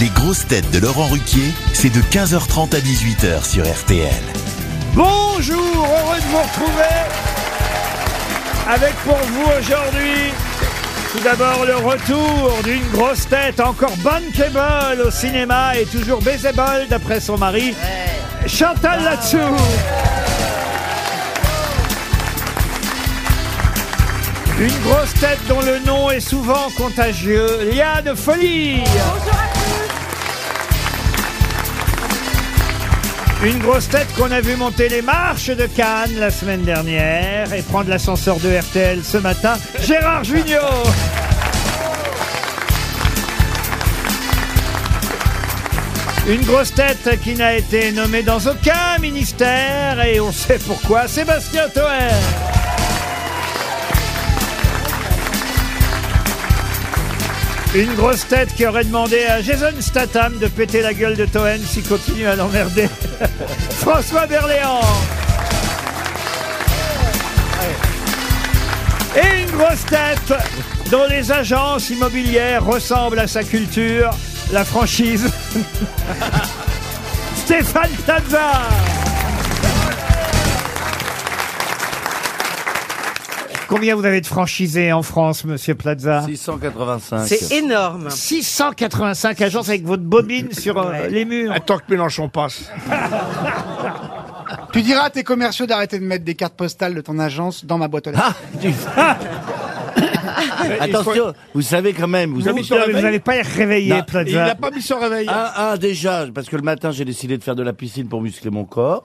Les grosses têtes de Laurent Ruquier, c'est de 15h30 à 18h sur RTL. Bonjour, heureux de vous retrouver avec pour vous aujourd'hui tout d'abord le retour d'une grosse tête encore bonne qu'ébole au cinéma et toujours baisable d'après son mari, Chantal Latsou. Une grosse tête dont le nom est souvent contagieux, Liane Folie. Une grosse tête qu'on a vu monter les marches de Cannes la semaine dernière et prendre l'ascenseur de RTL ce matin, Gérard Junior. Une grosse tête qui n'a été nommée dans aucun ministère et on sait pourquoi, Sébastien Toer. Une grosse tête qui aurait demandé à Jason Statham de péter la gueule de Toen s'il continue à l'emmerder. François Berléand. Et une grosse tête dont les agences immobilières ressemblent à sa culture, la franchise. Stéphane Plaza. Combien vous avez de franchisés en France, monsieur Plaza 685. C'est énorme. 685 agences avec votre bobine sur euh, les murs. Tant que Mélenchon passe. tu diras à tes commerciaux d'arrêter de mettre des cartes postales de ton agence dans ma boîte aux lettres. Ah, tu- Attention, vous savez quand même, vous avez... Non, mais vous n'allez pas y réveiller, Non, Il n'a Plaza. Ah, pas mis son réveil. Un, un, Ah, déjà, parce que le matin j'ai décidé de faire de la piscine pour muscler mon corps.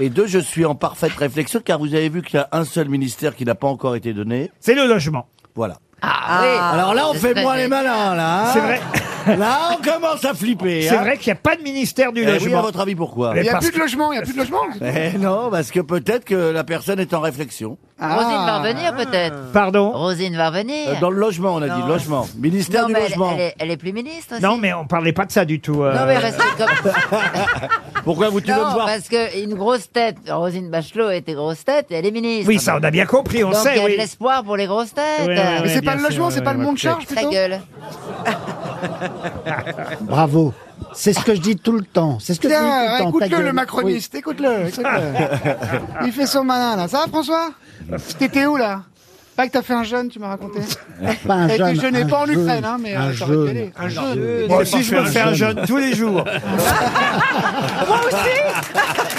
Et deux, je suis en parfaite réflexion car vous avez vu qu'il y a un seul ministère qui n'a pas encore été donné. C'est le logement. Ah. Voilà. Alors là, on fait moins les malins, là. hein. C'est vrai, Là, on commence à flipper. c'est hein. vrai qu'il n'y a pas de ministère du Eh oui, à logement. votre avis, pourquoi Il n'y a parce plus de logement, il n'y a plus de logement. Eh non, parce que peut-être que la personne est en réflexion. Ah. Rosine va revenir peut-être. Ah. Pardon Rosine va revenir. Euh, Dans le logement, on a dit, logement. Ministère Non, du mais elle, logement. elle est, elle est plus ministre aussi. Non, mais on parlait pas de ça du tout. euh. Non, mais restez comme. Pourquoi vous tu veux me non, voir parce qu'une grosse tête, Rosine Bachelot était grosse tête et elle est ministre. Oui, ça, on a bien compris, on Donc il sait, y a de oui. l'espoir pour les grosses Oui, têtes. oui, oui, Mais c'est bien pas le sûr, logement, oui, c'est pas oui, le oui, monde charge Ta plutôt. gueule. Bravo. C'est ce que je dis tout le temps. C'est ce que je dis tout Tiens, le temps. ta écoute-le gueule. le macroniste, écoute-le. écoute-le. Il fait son malin là. Ça va François T'étais où là Pas que t'as fait un jeune, tu m'as raconté. Oui, pas un T'as été jeune, jeûné, un pas en jeune, Ukraine, hein, mais un euh, t'aurais pu y jeune. aller. Un jeune. Moi aussi, je me fais un jeune tous les jours. Moi aussi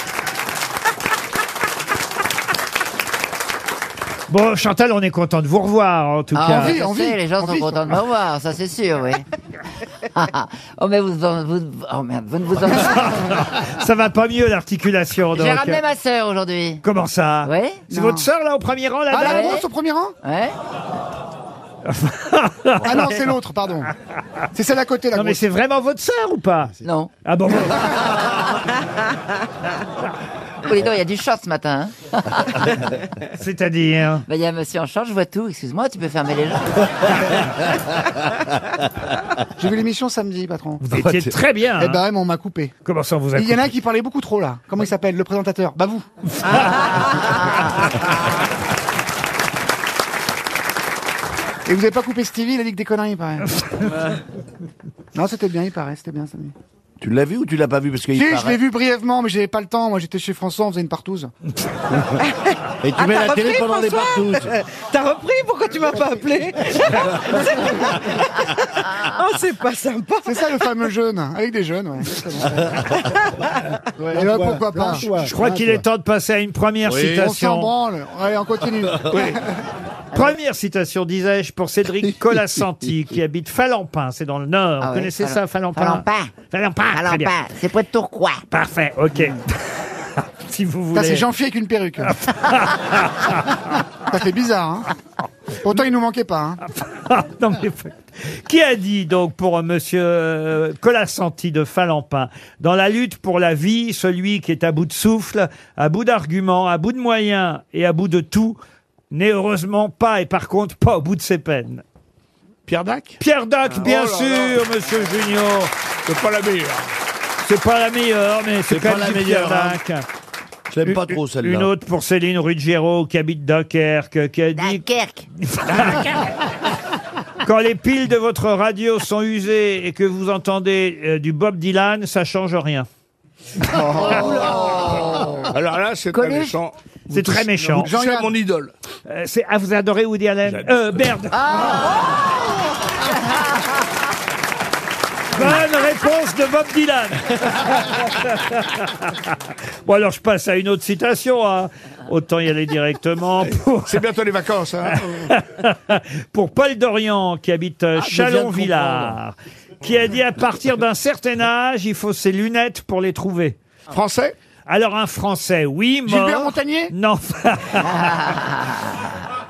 Bon, Chantal, on est content de vous revoir, en tout Ah, cas. euh, envie, je envie, sais, les gens sont envie, contents de me voir, ça c'est sûr, oui. oh, mais vous, en- vous- oh merde, vous ne vous en. Ça va pas mieux, l'articulation, donc. euh, J'ai ramené ma sœur aujourd'hui. Comment ça Oui. C'est votre sœur, là, au premier Oh rang, la Ah, la dame ouais. grosse au premier rang Ouais. Ah non, c'est l'autre, pardon. C'est celle à côté, la Non, mais grosse. c'est vraiment votre sœur ou pas Non. Ah bon Oh, dis donc, il y a du short ce matin. hein. C'est-à-dire Bah, Il y a un monsieur en short, je vois tout. Excuse-moi, tu peux fermer les gens. J'ai vu l'émission samedi, patron. Vous étiez très bien. Eh hein. ben, on m'a coupé. Comment ça, on vous a Il y en a coupé un qui parlait beaucoup trop là. Comment il s'appelle Le présentateur Bah vous. Et vous avez pas coupé Stevie, la Ligue des conneries, il paraît. non, c'était bien, il paraît, c'était bien samedi. Tu l'as vu ou tu l'as pas vu parce qu'il Si, je l'ai paraît- vu brièvement, mais j'avais pas le temps. Moi, j'étais chez François, on faisait une partouze. Et tu mets Ah, Ah, t'as la télé repris, pendant les François partous. T'as repris Pourquoi tu m'as pas appelé Oh, c'est pas sympa. C'est ça le fameux jeune, avec des jeunes, ouais. exactement. Et là, pourquoi pas Je crois qu'il est temps de passer à une première On s'en citation. branle. Allez, on continue. Première citation, disais-je, pour Cédric Colasanti, qui habite Falampin, c'est dans le Nord. Ah Vous oui, connaissez ça, Falampin Falampin. Falampin, très Alors, bien. pas, c'est près de Tourcoing. Parfait, ok. si vous Putain, voulez. c'est jean philippe avec une perruque. ça fait bizarre, hein Pourtant, il nous manquait pas, hein Ah, Non, mais- Qui a dit donc pour euh, Monsieur euh, Colasanti de Falampin, dans la lutte pour la vie, celui qui est à bout de souffle, à bout d'arguments, à bout de moyens et à bout de tout, n'est heureusement pas et par contre pas au bout de ses peines. Pierre Dac Ah, oh Pierre Dac, bien sûr, Monsieur Junior. C'est pas la meilleure. C'est pas la meilleure, mais c'est C'est quand pas même la du Pierre meilleure, hein. Dac. Je l'aime pas Une- trop celle-là. Une autre pour Céline Ruggiero, qui habite Dunkerque, qui a dit Dunkerque. Quand les piles de votre radio sont usées et que vous entendez euh, du Bob Dylan, ça change rien. Oh. Alors là, c'est très Coluche méchant. C'est très méchant. C'est mon idole. Euh, c'est- ah, vous adorez Woody Allen Euh, Baird. Ah. Bonne réponse de Bob Dylan. bon, alors je passe à une autre citation. hein. Autant y aller directement. Pour, C'est bientôt les vacances. Hein. pour Paul Dorian, qui habite euh, Ah, je viens de Chalon-Villard, qui a dit à partir d'un certain âge, il faut ses lunettes pour les trouver. Français Alors un Français, oui, mort. Gilbert Montagnier Non.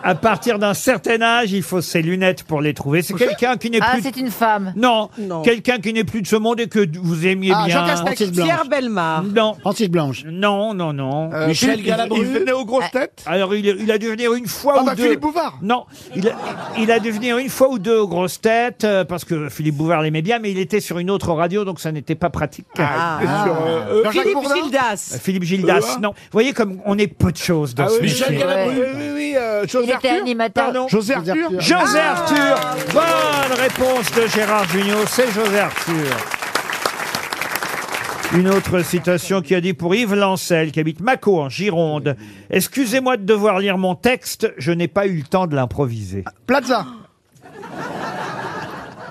à partir d'un certain âge, il faut ses lunettes pour les trouver. C'est quelqu'un qui n'est Ah, plus. c'est une femme. Non, Non. quelqu'un qui n'est plus de ce monde et que d- vous aimiez Ah, Jean bien. Castex. Francis Blanche. Pierre Bellemare. Non, Francis Blanche. non, non, non. Michel Galabru. Il venait aux grosses têtes Alors il, il a dû venir une fois Ah ou bah deux. Philippe Bouvard Non, il a, il a dû venir une fois ou deux aux grosses têtes euh, parce que Philippe Bouvard l'aimait bien, mais il était sur une autre radio, donc ça n'était pas pratique. Ah. Sur, euh, eux. Jean-Jacques Philippe Bourdin Gildas. Philippe Gildas, Euh, hein. non. Vous voyez comme on est peu de choses dans Ah ce oui, métier. Michel Galabru. Ouais. Oui, oui, oui. euh, José Il était Arthur. animateur. Pardon. José Arthur. Arthur. José Arthur Bonne réponse de Gérard Junior, c'est José Arthur. Une autre citation qui a dit pour Yves Lancel, qui habite Mâcon, en Gironde. Excusez-moi de devoir lire mon texte, je n'ai pas eu le temps de l'improviser. Plaza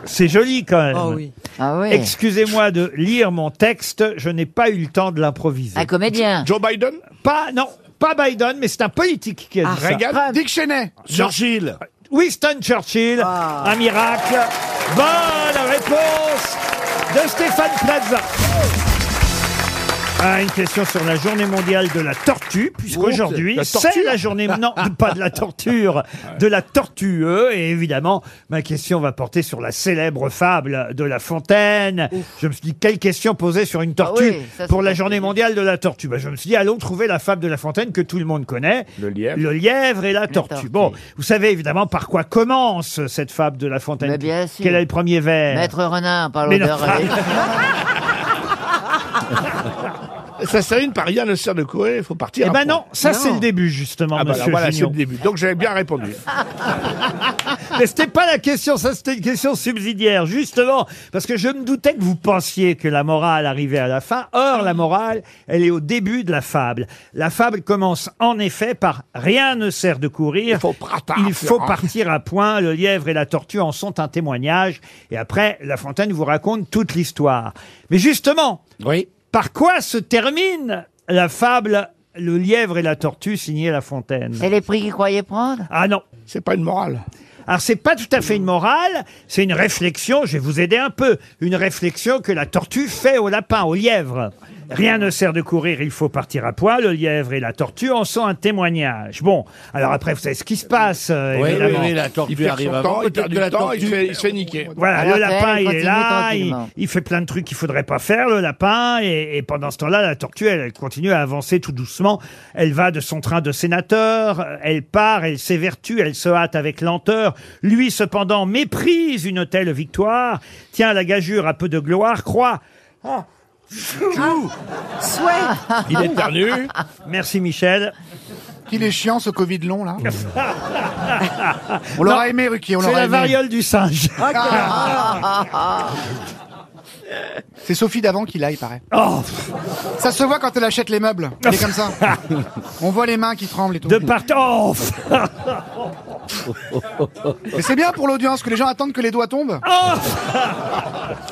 C'est joli quand même. Oh oui. Ah oui. Excusez-moi de lire mon texte, je n'ai pas eu le temps de l'improviser. Un comédien. Joe Biden Pas, non, pas Biden, mais c'est un politique qui a Ah, dit ça. Reagan Dick Cheney Churchill. Winston Churchill, Ah. un miracle. Bonne réponse de Stéphane Plaza. Ah, une question sur la journée mondiale de la tortue, puisqu'aujourd'hui, Oh, la torture c'est la journée, non, pas de la torture, de la tortue. Et évidemment, ma question va porter sur la célèbre fable de La Fontaine. Je me suis dit, quelle question poser sur une Ah tortue oui, ça, pour c'est la pas journée terrible. mondiale de la tortue? Bah, je me suis dit, allons trouver la fable de La Fontaine que tout le monde connaît. Le lièvre. Le lièvre et la tortue. tortue. Bon, vous savez évidemment par quoi commence cette fable de La Fontaine. Mais bien sûr. Quel est le premier vers Maître Renard, par Mais non. l'odeur. Ça se termine par rien ne sert de courir, il faut partir. Eh ben non, ça Non. c'est le début justement, Ah bah monsieur alors, voilà, c'est Gignon. le début. Donc j'avais bien répondu. Mais c'était pas la question, ça c'était une question subsidiaire, justement, parce que je me doutais que vous pensiez que la morale arrivait à la fin. Or, la morale, elle est au début de la fable. La fable commence en effet par rien ne sert de courir. Il faut partir. Il faut partir à point. Le lièvre et la tortue en sont un témoignage. Et après, La Fontaine vous raconte toute l'histoire. Mais justement, Oui. par quoi se termine la fable Le lièvre et la tortue signée La Fontaine C'est les prix qu'ils croyaient prendre Ah non. C'est pas une morale. Alors c'est pas tout à fait une morale, c'est une réflexion, je vais vous aider un peu, une réflexion que la tortue fait au lapin, au lièvre. Rien ne sert de courir, il faut partir à point, le lièvre et la tortue en sont un témoignage. Bon, alors après vous savez ce qui se passe, euh, Oui, oui, évidemment. oui, la Il tortue perd son arrive avant. temps, il Peut-être perd que du la temps, tortue. il se fait- il se fait niquer. Voilà, Alors, le lapin, elle il est continue là, il, tranquillement. il fait plein de trucs qu'il faudrait pas faire, le lapin, et, et pendant ce temps-là, la tortue, elle, elle continue à avancer tout doucement. Elle va de son train de sénateur, euh, elle part, elle s'évertue, elle se hâte avec lenteur. Lui, cependant, méprise une telle victoire, tient à la gageure à peu de gloire, croit. Ah. Ah. Souhait. Il éternue. Merci Michel. Qu'il est chiant ce Covid long là On l'aura aimé Ruquier, on C'est l'aura la aimé. variole du singe. Ah, C'est Sophie d'avant qui l'a, il paraît. Oh, Ça se voit quand elle achète les meubles. Elle est comme ça. On voit les mains qui tremblent et tout. de part. Oh, Mais c'est bien pour l'audience que les gens attendent que les doigts tombent.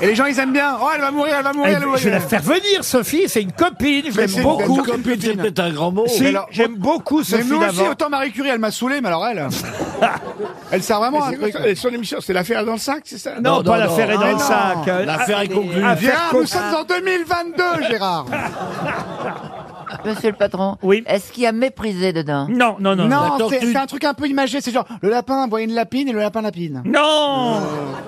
Et les gens ils aiment bien. Oh elle va mourir, elle va mourir, elle, va Oh. Eh, je vais la mourir. faire venir, Sophie. C'est une copine. Je c'est l'aime une beaucoup. belle copine. C'est peut-être un grand mot. Si, Mais alors- j'aime beaucoup Mais Sophie nous aussi, d'avant. autant Marie Curie, elle m'a saoulé, mais alors elle. Elle sert vraiment à un C'est quoi truc. ça Et Son émission, c'est l'affaire dans le sac, c'est ça Non, Non, pas non, l'affaire non. est dans Ah, le non. sac. Euh, L'affaire est conclue. affaire Gérard, con- nous sommes en 2022, Gérard. Monsieur le patron, Ah. Oui. est-ce qu'il y a méprisé dedans Non, non, non. Non, Non, c'est Ah tortue. c'est un truc un peu imagé. C'est genre le lapin voit une lapine et le lapin lapine. non,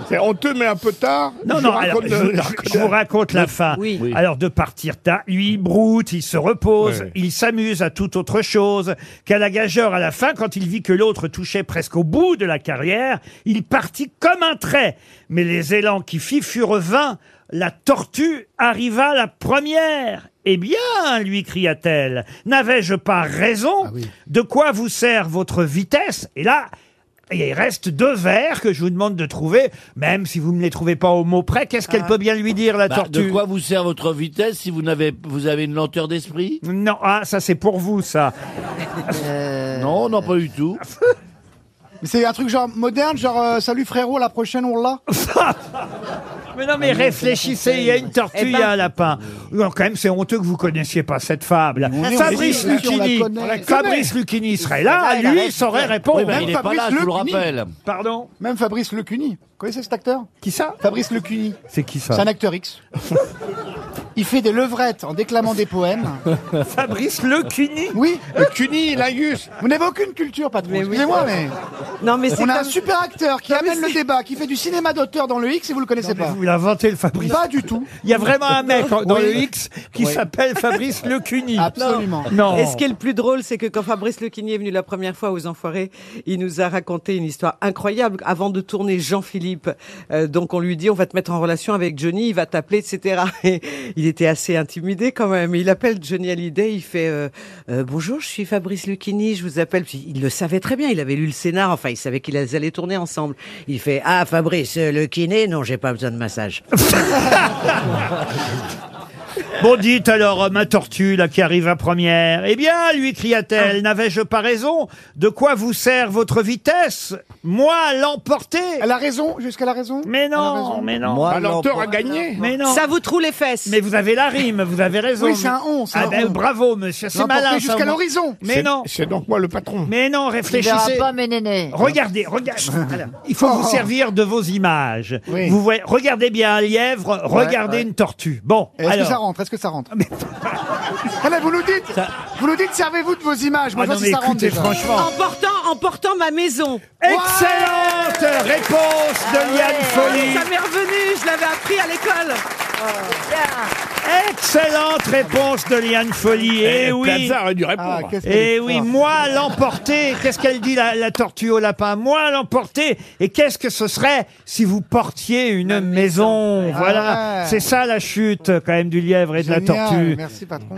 C'est on te met un peu tard. non, je non, alors, raconte je, de- je- je vous raconte la fin. Oui. Alors, de partir tard, lui, il broute, il se repose, il s'amuse à toute autre chose qu'à la gageure à la fin, quand il vit que l'autre touchait presque au bout de la carrière, il partit comme un trait. Mais les élans qui fit furent vains, la tortue arriva la première. Eh bien, lui Ah cria-t-elle, n'avais-je pas raison De quoi vous sert votre vitesse Et là, Et il reste deux vers que je vous demande de trouver, même si vous ne les trouvez pas au mot près. Qu'est-ce qu'elle peut bien lui dire, la Bah, tortue de quoi vous sert votre vitesse si vous n'avez vous avez une lenteur d'esprit Non, ah, ça c'est pour vous, ça. Non, non, pas du tout. Euh, Mais c'est un truc genre moderne, genre euh, salut frérot, la prochaine on l'a. Mais non, mais réfléchissez, il y a une tortue, il y a un lapin. Non, quand même, c'est honteux que vous connaissiez pas cette fable. on est- Fabrice on est- on la Lucchini, connaît. On la Fabrice Lucchini serait là, Eh ben, Ah, il lui reste- saurait répondre. Oui, mais même il est pas Fabrice là, je vous le Lecuni. rappelle. Pardon Même Fabrice Lecuny. Vous connaissez cet acteur Qui ça Fabrice Lecuny. C'est qui ça C'est un acteur X. Il fait des levrettes en déclamant des poèmes. Fabrice Lucchini Oui, Le Cuny, Lingus. vous n'avez aucune culture, patron. Excusez-moi, mais Non, mais c'est on a un comme- super acteur qui amène le débat, qui fait du cinéma d'auteur dans le X et vous le connaissez pas. Vous l'inventez, le Fabrice. Pas du tout. Il y a vraiment un mec en- dans Oui. le X qui s'appelle Fabrice Lecuni. Absolument. Non. Et ce qui est le plus drôle, c'est que quand Fabrice Lequigny est venu la première fois aux Enfoirés, il nous a raconté une histoire incroyable avant de tourner Jean-Philippe. Euh, donc on lui dit, on va te mettre en relation avec Johnny, il va t'appeler, etc. Et il était assez intimidé quand même. Il appelle Johnny Hallyday, il fait euh, Euh, bonjour, je suis Fabrice Lequigny, je vous appelle. Puis il le savait très bien, il avait lu le scénar, enfin il savait qu'ils allaient tourner ensemble. Il fait ah Fabrice euh, Lequigny, non j'ai pas besoin de massage. Bon, dites alors, euh, ma tortue, là, qui arrive à première. Eh bien, lui cria-t-elle, n'avais-je pas raison De quoi vous sert votre vitesse Moi, l'emporter Elle a raison, jusqu'à la raison. Mais Elle a non, raison. mais non. La Moi, lenteur l'emporte. Bah, a gagné. mais non. Ça vous troue les fesses. Mais vous avez la rime, vous avez raison. Oui, c'est un on, c'est Ah un ben, on. bravo, monsieur, c'est L'emporter malin. ça, jusqu'à moi. l'horizon. Mais C'est- non, C'est donc moi le patron. mais non, Tu verras réfléchissez. pas mes nénés. Ah, Regardez, regardez. Voilà. Il faut vous servir de vos images. Oh. Oui. Vous voyez, regardez bien un lièvre, regardez une tortue. Bon, Est-ce que ça alors. rentre Est-ce que ça rentre Ah, mais vous nous dites, vous nous dites, servez-vous de vos images. Moi, Ah je vois non, si mais ça rentre écoutez, déjà. Ah, franchement. En portant, en portant ma maison. Ah Excellente réponse de Liane Folly. Ça m'est revenu, je l'avais appris à l'école. Excellente réponse de Liane Folly. Eh oui. Plaza aurait dû Ah, répondre. qu'est-ce qu'elle Eh est oui, forte. moi l'emporter. Qu'est-ce qu'elle dit la, la tortue au lapin Moi l'emporter. Et qu'est-ce que ce serait si vous portiez une maison, Voilà, Ah ouais. c'est ça la chute quand même du lièvre et de la Génial, tortue. Merci, patron.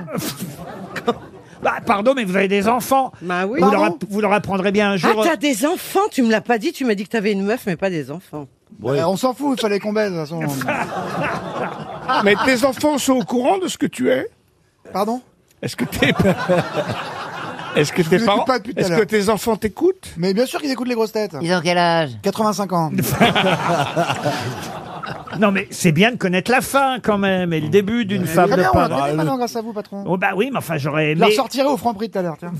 Bah, pardon, mais vous avez des enfants. Bah oui. Vous leur, Pardon app- vous leur apprendrez bien un Ah, jour. euh, t'as des enfants, tu me l'as pas dit, tu m'as dit que t'avais une meuf, mais pas des enfants. Euh, on s'en fout, il fallait qu'on baise, de toute façon. Ah, Mais tes enfants sont au courant de ce que tu es Pardon Est-ce que tes Est-ce que tes vous parents écoute pas depuis tout à Est-ce que l'heure. tes enfants t'écoutent Mais bien sûr qu'ils écoutent les grosses têtes. Ils ont quel âge 85 ans. euh, Non, mais c'est bien de connaître la fin quand même et le début d'une Très fable bien, de on la Pavard. connaît maintenant grâce à vous, patron. Oh, bah oui, mais enfin j'aurais Je la aimé. ressortirai au franc prix tout à l'heure, tiens.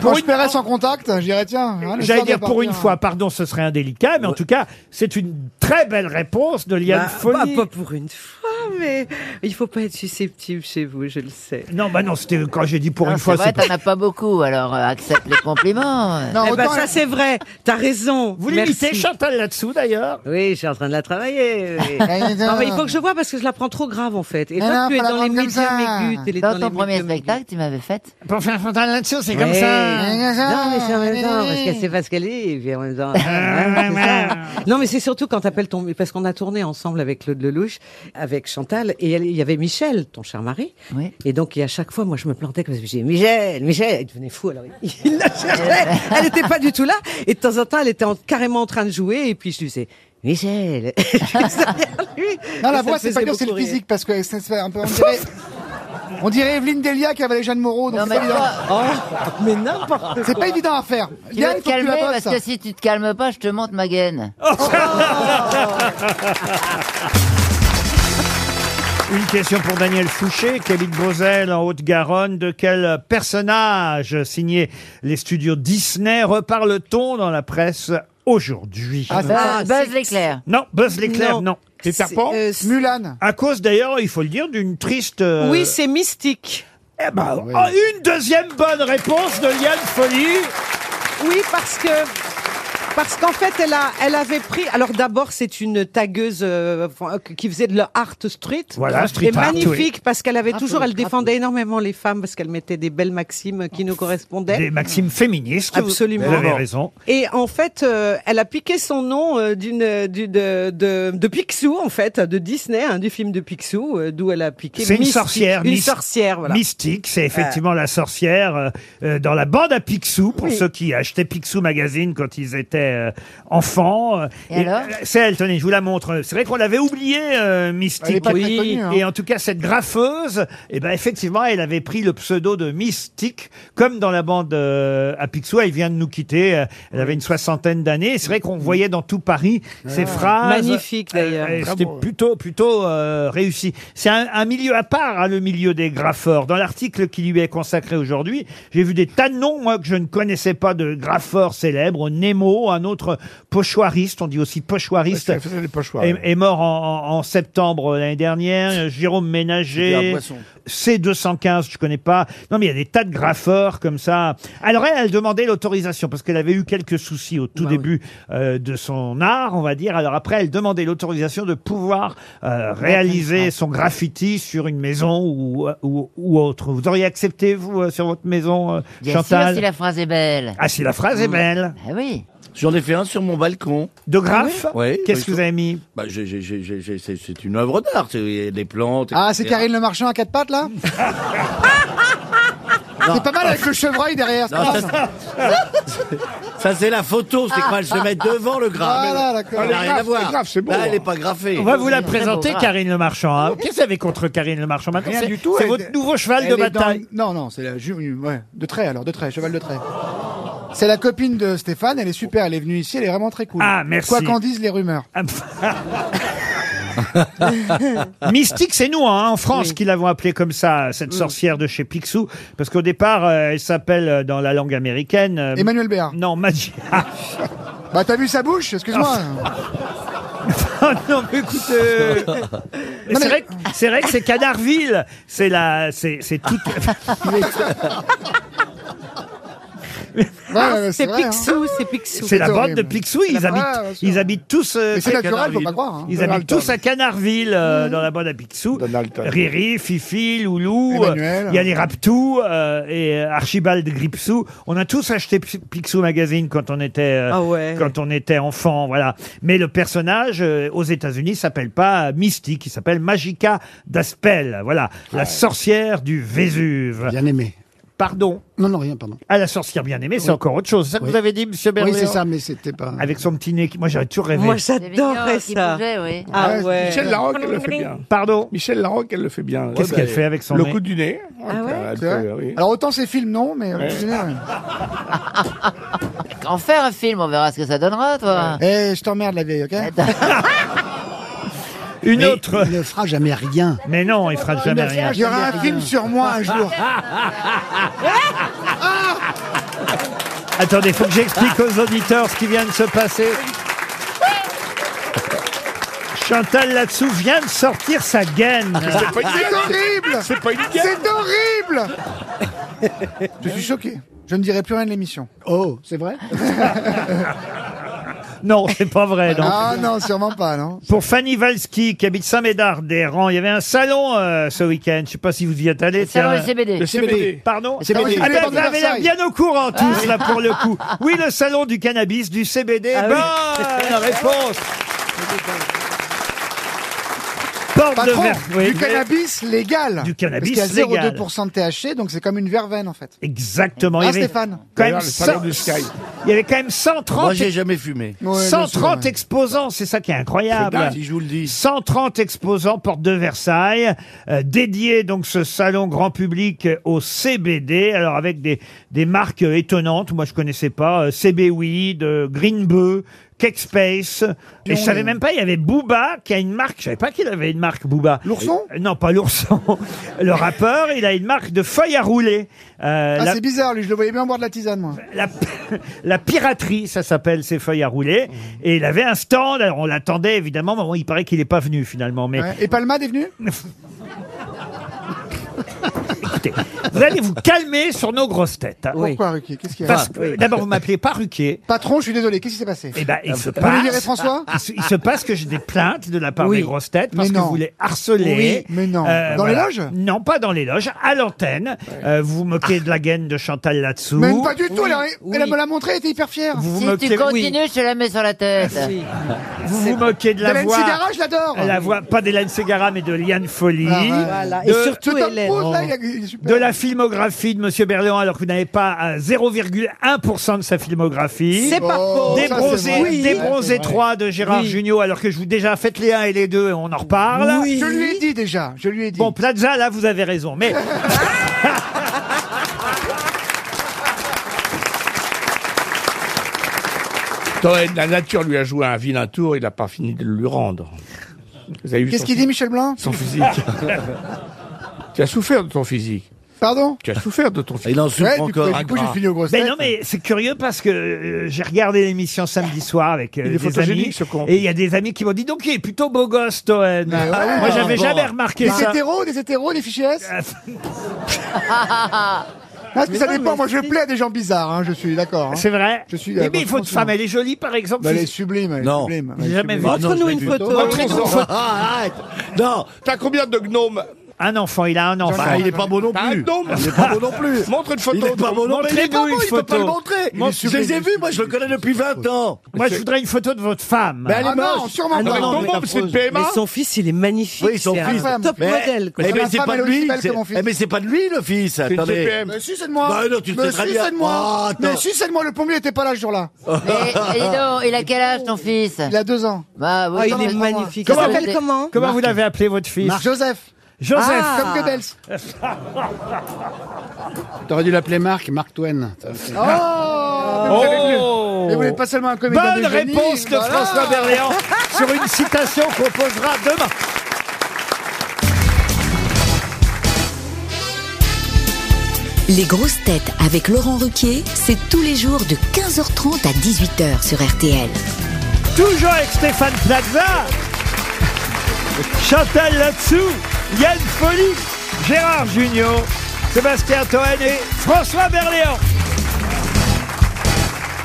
Quand je paierai sans contact, je dirais, tiens. hein, le J'allais soir dire de pour partir. une fois, pardon, ce serait indélicat, mais en tout cas, c'est une très belle réponse de Liane Bah, Folly. Pas, pas pour une fois, Ah, mais il faut pas être susceptible chez vous, je le sais. Ah, Non, bah non, c'était quand j'ai dit pour Non, une C'est fois, vrai, c'est pas. t'en as pas beaucoup, alors euh, accepte les compliments. Non, eh ben, autant, ça c'est vrai, t'as raison. Vous Merci. l'imitez, Chantal, là-dessous d'ailleurs. Oui, je suis en train de la travailler. oui. non, mais il faut que je vois parce que je la prends trop grave en fait. Et Non, toi, non, tu es faut la dans les prendre comme médiums ça. aigus. t'es Dans les ton premier médiums aigus. spectacle, tu m'avais fait. Pour faire Chantal là-dessous, c'est Ouais. Non, mais c'est en même temps, parce qu'elle je. sait pas ce qu'elle est, et puis en même temps, ouais, ouais, c'est ça. Non, mais c'est surtout quand t'appelles ton, parce qu'on a tourné ensemble avec Claude Lelouch, avec Chantal, et elle- il y avait Michel, ton cher mari. Oui. Et donc, et à chaque fois, moi, je me plantais comme ça, je disais, Michel, Michel, il devenait fou, alors il- il la cherchait. Elle était pas du tout là. Et de temps en temps, elle était en- carrément en train de jouer, et puis je lui disais, Michel. Je faisais derrière lui. Non, la Et voix, ça me c'est pas faisait bien, c'est le beaucoup rire. physique, parce que ça se fait un peu. On dirait, on dirait Evelyne Delia qui avait Jeanne Moreau. donc Non, c'est mais pas évident. toi, hein Oh, mais n'importe Hein C'est pas évident à faire. tu vas Yann, te faut que tu calmer, la bosses, parce ça. que si tu te calmes pas, je te monte ma gaine. Oh. Une question pour Daniel Fouché, qui habite Beauzelle, en Haute-Garonne. De quel personnage signé les studios Disney reparle-t-on dans la presse aujourd'hui Ah, Buzz, ça, Buzz l'éclair. Non, Buzz l'éclair, non. Tes serpents euh, c'est- Mulan. À cause d'ailleurs, il faut le dire, d'une triste... euh, Oui, c'est mystique. eh ben, Ah, oh, une deuxième bonne réponse de Liane Folly. Oui, parce que Parce qu'en fait, elle, a, elle avait pris. Alors d'abord, c'est une tagueuse euh, enfin, qui faisait de la art street. Voilà, street Et art, oui. Ah, magnifique parce qu'elle avait toujours. Elle défendait énormément les femmes parce qu'elle mettait des belles maximes qui nous correspondaient. Des maximes féministes. Absolument. Vous avez raison. Et en fait, euh, elle a piqué son nom euh, d'une du- de, de, de Picsou en fait, de Disney, hein, du film de Picsou, euh, d'où elle a piqué. C'est une Mystique. sorcière. Une mys- sorcière, voilà. Mystique, c'est effectivement la sorcière euh, euh, dans la bande à Picsou, pour Oui. ceux qui achetaient Picsou Magazine quand ils étaient euh, enfants. Et alors euh, C'est elle, tenez, je vous la montre. C'est vrai qu'on l'avait oubliée, euh, Mystique. Elle est pas très Oui. connue, hein. Et en tout cas, cette graffeuse, eh ben, effectivement, elle avait pris le pseudo de Mystique, comme dans la bande euh, à Picsou. Elle vient de nous quitter. euh, Elle avait une soixantaine d'années. Et C'est vrai qu'on voyait dans tout Paris ces phrases. Ah. Magnifique, d'ailleurs. Euh, C'était plutôt, plutôt euh, réussi. C'est un, un milieu à part, hein, le milieu des graffeurs. Dans l'article qui lui est consacré aujourd'hui, j'ai vu des tas de noms, moi, que je ne connaissais pas de graffeurs célèbres. Nemo, un autre pochoiriste, on dit aussi pochoiriste, Ça faisait des pochoirs. est, est mort en, en- en septembre l'année dernière. Jérôme C'était un Ménager. poisson. C215, je connais pas. Non, mais il y a des tas de graffeurs comme ça. Alors elle, elle demandait l'autorisation parce qu'elle avait eu quelques soucis au tout Bah début euh, de son art, on va dire. Alors après, elle demandait l'autorisation de pouvoir euh, réaliser son graffiti sur une maison ou, ou, ou autre. Vous auriez accepté, vous, euh, sur votre maison, euh, Bien sûr, Chantal si la phrase est belle. Ah, si la phrase est belle. Ah oui. J'en ai fait un sur mon balcon. Ah De graphe oui Oui, Qu'est-ce oui, que vous avez mis Bah, j'ai- j'ai- j'ai- j'ai- j'ai- c'est c'est une œuvre d'art, c'est les plantes. Ah, c'est etc. Karine Le Marchand à quatre pattes, là C'est pas mal avec le chevreuil derrière. c'est Non, pas ça, mal. c'est- ça, c'est la photo, c'est quoi Je le mets devant le graphe. Voilà, Mais non, d'accord. ça n'a Ah, rien le à graphe, voir. le graphe, c'est beau, Là, hein. elle n'est pas graffée. on va vous la c'est très présenter, beau, grave. Karine Le Marchand. hein. Qu'est-ce que vous avez contre Karine Le Marchand maintenant Rien C'est- du tout, C'est elle- votre nouveau cheval Elle de est dans- bataille. Non, non, c'est la ju- ouais, de trait alors, de trait, cheval de trait. C'est la copine de Stéphane, elle est super, elle est venue ici, elle est vraiment très cool. Ah, merci. Ah, Quoi qu'en disent les rumeurs. Mystique, c'est nous, hein, en France, qui l'avons appelée comme ça, cette sorcière de chez Picsou, parce qu'au départ, euh, elle s'appelle euh, dans la langue américaine. euh, Emmanuel Béard. Non, Magia. Bah t'as vu sa bouche, excuse-moi. Oh non, mais écoutez. Mais C'est mais- vrai, que- c'est vrai que c'est Canardville. C'est la, c'est, c'est tout. Ouais, ouais, ouais, C'est vrai, hein. Picsou, c'est Picsou. C'est la bande horrible. de Picsou. Ils C'est la- habitent, ouais, bien sûr. ils habitent tous. euh, Mais c'est à naturel, faut Canardville. pas croire. hein. Ils Donald habitent tous Trump. à Canardville, euh, dans la bande à Picsou. Donald Trump. Riri, Fifi, Loulou, euh, Emmanuel. il y a les Raptous euh, et euh, Archibald Gripsou. On a tous acheté P- Picsou Magazine quand on était euh, Ah ouais. quand on était enfant, voilà. Mais le personnage euh, aux États-Unis s'appelle pas euh, Mystique, il s'appelle Magica d'Aspel, voilà, la sorcière du Vésuve. Bien aimé. Pardon. Non, non, rien, pardon. À la sorcière bien aimée, c'est encore autre chose. C'est Ça que Oui. vous avez dit, Monsieur Oui, Berléand c'est ça, mais c'était pas. Avec son petit nez, qui- moi j'aurais toujours rêvé. Moi, C'est mignon, j'adorais qui ça. bougeait, oui. Ah ouais. Michel Larocque, elle le fait bien. Pardon. Michel Larocque, elle le fait bien. Qu'est-ce Ouais, qu'elle bah, fait avec son Le nez coup du nez. Ah ouais Elle C'est vrai peut, oui. Alors autant ces films non, mais en général. En faire un film, on verra ce que ça donnera, toi. Eh, je t'emmerde la vieille, ok Une Mais autre. Il ne fera jamais rien. Mais non, il fera jamais rien. Il y aura un film sur moi un jour. Attendez, faut que j'explique aux auditeurs ce qui vient de se passer. Chantal Latsou vient de sortir sa gaine. Ah. C'est pas une Ah, C'est guerre, horrible Ah, C'est pas une guerre. C'est horrible Je suis choqué. Je ne dirai plus rien de l'émission. Oh, c'est vrai Non, c'est pas vrai. Non. hein Ah non, sûrement pas, non Pour Fanny Valski, qui habite Saint-Médard d'Erran, il y avait un salon euh, ce week-end. Je sais pas si vous y êtes allé. C'est tiens. le CBD. Le CBD. Pardon C'est oui, bien. Ah Allez, ben, bande vous de avez l'air Versailles. bien au courant tous là pour le coup. Oui, le salon du cannabis, du CBD. Ah oui. bonne réponse. Porte de Patron, Ver- oui, du mais- cannabis légal. Du cannabis Parce qu'il y a légal. 0,2% de THC, donc c'est comme une verveine en fait. Exactement. Ah, il, y avait Stéphane. quand même D'ailleurs, le salon 100 du Sky. il y avait quand même 130, Moi, j'ai jamais fumé. Ouais, bien sûr, 130 ouais. exposants. C'est ça qui est incroyable. Si je vous le dis. 130 exposants porte de Versailles, euh, dédié donc ce salon grand public euh, au CBD, alors avec des, des marques euh, étonnantes, moi je connaissais pas, euh, CB Weed, euh, Green Beu, Kexpace, et je savais même pas, il y avait Booba qui a une marque, je savais pas qu'il avait une marque Booba. L'ourson Euh, Non, pas l'ourson, le rappeur, il a une marque de feuilles à rouler. Euh, Ah, la- c'est bizarre, lui, je le voyais bien boire de la tisane, moi. la, la piraterie, ça s'appelle ces feuilles à Mhm. rouler. Et il avait un stand. Alors on l'attendait évidemment. mais bon, il paraît qu'il n'est pas venu finalement. Mais Ouais. Et Palmade est venu écoutez, vous allez vous calmer sur nos grosses têtes. hein. Pourquoi, Ruquier Qu'est-ce qu'il y a Ah. Parce que d'abord, vous m'appelez pas Ruquier. Patron, je suis désolé, qu'est-ce qui s'est passé Eh Ah, ben, il se Ah, Vous voulez passe. Ah, virer François il se, il se passe que j'ai des plaintes de la part Oui. des grosses têtes parce Mais que non. vous les harcelez. Oui, mais non. Dans les loges Non, pas dans les loges, à l'antenne. Euh, vous vous moquez de la gaine de Chantal là-dessous. Même pas du tout, elle, a- oui. elle me l'a montré, elle était hyper fière. Vous vous Si moquez, tu continues, je te la mets sur la tête. Oui. vous vous moquez de la Hélène voix. Ségara, je l'adore. La voix, pas d'Hélène Ségara, mais de Liane Folly. Ah ouais. Voilà. De- Et surtout, Ce Tom Hélène. Cruise, là, il est- il est super. De la filmographie de Monsieur Berléand, alors que vous n'avez pas euh, 0,1% de sa filmographie. C'est pas faux. Des ça, bronzés, c'est vrai. des Oui. bronzés Oui. 3 de Gérard Oui. Jugnot, alors que je vous déjà faites les uns et les deux et on en reparle. Oui. Je lui ai dit déjà, je lui ai dit. Bon, Plaza, là, vous avez raison, mais... Attends, La nature lui a joué un vilain tour, il n'a pas fini de le lui rendre. Vous avez vu Qu'est-ce son qu'il dit, Michel Blanc Son physique. tu as souffert de ton physique. Pardon Tu as souffert de ton physique. Il en Ouais, souffre du coup, encore. du coup, Ah, j'ai fini au gros Mais non, mais c'est curieux parce que euh, j'ai regardé l'émission samedi soir avec euh, Il est des photogénique, amis. ce con. Et il y a des amis qui m'ont dit donc il est plutôt beau gosse, Toen. Ah, Moi, j'avais bon. jamais remarqué Des ça. Euh, hétéros, des hétéros, des fichiers S Ah, Parce que ça dépend, moi je plais à des gens bizarres, hein, je suis d'accord. hein. C'est vrai. Je suis, Oui, euh, mais il faut une franchement. femme, elle est jolie, par exemple. Bah, elle est physique. sublime, elle est Non. sublime. J'ai elle est jamais sublime. vu. Montre-nous une photo. Montre-nous une photo. Ah, arrête. Non, T'as combien de gnomes Un enfant, il a un enfant. bah, il est pas beau non T'as un plus. gnome Il est pas beau non plus. Montre une photo. Il est pas beau non plus. Il est pas Montrez-nous beau, une il peut pas photo. le montrer. Montre- Je les ai vus, moi je le connais depuis 20 ans. Moi, je voudrais une photo de votre femme. Mais elle Ah est non, moche. sûrement Ah pas. Avec non, ton mais môme, affreuse. c'est le PMA. Mais son fils, il est magnifique. Oui, son c'est fils. un top Mais- modèle. quoi. Eh Ah, ben, ma c'est femme, pas elle est de lui. aussi belle que c'est- mon fils. Eh, mais c'est pas de lui le fils. une Attendez. TPM. Mais si, c'est de moi. Bah non, tu le Mais sais très si, bien. c'est de moi. Ah, attends. mais si, c'est de moi. Le plombier était pas là ce jour-là. Mais et Eh, donc, il a quel âge ton fils Il a deux ans. Ah, Bah, oui, Oh, il comment- est magnifique. Comment- Il s'appelle comment Comment vous l'avez appelé, votre fils Joseph. Joseph. Ah. Comme Goebbels. T'aurais dû l'appeler Marc, Marc Twain. Oh, Oh. Et vous n'êtes pas seulement un comédien Bonne de génie, réponse de voilà. Ah. François Berléand sur une citation qu'on posera demain. Les grosses têtes avec Laurent Ruquier, c'est tous les jours de 15h30 à 18h sur RTL. Toujours avec Stéphane Plaza, Chantal Latsou, Yann Folly, Gérard Junior, Sébastien Toen et François Berléand.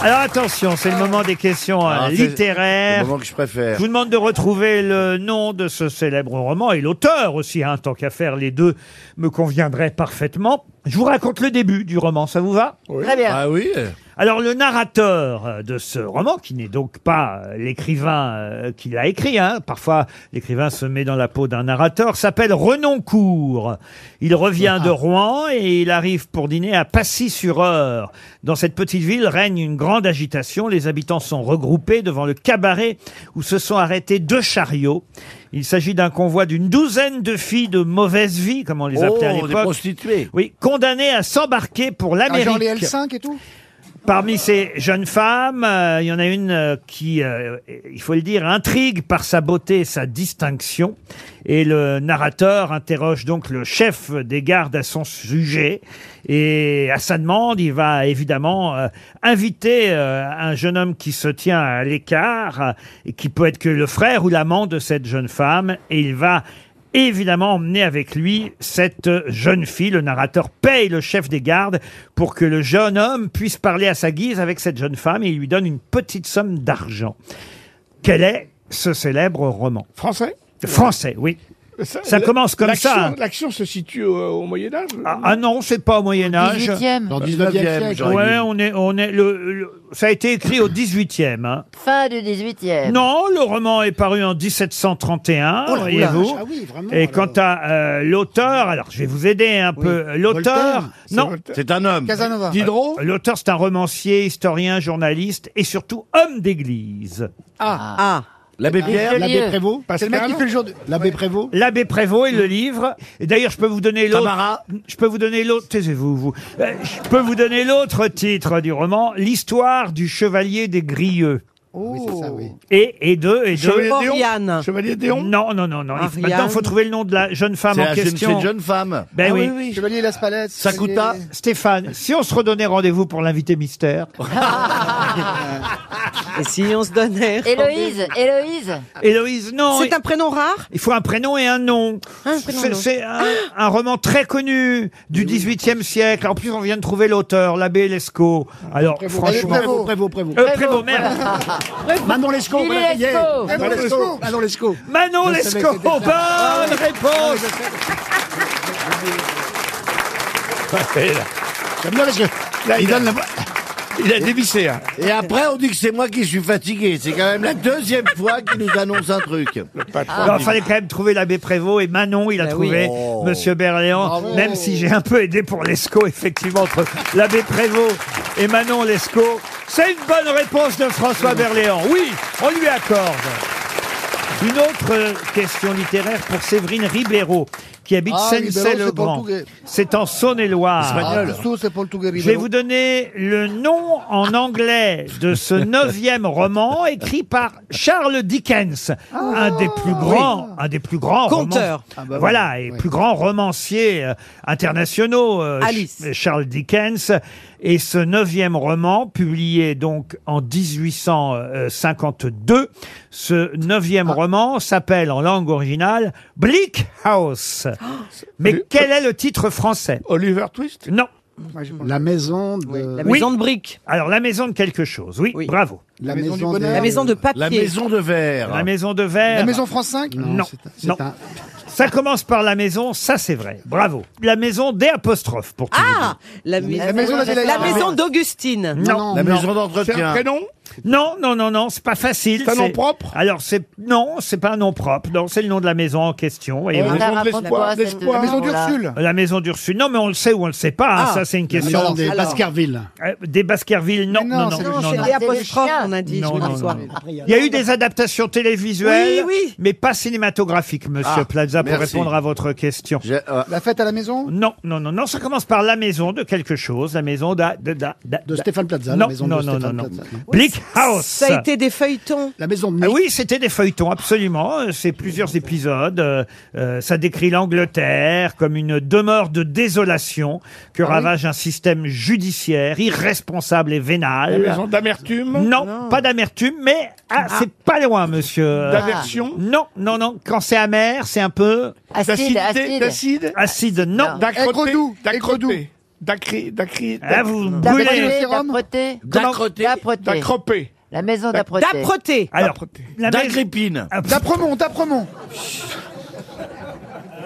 Alors attention, c'est le moment des questions euh, Ah, c'est- C'est littéraires. le moment que je Je préfère. vous demande de retrouver le nom de ce célèbre roman et l'auteur aussi, hein, tant qu'à faire, les deux me conviendraient parfaitement. Je vous raconte le début du roman, ça vous va Très bien. Ah oui Alors le narrateur euh, de ce roman, qui n'est donc pas euh, l'écrivain euh, qui l'a écrit, hein, parfois l'écrivain se met dans la peau d'un narrateur, s'appelle Renoncourt. Il revient Ah. de Rouen et il arrive pour dîner à Passy-sur-Eure. Dans cette petite ville règne une grande agitation, les habitants sont regroupés devant le cabaret où se sont arrêtés deux chariots. Il s'agit d'un convoi d'une douzaine de filles de mauvaise vie, comme on les Oh, appelait à des l'époque. prostituées. Oui, condamnées à s'embarquer pour Ah, l'Amérique. genre les L5 et tout. Parmi ces jeunes femmes, euh, il y en a une euh, qui, euh, il faut le dire, intrigue par sa beauté et sa distinction. Et le narrateur interroge donc le chef des gardes à son sujet. Et à sa demande, il va évidemment euh, inviter euh, un jeune homme qui se tient à l'écart, euh, et qui peut être que le frère ou l'amant de cette jeune femme. Et il va évidemment emmener avec lui cette jeune fille. Le narrateur paye le chef des gardes pour que le jeune homme puisse parler à sa guise avec cette jeune femme et il lui donne une petite somme d'argent. Quel est ce célèbre roman Français Français, oui. Ça la- commence comme l'action- ça. L'action se situe au, Moyen-Âge Ah, ah non, c'est pas au Moyen Âge. 18e. Dans le 19e 19e, siècle. genre. Ouais, on est, on est le, le- ça a été écrit au 18e. hein. Fin du 18e. Non, le roman est paru en 1731, Oh la voyez-vous. vache, ah oui, vraiment, Et alors. quant à euh, l'auteur, alors je vais vous aider un peu. L'auteur, Voltaire, non, Euh, C'est un homme. Casanova. Diderot L'auteur, c'est un romancier, historien, journaliste et surtout homme d'église. Ah, L'abbé Pierre L'abbé Prévost C'est le mec qui fait le jour de. L'abbé Prévost L'abbé Prévost et le livre. Et d'ailleurs, je peux vous donner l'autre. Tamara Je peux vous donner l'autre. Taisez-vous, vous. Euh, Je peux vous donner l'autre titre du roman, l'histoire du chevalier des Grieux. Oui, c'est ça, oui. Et et deux et deux. Chevalier Déon Oriane. Chevalier Déon Non, non, non, non. Il- Ariane. Maintenant, il faut trouver le nom de la jeune femme C'est en la jeune- c'est question. une jeune femme. Ben Ah oui. Ah Chevalier Las Palais. Sakuta. euh, Stéphane, si on se redonnait rendez-vous pour l'invité mystère. Et si on se donnait Héloïse, Héloïse. Héloïse, non. C'est un prénom rare Ah, Il faut un prénom et un nom. Un prénom, C'est- nom. Ah C'est un, un roman très connu du XVIIIe siècle. En plus, on vient de trouver l'auteur, l'abbé Lescaut. Ah. Alors, franchement... Prévost, prévost, prévost. Euh, Prévost, merde. Manon Lescaut, Il voilà, est yeah. Eh, Lescaut. Manon Lescaut. Ah, Manon Lescaut. Manon Je savais que Lescaut, c'était ça. bonne réponse J'aime bien parce que là, il donne la... Il a dévissé. hein. Et après, on dit que c'est moi qui suis fatigué. C'est quand même la deuxième fois qu'il nous annonce un truc. Ah. Non, fallait quand même trouver l'abbé Prévost et Manon, il a Bah oui. trouvé Monsieur Berléand, même si j'ai un peu aidé pour Lescaut, effectivement, entre l'abbé Prévost et Manon Lescaut. C'est une bonne réponse de François Berléand. Oui, on lui accorde. Une autre euh, question littéraire pour Séverine Ribeiro, qui habite Ah, Ribeiro, Sensey-le-Grand. c'est portugais. C'est en Saône-et-Loire. Ah, sous, c'est portugais. Je vais vous donner le nom en anglais de ce neuvième roman écrit par Charles Dickens, un des plus grands, un des plus grands Conteur. roman- voilà, et plus grands romanciers euh, internationaux. euh, Alice. Ch- Charles Dickens. Et ce neuvième roman, publié donc en 1852, ce neuvième roman s'appelle en langue originale Bleak House. Ah. Mais quel est le titre français Oliver Twist Non. La maison de... La Oui. maison de briques. Alors, la maison de quelque chose, oui, Oui. bravo. La, maison du maison, bonheur. des- La maison de papier. La maison de verre. La maison de verre. La maison France 5 Non, Non. c'est un- c'est Non. un- Ça commence par la maison, ça c'est vrai. Bravo. La maison des apostrophes pour tout vous dire. Ah La, maison- La maison de la- la maison d'Augustine. Non. non, La non. maison C'est un d'entretien. prénom Non, non, non, non, c'est pas facile. C'est un nom propre Alors c'est non, c'est pas un nom propre. Non, c'est le nom de la maison en question. voyez-vous. maison Ça de raconte l'espoir, quoi, cette l'espoir. La maison maison-là d'Ursule Euh, La maison d'Ursule. Non, mais on le sait ou on le sait pas. hein, Ah. ça c'est une La question. maison des Alors. Baskerville. Euh, Des Baskerville. Non, Mais non, non, non, c'est non, Non, c'est non. des apostrophes, chiens. on a dit. Non, je non, crois. non, Il y a eu des adaptations télévisuelles, Oui, oui. mais pas cinématographiques, Monsieur Ah, Plaza, pour merci. répondre à votre question. J'ai- euh, La fête à la maison Non, non, non, non, ça commence par la maison de quelque chose, la maison d'a- de, d'a- d'a- De d'a- Stéphane Plaza. Non, la maison non, de non, non, Stéphane non. Plaza. Bleak House. Ça a été des feuilletons. La maison de Ah Mickey. oui, c'était des feuilletons, absolument. Euh, C'est plusieurs épisodes. Euh, euh, ça décrit l'Angleterre comme une demeure de désolation que Ah ravage un système judiciaire irresponsable et La vénal. maison d'amertume euh, Non, pas d'amertume, mais ah, c'est pas loin, monsieur. Euh, D'aversion Non, non, non. Quand c'est amer, c'est un peu Acide, D'acidité acide. D'acide acide. Non. D'acroté Écredou, eh, D'acroté écredou. D'acré D'acré Ah, vous brûlez. D'apprêté, sérum d'apprêté. D'acroté. D'apprêté. D'acropé La maison d'apprêté. D'âpreté. Alors, la maison- D'Agrippine. Ah, pff, D'Apremont, d'Apremont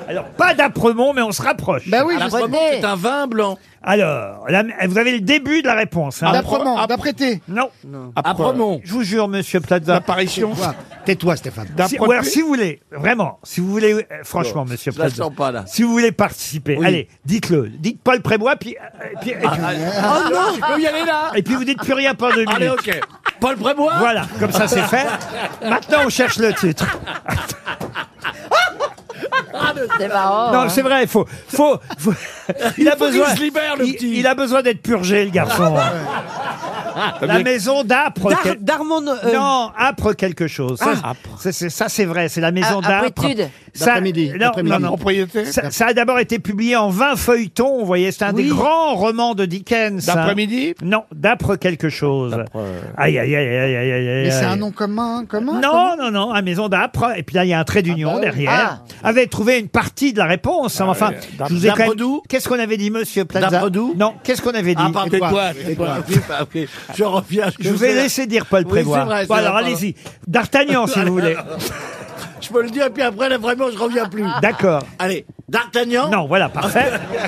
Alors, pas d'Apremont, mais on se rapproche. Bah oui, je sais. D'apprêté. C'est un vin blanc. Alors, la- vous avez le début de la réponse. hein. D'Apremont, d'apprêté Non, Apremont. je vous jure, monsieur Plaza. D'apparition Quoi Tais-toi, Stéphane. Si, ou alors, D'approté si vous voulez, vraiment, si vous voulez, euh, franchement, monsieur Oh, Je la Plaza, sens pas là. si vous voulez participer, Oui. Ah, allez, dites-le. Dites Paul Prébois, puis, euh, et puis, et puis, Ah, Oh Oui, elle est là. Ah, et puis vous dites plus rien pendant deux Allez, minutes. ok. Paul Prébois Voilà, comme ça c'est fait. Maintenant, on cherche le titre. C'est Oh, marrant. Non, hein. c'est vrai, il faut, faut, faut- il a besoin, se libère, le il, petit. il a besoin d'être purgé, le Ah, garçon. Ah, La maison d'âpre. D'ar- quel- D'Armand. euh, Ah. Non, âpre quelque chose. Ça, c'est- c'est- ça, c'est vrai, c'est la maison Ah, d'âpre. Apretude. Ça- D'après-midi, non, d'après-midi. non, non. Propriété Ça, ça a d'abord été publié en 20 feuilletons, vous voyez, c'est un des Oui. grands romans de Dickens. hein. D'après-midi Non, d'âpre quelque chose. Aïe, aïe, aïe, aïe, aïe, aïe, aïe. Mais c'est aïe. un nom commun, hein, commun Non, non, non, à Maison d'Apre. Et puis là, il y a un trait d'union derrière. Avait trouvé une partie de la réponse. hein, Ah, enfin, je vous ai quand même- d'Apredoux Qu'est-ce qu'on avait dit, monsieur Plaza D'Apredoux Non, qu'est-ce qu'on avait dit Ah, pardon, Tais-toi, tais-toi, tais-toi. Oui, bah, ok. Je reviens. Je vous ai laissé dire Paul Oui, Prévoit. c'est vrai, c'est Bon, vrai, alors pardon. allez-y. D'Artagnan, si vous voulez. Je peux le dire, et puis après, là, vraiment, je reviens plus. D'accord. Allez, D'Artagnan. Non, voilà, parfait.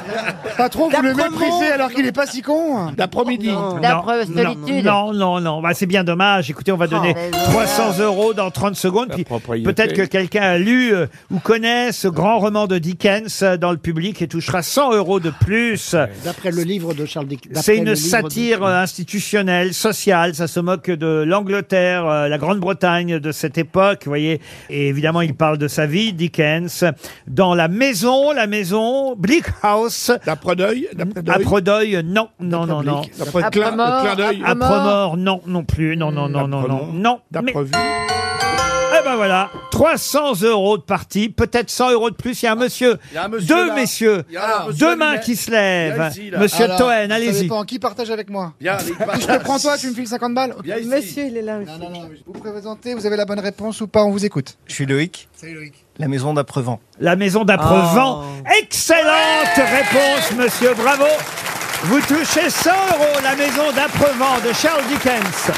Patron, vous le D'Apremont. méprisez alors qu'il est pas si con D'après-midi D'après Non, solitude. Non, non, non. Bah, c'est bien dommage. Écoutez, on va donner mais 300 euros dans 30 secondes. Puis propriété. peut-être que quelqu'un a lu euh, ou connaît ce grand roman de Dickens euh, dans le public et touchera 100 euros de plus. D'après le livre de Charles Dickens. d'après C'est le une livre de- satire euh, institutionnelle, sociale. Ça se moque de l'Angleterre, euh, la Grande-Bretagne de cette époque, vous voyez. Et évidemment, il parle de sa vie, Dickens. Dans la maison, la maison, Bleak House, Hmm. D'apredeuil à D'apredeuil Prodeuil, non, non, non, non. D'après Après clin mort, clin d'œil À Promort, non, non plus, non, non, non, non, non. D'après non. vue Mais- Eh ben voilà, 300 euros de parti, peut-être 100 euros de plus. Il y a un monsieur, Ah, Il y a un monsieur deux là. messieurs, Il y a un monsieur deux là, mains mais- qui se Il y a lèvent. ici, là. monsieur Alors, Toen, ça allez-y. dépend, qui partage avec moi Viens, allez, partage. Je te prends toi, tu me files 50 balles Ok. Monsieur, il est là aussi. Vous vous présentez, vous avez la bonne réponse ou pas, on vous écoute. Je suis Loïc. Salut Loïc. La maison d'Aprevent. La maison d'Aprevent. Ah. Excellente réponse, monsieur, bravo. Vous touchez 100 euros, la maison d'Aprevent de Charles Dickens.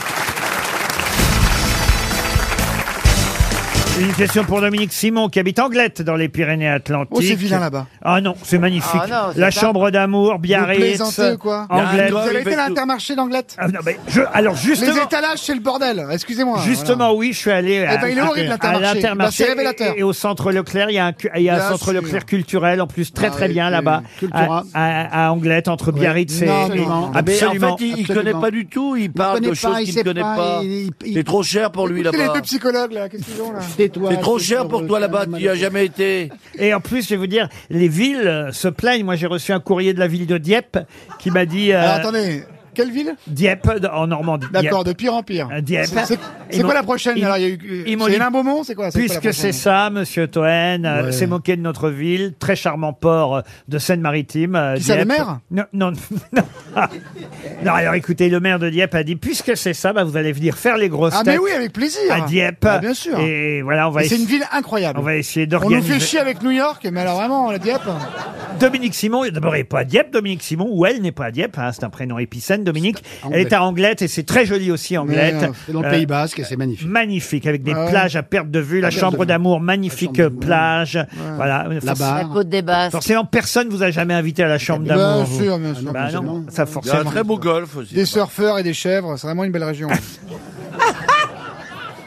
Une question pour Dominique Simon qui habite Anglette dans les Pyrénées-Atlantiques. Oh, c'est vilain, là-bas. Ah non, c'est magnifique. Ah non, c'est la pas- chambre d'amour, Biarritz. plaisantez ou quoi Anglette. Vous avez été à l'intermarché d'Anglette Ah non, mais je- alors justement. Les étalages, c'est le bordel, excusez-moi. Justement, oui, je suis allé à, Ah, Eh ben, il est horrible, à- l'Intermarché. à Eh l'Intermarché ben, c'est révélateur. et, et au centre Leclerc, il y a un, cu- il y a un Bien centre sûr. Leclerc culturel, en plus très Ah très oui, bien oui. là-bas, à, Cultura. à, à Anglette, entre Biarritz et... Non, non. et- Absolument. Mais en fait, il, il Absolument. connaît pas du tout. Il parle connaît de pas, choses il qu'il sait ne connaît pas, pas. il- il- il- C'est trop cher pour lui C'est les là-bas. deux psychologues, là, qu'est-ce qu'ils ont, là Tais-toi, C'est euh, trop c'est cher pour toi là-bas. Tu n'y as jamais été. Et en plus, je vais vous dire, les villes euh, se plaignent. Moi, j'ai reçu un courrier de la ville de Dieppe qui m'a dit... euh, Alors, attendez, quelle ville Dieppe, d- en Normandie. D'accord, Dieppe. de pire en pire. Euh, Dieppe. C'est- C'est Ils c'est quoi m'ont- la prochaine ils- alors, il y a eu- euh, ils m'ont C'est dit- Beaumont, c'est quoi c'est quoi la Puisque prochaine c'est ça, monsieur Toen, euh, s'est moqué de notre ville, très charmant port euh, de Seine-Maritime. euh, Qui ça, le Dieppe. maire Non, non, non. Non, alors écoutez, le maire de Dieppe a dit, puisque c'est ça, bah, vous allez venir faire les grosses Ah, têtes mais oui, avec plaisir. à Dieppe. Ah, bien sûr. Et voilà, on va, Et C'est essayer- une ville on incroyable. va essayer On nous fait d'organiser. chier avec New York, mais alors vraiment, la Dieppe. Dominique Simon, d'abord, elle n'est pas à Dieppe, Dominique Simon, ou elle n'est pas à Dieppe, hein, c'est un prénom épicène, Dominique. Elle est à Anglette, et c'est très joli aussi, Mais, Anglette. euh, C'est dans le Euh, Pays Basque et c'est magnifique. Magnifique, avec des Ah ouais. plages à perte de vue, la perte de chambre vue. d'amour, magnifique chambre d'amour. plage. Voilà. Forcément, La Là-bas. côte des basses. forcément, personne vous a jamais invité à la chambre Bien d'amour. vous. sûr, bien sûr. Bah mais non, non. ça Il y a un forcément. très beau golf aussi. Des surfeurs et des chèvres, c'est vraiment une belle région.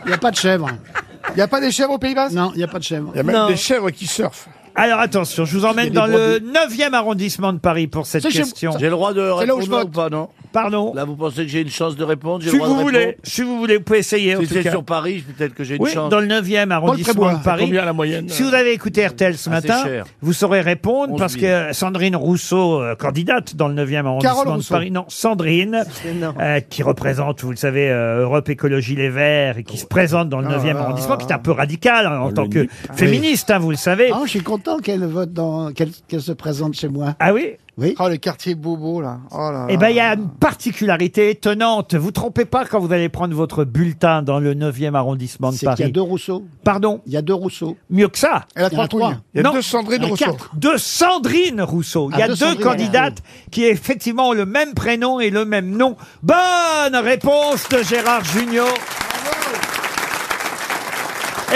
Il n'y a pas de chèvre. Il n'y a pas des chèvres au Pays Basque Non, il n'y a pas de chèvre. Il y a même Non. des chèvres qui surfent. Alors attention, je vous emmène dans le 9e arrondissement de Paris pour cette C'est chez- question. J'ai le droit de C'est là où je répondre là, ou vote. pas non Pardon. Là, vous pensez que j'ai une chance de répondre J'ai Si le droit vous de voulez, répondre si vous voulez, vous pouvez essayer en Si tout c'est cas. sur Paris, peut-être que j'ai une Oui, chance. dans le 9e arrondissement Prébois, de Paris. Combien la moyenne Si vous avez écouté RTL ce Ah, c'est matin, cher. vous saurez répondre 11 000. parce que Sandrine Rousseau, euh, candidate dans le 9e Carole arrondissement de Rousseau. Paris, non, Sandrine, énorme. euh, qui représente, vous le savez, euh, Europe Écologie Les Verts et qui se présente Ah. dans le 9e arrondissement, qui est un peu radicale hein, en tant que Ah, féministe, hein, vous le savez. Ah, je suis content qu'elle vote dans, qu'elle, qu'elle se présente chez moi. Ah oui Oui. Oh, le quartier Bobo, là. Oh là Eh là. ben, il y a une particularité étonnante. Vous trompez pas quand vous allez prendre votre bulletin dans le 9e arrondissement de C'est qu'il y a Paris. deux Rousseau. Pardon, Il y a deux Rousseau. mieux que ça. Elle Il y a en trois a trois. couilles. Il y a Non. deux Sandrine Il y en a Rousseau. quatre. De Sandrine Rousseau. Il y Ah, a de deux Sandrine, candidates qui effectivement ont le même prénom et le même nom. Bonne réponse de Gérard Junior.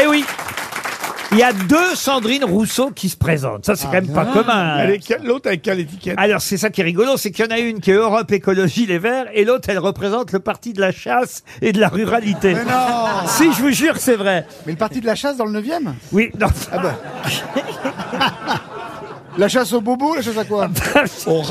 Eh oui. Il y a deux Sandrine Rousseau qui se présentent. Ça, c'est Ah, quand Ah, même pas commun. hein. Elle est quelle- L'autre avec quelle étiquette Alors c'est ça qui est rigolo, c'est qu'il y en a une qui est Europe Écologie Les Verts et l'autre elle représente le parti de la chasse et de la ruralité. Mais non Si je vous jure que c'est vrai. Mais le parti de la chasse dans le 9 e Oui, non. La chasse au Bobo, la chasse à quoi La chasse aux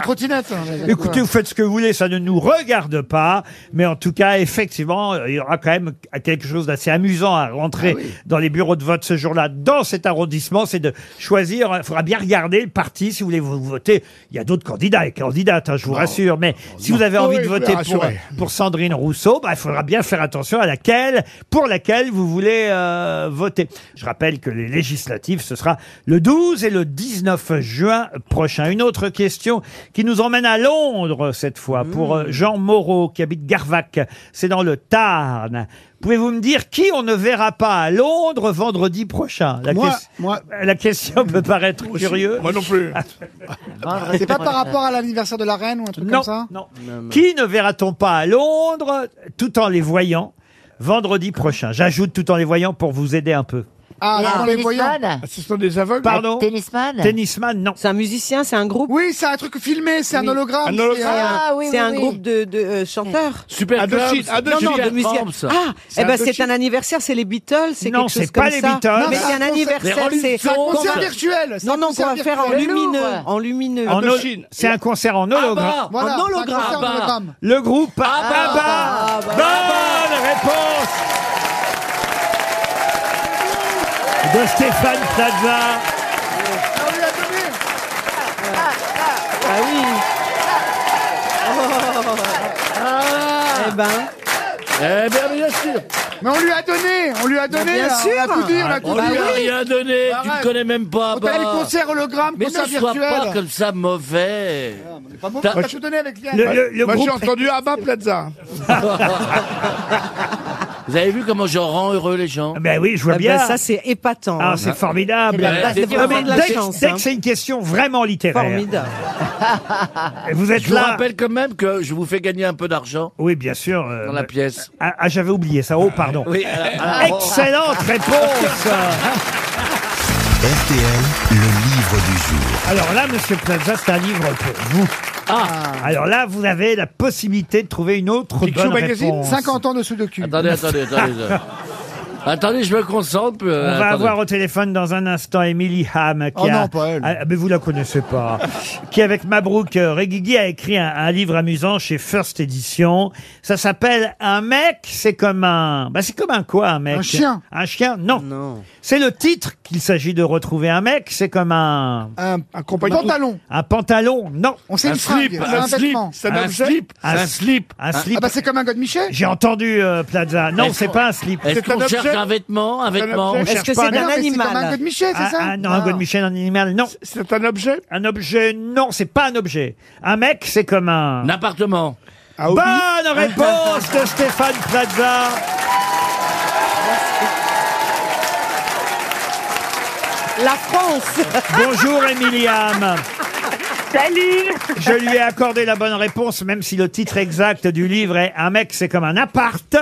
trottinettes. hein, la chasse à Écoutez, vous faites ce que vous voulez, ça ne nous regarde pas, mais en tout cas, effectivement, euh, il y aura quand même quelque chose d'assez amusant à Ah rentrer dans les bureaux de vote ce jour-là, dans cet arrondissement, c'est de choisir, il faudra bien regarder le parti si vous voulez vous voter. Il y a d'autres candidats et candidates, hein, je vous rassure, mais si vous avez envie Oui, je de vais voter pour, rassurer. pour Sandrine Rousseau, bah, il faudra bien faire attention à laquelle, pour laquelle vous voulez euh, voter. Je rappelle que les législatives, ce sera le 12 et le 19 juin prochain. Une autre question qui nous emmène à Londres cette fois pour euh, Jean Moreau qui habite Garvac. C'est dans le Tarn. Pouvez-vous me dire qui on ne verra pas à Londres vendredi prochain la, Moi, ques- moi. la question peut paraître curieuse. Moi non plus. quoi C'est pas par rapport à l'anniversaire de la reine ou un truc comme Non, ça non. Qui ne verra-t-on pas à Londres tout en les voyant vendredi prochain J'ajoute tout en les voyant pour vous aider un peu. Ah, Il y a alors, un les voyants. Ah, tennisman. Ce sont des aveugles Pardon Tennisman. Tennisman, non. C'est un musicien, c'est un groupe. Oui, c'est un truc filmé, c'est un Oui. hologramme. Un c'est, hologramme. C'est un- Ah, oui, c'est oui, un oui. groupe de, de, euh, chanteurs. Super Indochine, club. Indochine. non, de musiciens. Forbes. Ah, C'est eh ben Indochine. c'est un anniversaire, c'est les Beatles, c'est quelque chose Non, comme ça. c'est pas les Beatles. Non, mais mais c'est un c'est un anniversaire, concert. c'est C'est un concert qu'on va- virtuel. c'est un Non, non, qu'on concert va faire en virtuel. virtuel. lumineux, Louvre. en lumineux. En Ah bah. o- Indochine. C'est un concert en hologramme. Voilà, En c'est un hologramme. concert en Ah bah. hologramme. Le groupe ABBA. Bonne réponse de Stéphane Plaza. Ah, oui, attendez. Ah oui. Oh. Eh ben, Eh bien, bien sûr. Mais on lui a donné, on lui a donné, bien là, on a sûr. tout dit, on a Ah, tout on dit. lui a rien donné, tu ne connais même pas, On t'a bah. le concert hologramme, Mais concert ne sois virtuel. pas comme ça mauvais. Ah Pas bon, T'as- bah, t'as tout donné avec Bah, Liane. Moi, j'ai entendu Abba Plaza. Vous avez vu comment je rends heureux les gens Ben oui, je vois Ah bien. ben ça, c'est épatant. Ah, c'est formidable. C'est la base de Non, mais prendre la dès, que- chance, dès hein. que c'est une question vraiment littéraire. Vous êtes je vous là. rappelle quand même que je vous fais gagner un peu d'argent. Oui, bien sûr. dans la pièce. Ah, ah, j'avais oublié ça. Oh, pardon. Oui, alors- Excellente réponse. RTL, le livre du jour. Alors là, Monsieur Plaza, c'est un livre pour vous. Ah. Alors là, vous avez la possibilité de trouver une autre Picsou bonne Magazine, réponse. 50 ans de Sudoku. Attendez, attendez, attendez. euh. attendez, je me concentre. On euh, va attendez. avoir au téléphone dans un instant Émilie Ham, qui Oh a, non, pas elle. Ah, mais vous la connaissez pas, qui avec Mabrouk euh, Reguigui a écrit un, un livre amusant chez First Edition. Ça s'appelle Un mec, c'est comme un, bah c'est comme un quoi un mec Un chien. Un chien, non. C'est le titre qu'il s'agit de retrouver. Un mec, c'est comme un, Un, compagnon. Pantalon. un pantalon, non. On sait une fringue, c'est un vêtement. Un slip, un slip. Ah bah c'est comme un godemichet. J'ai entendu euh, Plaza. Non, Est-ce c'est qu'on- pas un slip. Est-ce qu'on cherche un vêtement Un vêtement On cherche pas Non, mais C'est comme un godemichet, c'est Ah, ça ah, non, un godemichet, un animal, non. C'est un objet Un objet, non, c'est pas un objet. Un mec, c'est comme un... Un appartement. Ah Bonne réponse de Stéphane Plaza La France Bonjour, Emiliam Salut Je lui ai accordé la bonne réponse, même si le titre exact du livre est Un mec, c'est comme un appart,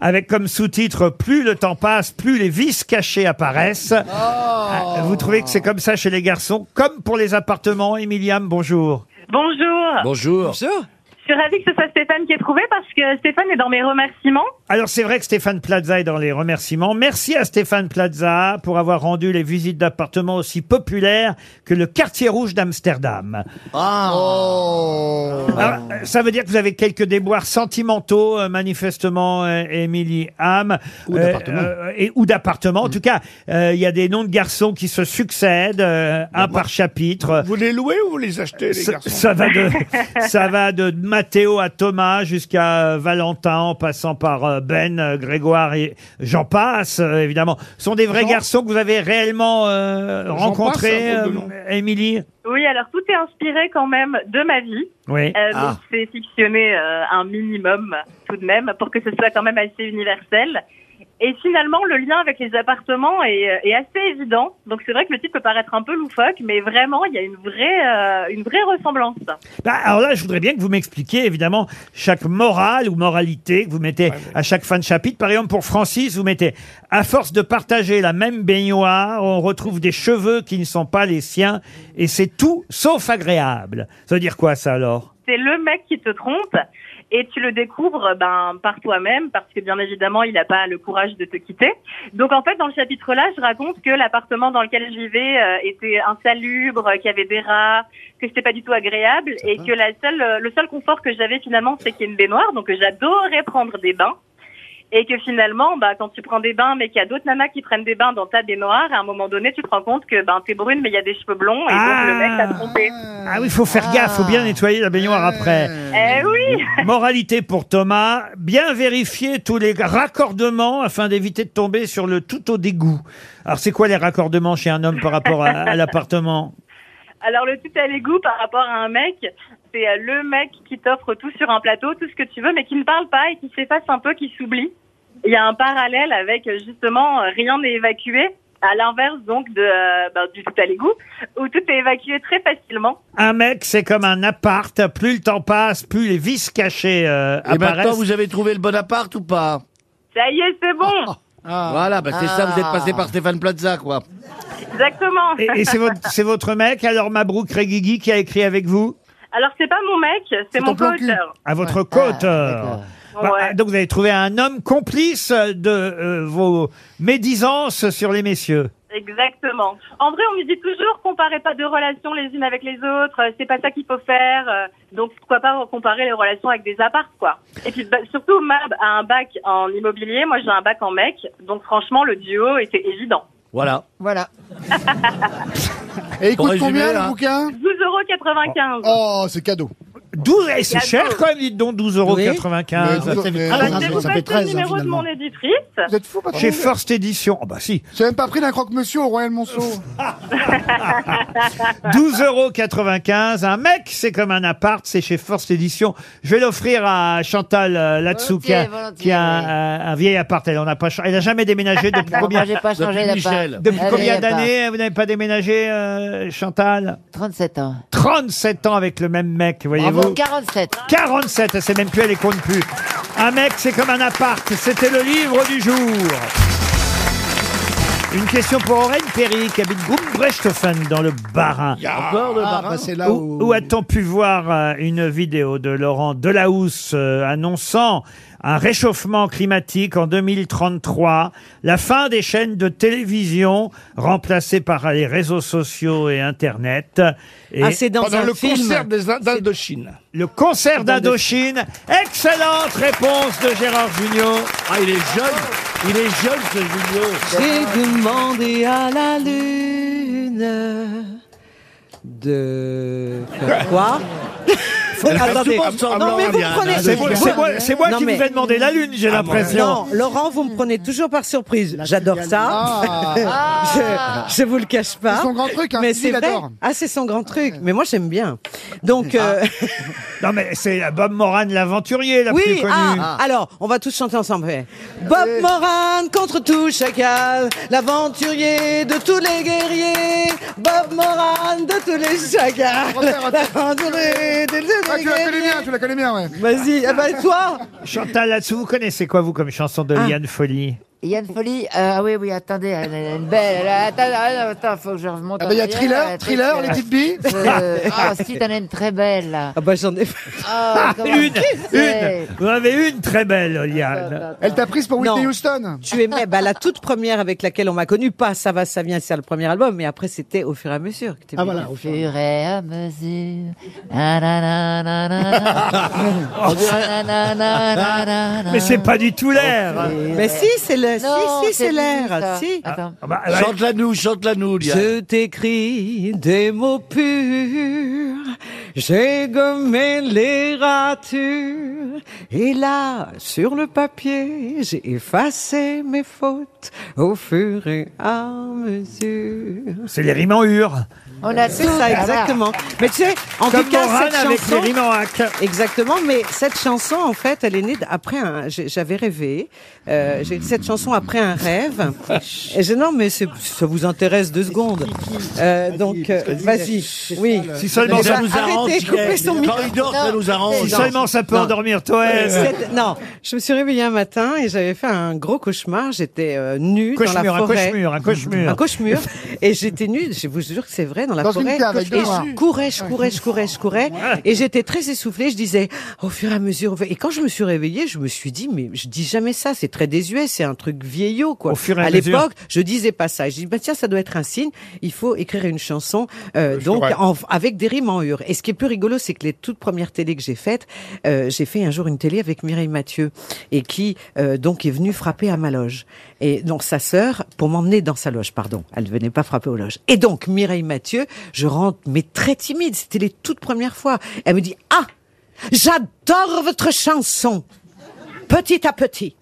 avec comme sous-titre Plus le temps passe, plus les vices cachés apparaissent. Oh. Ah, Vous trouvez que c'est comme ça chez les garçons, comme pour les appartements Emiliam, bonjour. Bonjour Bonjour. Je suis ravie que ce soit Stéphane qui ait trouvé parce que Stéphane est dans mes remerciements. Alors c'est vrai que Stéphane Plaza est dans les remerciements. Merci à Stéphane Plaza pour avoir rendu les visites d'appartements aussi populaires que le quartier rouge d'Amsterdam. Ah. Oh. Alors, euh, ça veut dire que vous avez quelques déboires sentimentaux, euh, manifestement, euh, Émilie Ham. Ou Euh, d'appartements. euh, et ou Mm. d'appartements. En tout cas, euh, il y a des noms de garçons qui se succèdent, euh, un par chapitre. Bah, Vous les louez ou vous les achetez, les Ça, garçons ça va de ça va de Mathéo à Thomas jusqu'à euh, Valentin en passant par euh, Ben, euh, Grégoire et j'en passe euh, évidemment. Ce sont des vrais garçons que vous avez réellement euh, hein, J'en rencontrés, passe, un euh, drôle de nom. Émilie. Oui, alors tout est inspiré quand même de ma vie. Oui. Euh, Ah. Donc c'est fictionné euh, un minimum tout de même pour que ce soit quand même assez universel. Et finalement, le lien avec les appartements est, euh, est assez évident. Donc c'est vrai que le titre peut paraître un peu loufoque, mais vraiment, il y a une vraie, euh, une vraie ressemblance. Bah, alors là, je voudrais bien que vous m'expliquiez évidemment chaque morale ou moralité que vous mettez à chaque fin de chapitre. Par exemple, pour Francis, vous mettez à force de partager la même baignoire, on retrouve des cheveux qui ne sont pas les siens et c'est tout sauf agréable. Ça veut dire quoi ça alors C'est le mec qui te trompe et tu le découvres ben, par toi-même parce que bien évidemment, il n'a pas le courage de te quitter. Donc en fait, dans le chapitre-là, je raconte que l'appartement dans lequel je vivais euh, était insalubre, euh, qu'il y avait des rats, que c'était pas du tout agréable et que la seule, euh, le seul confort que j'avais finalement, c'est qu'il y ait une baignoire. Donc euh, j'adorais prendre des bains. Et que finalement, bah, quand tu prends des bains, mais qu'il y a d'autres nanas qui prennent des bains dans ta baignoire, à un moment donné, tu te rends compte que ben, t'es brune, mais il y a des cheveux blonds, et donc le mec t'a trompé. Ah oui, il faut faire gaffe, faut bien nettoyer la baignoire après. Eh oui Moralité pour Thomas, bien vérifier tous les raccordements afin d'éviter de tomber sur le tout au dégoût. Alors c'est quoi les raccordements chez un homme par rapport à- à l'appartement Alors le tout à l'égout par rapport à un mec, c'est euh, le mec qui t'offre tout sur un plateau, tout ce que tu veux, mais qui ne parle pas et qui s'efface un peu, qui s'oublie. Il y a un parallèle avec euh, justement euh, rien n'est évacué, à l'inverse donc de, euh, ben, du tout à l'égout, où tout est évacué très facilement. Un mec, c'est comme un appart. Plus le temps passe, plus les vis cachées euh, Et maintenant, apparaissent. vous avez trouvé le bon appart ou pas Ça y est, c'est bon Ah. Voilà, bah, c'est ça, vous êtes passé par Stéphane Plaza, quoi. Exactement Et, et c'est votre, c'est votre mec, alors Mabrouk Reguigui, qui a écrit avec vous Alors c'est pas mon mec, c'est mon co-auteur. À votre co-auteur. Bah, ah, Donc vous avez trouvé un homme complice de euh, vos médisances sur les messieurs. Exactement. En vrai, on nous dit toujours comparez pas deux relations les unes avec les autres, euh, c'est pas ça qu'il faut faire. euh, Donc pourquoi pas comparer les relations avec des apparts quoi. Et puis bah, surtout Mab a un bac en immobilier, moi j'ai un bac en mec, donc franchement le duo était évident. Voilà. Voilà. Et il Pour coûte résumer, combien là. le bouquin 12,95 euros. Oh, c'est cadeau. 12, et eh, c'est cher quand même, dites donc, 12,95 euros. Ah bah, je vais vous mettre hein, le numéro de mon éditrice. Vous êtes ah, fou, Chez First Edition, oh bah si, J'ai même pas pris d'un croque-monsieur au Royal Monceau. 12,95 euros. Un mec, c'est comme un appart, c'est chez First Edition. Je vais l'offrir à Chantal euh, là-dessous, qui a, Volontiers, qui a un, un vieil appart. Elle en a pas, cha- elle a jamais déménagé depuis Non, combien moi, j'ai pas Depuis changé d'appart. Michel. Depuis Elle combien est pas. d'années vous n'avez pas déménagé, euh, Chantal 37 ans. 37 ans avec le même mec, Bravo, voyez-vous. 47. 47, elle sait même plus, elle les compte plus. Un mec, c'est comme un appart. C'était le livre du jour. Une question pour Aurène Perry, qui habite Goumbrechthofen dans le Bas-Rhin. Encore Ah, le bah, Bas-Rhin. c'est là où... Où a-t-on pu voir euh, une vidéo de Laurent Delahousse euh, annonçant un réchauffement climatique en 2033, la fin des chaînes de télévision remplacées par les réseaux sociaux et Internet. Et Ah, c'est dans Pendant un le film. concert des In- d'Indochine. Le concert d'Indochine. Excellente réponse de Gérard Junior. Ah, il est jeune. Il est jeune, ce J'ai Junior. demandé à la lune de faire quoi Elle fait souvent semblant, non mais vous Ariane, me prenez. hein, C'est moi- vous- c'est moi- c'est moi qui vous ai demandé la lune, j'ai Ah, l'impression. Non, Laurent, vous me prenez toujours par surprise. J'adore ça. Ah. je, je vous le cache pas. C'est son grand truc, hein, Mais lui, c'est il vrai. adore. Ah, c'est son grand truc. Mais moi, j'aime bien. Donc. Ah. euh, Non, mais c'est Bob Moran, l'aventurier, la oui, plus connue. ah, alors, on va tous chanter ensemble. ouais. Bob Moran contre tout chacal, l'aventurier de tous les guerriers. Bob Moran de tous les chacals, l'aventurier de tous Ah, les tu la connais guerriers. bien, tu la connais bien, ouais. Vas-y, eh ben, ah bah, et toi Chantal, là-dessous, vous connaissez quoi, vous, comme chanson Ah. de Liane Folie Il y a une folie. euh, Ah oui, oui, attendez, elle elle est belle. elle a- Attends, ah, attends, faut que je remonte. Ah bah, il y a en arrière, Thriller, elle a- Thriller, les petites billes. Euh, Ah, si, t'en as une très belle. là. Ah bah j'en ai 啊 Ah, comment Une, c'est une. Vous en avez une très belle, Ah Liane. Elle t'a prise pour Whitney bah, Non. Houston. Tu aimais bah, la toute première avec laquelle on m'a connu, pas ça va, ça vient, c'est le premier album, mais après c'était au fur et à mesure. Que Ah voilà, Au fur et à mesure. Na, na, na, na, na, na. Na, na, na, na, na, na. Mais c'est pas du tout l'air. Mais si, c'est le, Non, si, si, c'est c'est lui, l'air, ça. si. Attends. Ah bah, ouais. Chante-la nous, chante-la nous, Liane. Je t'écris des mots purs, j'ai gommé les ratures, et là, sur le papier, j'ai effacé mes fautes au fur et à mesure. C'est les rimes en hure. On a Ah, C'est ça, exactement. Mais tu sais, en Comme tout cas, Moran cette avec les chanson... rimes en hack. Exactement, mais cette chanson, en fait, elle est née d- après un. j'ai- J'avais rêvé. Euh, j'ai écrit cette chanson après un rêve. Et je, non, mais c'est- ça vous intéresse deux secondes. Euh, donc, euh, vas-y. Oui. Si seulement Mais ça bah, nous arrêtez, arrange, coupez son micro. Quand il dort, ça Non, nous arrange. Si non. seulement ça peut Non. endormir Toël. Cette- Non, je me suis réveillée un matin et j'avais fait un gros cauchemar. J'étais euh, nue dans Cauchemar, la un forêt. cauchemar, un Un cauchemar. cauchemar. Et j'étais nue, je vous jure que c'est vrai, dans la Dans une forêt. cave avec et des rats. je courais, je courais, je courais, je courais. Et j'étais très essoufflée, je disais, au fur et à mesure. au fur- Et quand je me suis réveillée, je me suis dit, mais je dis jamais ça, c'est très désuet, c'est un truc vieillot, quoi. Au fur et à mesure. l'époque, je disais pas ça. Et Je dis, bah, tiens, ça doit être un signe, il faut écrire une chanson, euh, donc, vrai. en- avec des rimes en hure. Et ce qui est plus rigolo, c'est que les toutes premières télés que j'ai faites, euh, j'ai fait un jour une télé avec Mireille Mathieu, et qui, euh, donc, est venue frapper à ma loge. Et donc, sa sœur, pour m'emmener dans sa loge, pardon. Elle venait pas frapper aux loges. Et donc, Mireille Mathieu, je rentre, mais très timide, c'était les toutes premières fois. Elle me dit, ah, j'adore votre chanson petit à petit.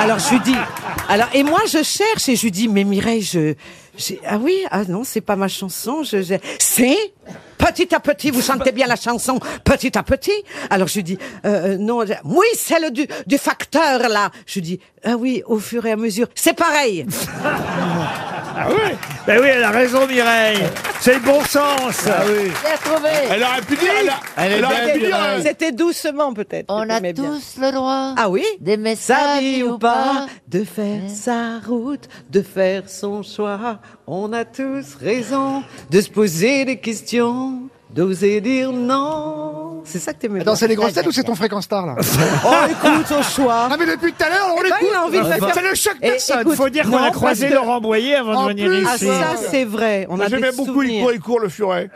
alors je lui dis, alors et moi je cherche et je lui dis, mais Mireille, je, j'ai- ah oui, ah non, c'est pas ma chanson, je, je- c'est petit à petit, vous chantez bien la chanson, petit à petit. Alors je lui dis, Euh, euh, non, je- oui, celle du, du facteur là. Je lui dis, ah oui, au fur et à mesure, c'est pareil. Ah oui. Ben oui, elle a raison, Mireille. C'est le bon sens. Bien trouvé. Elle aurait pu dire. Elle, a- Elle est elle aurait belle, pu dire. Mireille. euh, C'était doucement peut-être. On que a t'aimais bien. tous le droit. Ah oui Des Sa messages vie ou pas. de faire sa route, de faire son choix. On a tous raison de se poser des questions, d'oser dire non. C'est ça que t'aimais Dans bien. C'est les grosses têtes ou c'est ton fréquence star, là Oh, écoute, au choix. Ah, mais depuis tout à l'heure, on Eh ben, l'écoute il en envie de la faire. bah, C'est le choc Et personne. Eh, écoute, Faut dire qu'on non, a croisé parce que- Laurent Boyer avant En de venir plus, ici. Ah, ça, c'est vrai. On a J'aimais des beaucoup souvenirs. Hippo et Cour le Furet.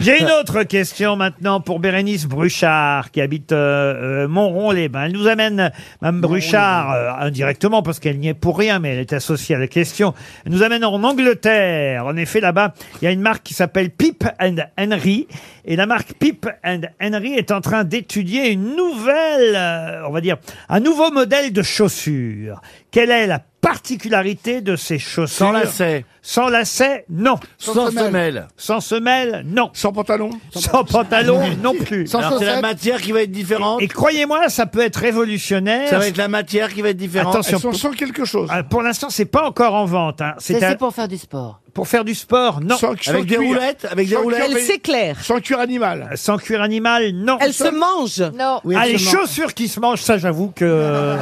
J'ai une autre question maintenant pour Bérénice Bruchard qui habite euh, euh, Montrond-les-Bains. Elle nous amène, Mme Bruchard, euh, indirectement parce qu'elle n'y est pour rien, mais elle est associée à la question. Elle nous amène en Angleterre. En effet, là-bas, il y a une marque qui s'appelle Pip and Henry. Et la marque Pip and Henry est en train d'étudier une nouvelle, euh, on va dire, un nouveau modèle de chaussures. Quelle est la particularité de ces chaussures Sans lacets. Sans lacets, non. Sans Sans semelle. semelle. Sans semelle, non. Sans pantalon Sans pantalon, non plus. Sans Alors, c'est la chaussettes matière qui va être différente. Et, croyez-moi, ça peut être révolutionnaire. Ça va être la matière qui va être différente. Attention. Ah, Elles sont sans quelque chose. pour l'instant, c'est pas encore en vente. hein. Ça, à- c'est pour faire du sport. pour faire du sport, non. Sans- Avec sans des cuir. roulettes, avec des Sans roulettes. cuir, mais- Elle s'éclaire. Sans cuir animal. Euh, Sans cuir animal, non. Elle se mange. Non. ah, les chaussures qui se mangent, ça, j'avoue que. euh,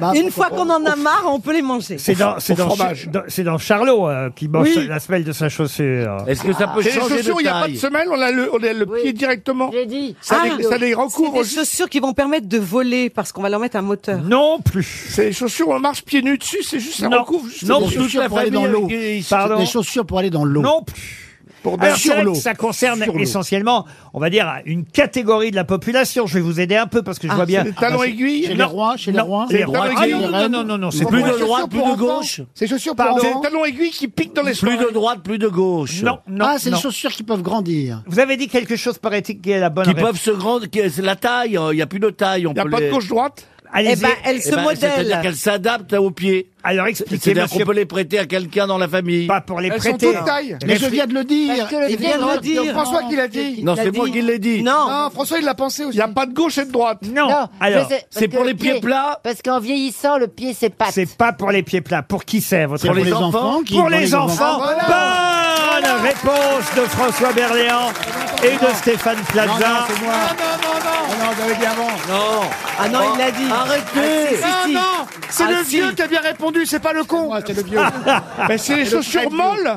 Bah, Une fois qu'on en a marre, on peut les manger. C'est dans, c'est dans, dans- c'est dans Charlot euh, qui mange Oui. la semelle de sa chaussure. Est-ce que ça peut C'est les changer chaussures, de il n'y a pas de taille semelle, on a le, on a le pied directement. J'ai dit. Ça, les, ça les Ah. C'est recouvre. des chaussures qui vont permettre de voler parce qu'on va leur mettre un moteur. Non plus. C'est les chaussures, on marche pieds nus dessus, c'est juste ça Non. recouvre. juste Non, le- toute la chaussures pour aller dans famille l'eau. avec les- Pardon Des chaussures pour aller dans l'eau. Non plus. Pour Alors, c'est sur vrai que l'eau. ça concerne Sur l'eau. essentiellement, on va dire, une catégorie de la population. Je vais vous aider un peu parce que je Ah, vois bien. c'est les talons Ah, c'est- aiguilles Chez les Non, rois, chez les non, rois. les Les rois. talons Ah, aiguilles, non, les non, reines. non, non, non, c'est C'est plus pour de les droite, chaussures plus pour de enfants. gauche. C'est les chaussures pour Pardon. enfants. talons aiguilles qui piquent dans les Plus de droite, plus de gauche. Non, non. ah, c'est non. les chaussures qui peuvent grandir. Vous avez dit quelque chose, paraît-il, qui est la bonne Qui réponse. peuvent se grandir. C'est la taille. hein, Il n'y a plus de taille. Il Y a pas de gauche-droite Allez-y. Eh ben, C'est-à-dire qu'elles s'adaptent aux pieds. Alors expliquez, C'est-à-dire monsieur. qu'on peut les prêter à quelqu'un dans la famille. Pas pour les Elles sont prêter. toutes tailles. Les Mais je fri- viens de le dire. Parce que- Et viens de le dire. François qui l'a dit. Non, c'est moi qui l'ai dit. Non. Non, François, il l'a pensé aussi. Il n'y a pas de gauche et de droite. Non. Non, Alors, mais parce c'est que pour le les pieds pied- plats. Parce qu'en vieillissant, le pied s'épate. c'est pas pour les pieds plats. Pour qui c'est, à votre Pour les avis enfants. qui Pour vont les enfants. Ah, Bonne réponse de François Berléand et de Stéphane Non, non, Plaza. c'est moi. Ah non, j'avais dit avant. Non. Ah non, il l'a dit. Arrêtez. Ah, si, si. Non, c'est Ah, le si. vieux qui a bien répondu, c'est pas le con. Moi, c'est le vieux. Mais c'est les chaussures molles.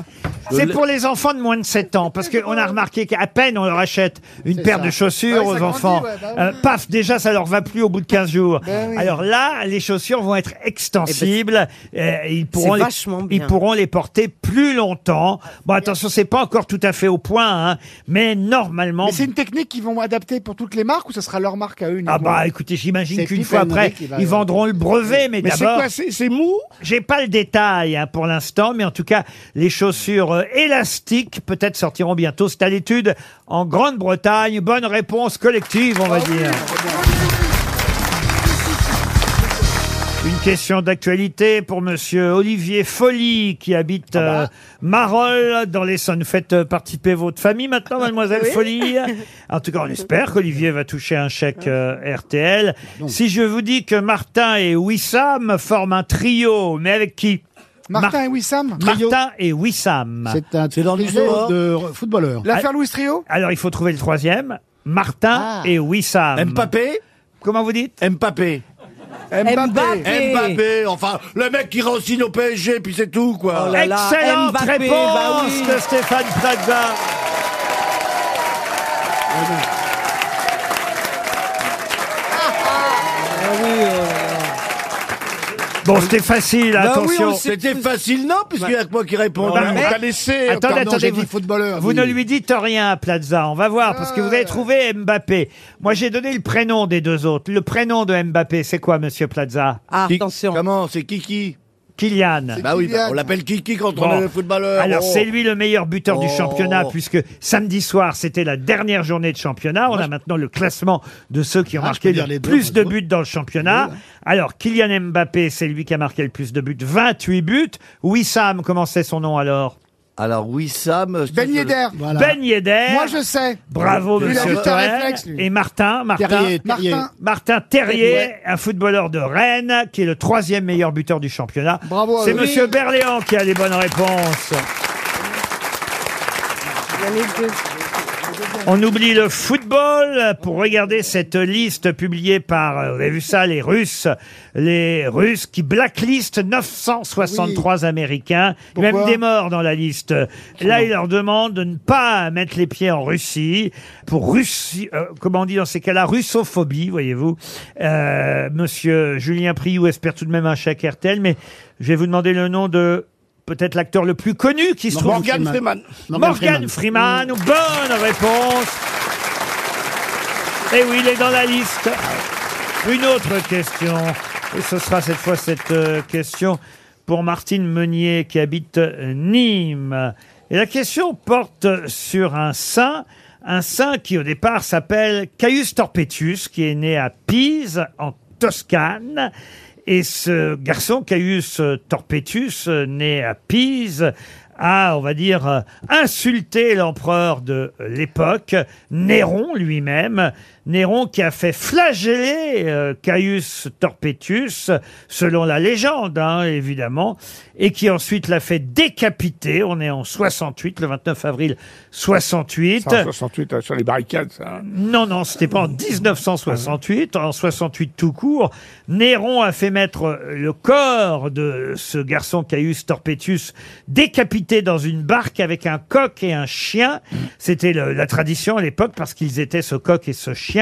C'est pour les enfants de moins de 7 ans, parce qu'on a remarqué qu'à peine on leur achète une paire ça. de chaussures Ouais, aux ça grandit, enfants. ouais, bah oui. Ben Euh, paf, déjà, ça leur va plus au bout de 15 jours. Alors là, les chaussures vont être extensibles. euh, ils, pourront les, vachement ils bien. pourront les porter plus longtemps. Bon, attention, c'est pas encore tout à fait au point, hein, mais normalement... Mais c'est une technique qu'ils vont adapter pour toutes les marques ou ça sera leur marque à eux Ah uniquement bah écoutez, j'imagine C'est qu'une Pip fois and après, Henry qui va- ils vendront le brevet, mais, Mais c'est d'abord... quoi C'est c'est mou J'ai pas le détail hein, pour l'instant, mais en tout cas, les chaussures euh, élastiques peut-être sortiront bientôt. C'est à l'étude en Grande-Bretagne. Bonne réponse collective, on va dire. Une question d'actualité pour Monsieur Olivier Folly qui habite euh, Marolles dans l'Essonne. Faites euh, participer votre famille maintenant, Mademoiselle Folly. En tout cas, on espère qu'Olivier va toucher un Ah. chèque euh, RTL. Bah, Si je vous dis que Martin et Wissam forment un trio, mais avec qui Martin Mar- et Wissam Martin et Wissam. C'est un C'est dans les trio dehors. de footballeurs. L'affaire Louis Trio Alors il faut trouver le troisième. Martin Ah. et Wissam. Mbappé Comment vous dites Mbappé. Mbappé. Mbappé. Enfin, le mec qui re-signe au PSG, puis c'est tout, quoi. Oh là là, Excellente Mbappé, réponse bah oui. de Stéphane Plaza. Ah, Bon, c'était facile, Bah oui, attention. on le sait. C'était facile, non, puisqu'il n'y a que moi qui réponds. Bah, On mais- t'a laissé. Attendez, Pardon, attendez, j'ai dit vous- footballeur, Vous oui. ne lui dites rien à Plaza, on va voir, parce que vous avez trouvé Mbappé. Moi, j'ai donné le prénom des deux autres. Le prénom de Mbappé, c'est quoi, monsieur Plaza Ah, Qui- attention. Comment C'est Kiki Kylian. Bah oui, bah, Kylian. on l'appelle Kiki quand Bon. on est footballeur. Alors, Oh. c'est lui le meilleur buteur du Oh. championnat, puisque samedi soir, c'était la dernière journée de championnat. On a maintenant le classement de ceux qui ont Ah, je marqué peux dire le les deux, moi, plus de je buts dans le championnat. hein. Alors, Kylian Mbappé, c'est lui qui a marqué le plus de buts, 28 buts. Wissam, comment c'est son nom alors Alors, Wissam. euh, Ben Yedder. Voilà. Ben Yedder. Moi, je sais. Bravo, Il a monsieur vite un Toen. réflexe, lui. Et Martin, Martin. Terrier, Martin. Terrier. Martin Terrier, un footballeur de Rennes, qui est le troisième meilleur buteur du championnat. Bravo à C'est lui. Monsieur Berléand qui a les bonnes réponses. Il y en a deux. On oublie le football pour regarder cette liste publiée par, euh, vous avez vu ça, les Russes, les Russes qui blacklistent 963 Américains, Il y a même Pourquoi des morts dans la liste. Là, ils leur demandent de ne pas mettre les pieds en Russie pour Russie, euh, comment on dit dans ces cas-là, russophobie, voyez-vous. Euh, monsieur Julien Priou espère tout de même un chèque RTL, mais je vais vous demander le nom de peut-être l'acteur le plus connu qui se trouve Morgan Freeman. Morgan, Morgan Freeman, bonne réponse. Et oui, il est dans la liste. Une autre question. Et ce sera cette fois cette euh, question pour Martine Meunier qui habite euh, Nîmes. Et la question porte sur un saint, un saint qui au départ s'appelle Caius Torpetus, qui est né à Pise, en Toscane. Et ce garçon, Caius euh, Torpetus, euh, né à Pise, a, on va dire, euh, insulté l'empereur de l'époque, Néron lui-même, Néron qui a fait flageller euh, Caius Torpetus, selon la légende, hein, évidemment, et qui ensuite l'a fait décapiter, on est en 68, le 29 avril 68. C'est en 68, euh, sur les barricades, ça. hein. Non, non, c'était pas en 1968, en 68 tout court. Néron a fait mettre euh, le corps de ce garçon Caius Torpetus décapité dans une barque avec un coq et un chien. C'était le- la tradition à l'époque parce qu'ils étaient ce coq et ce chien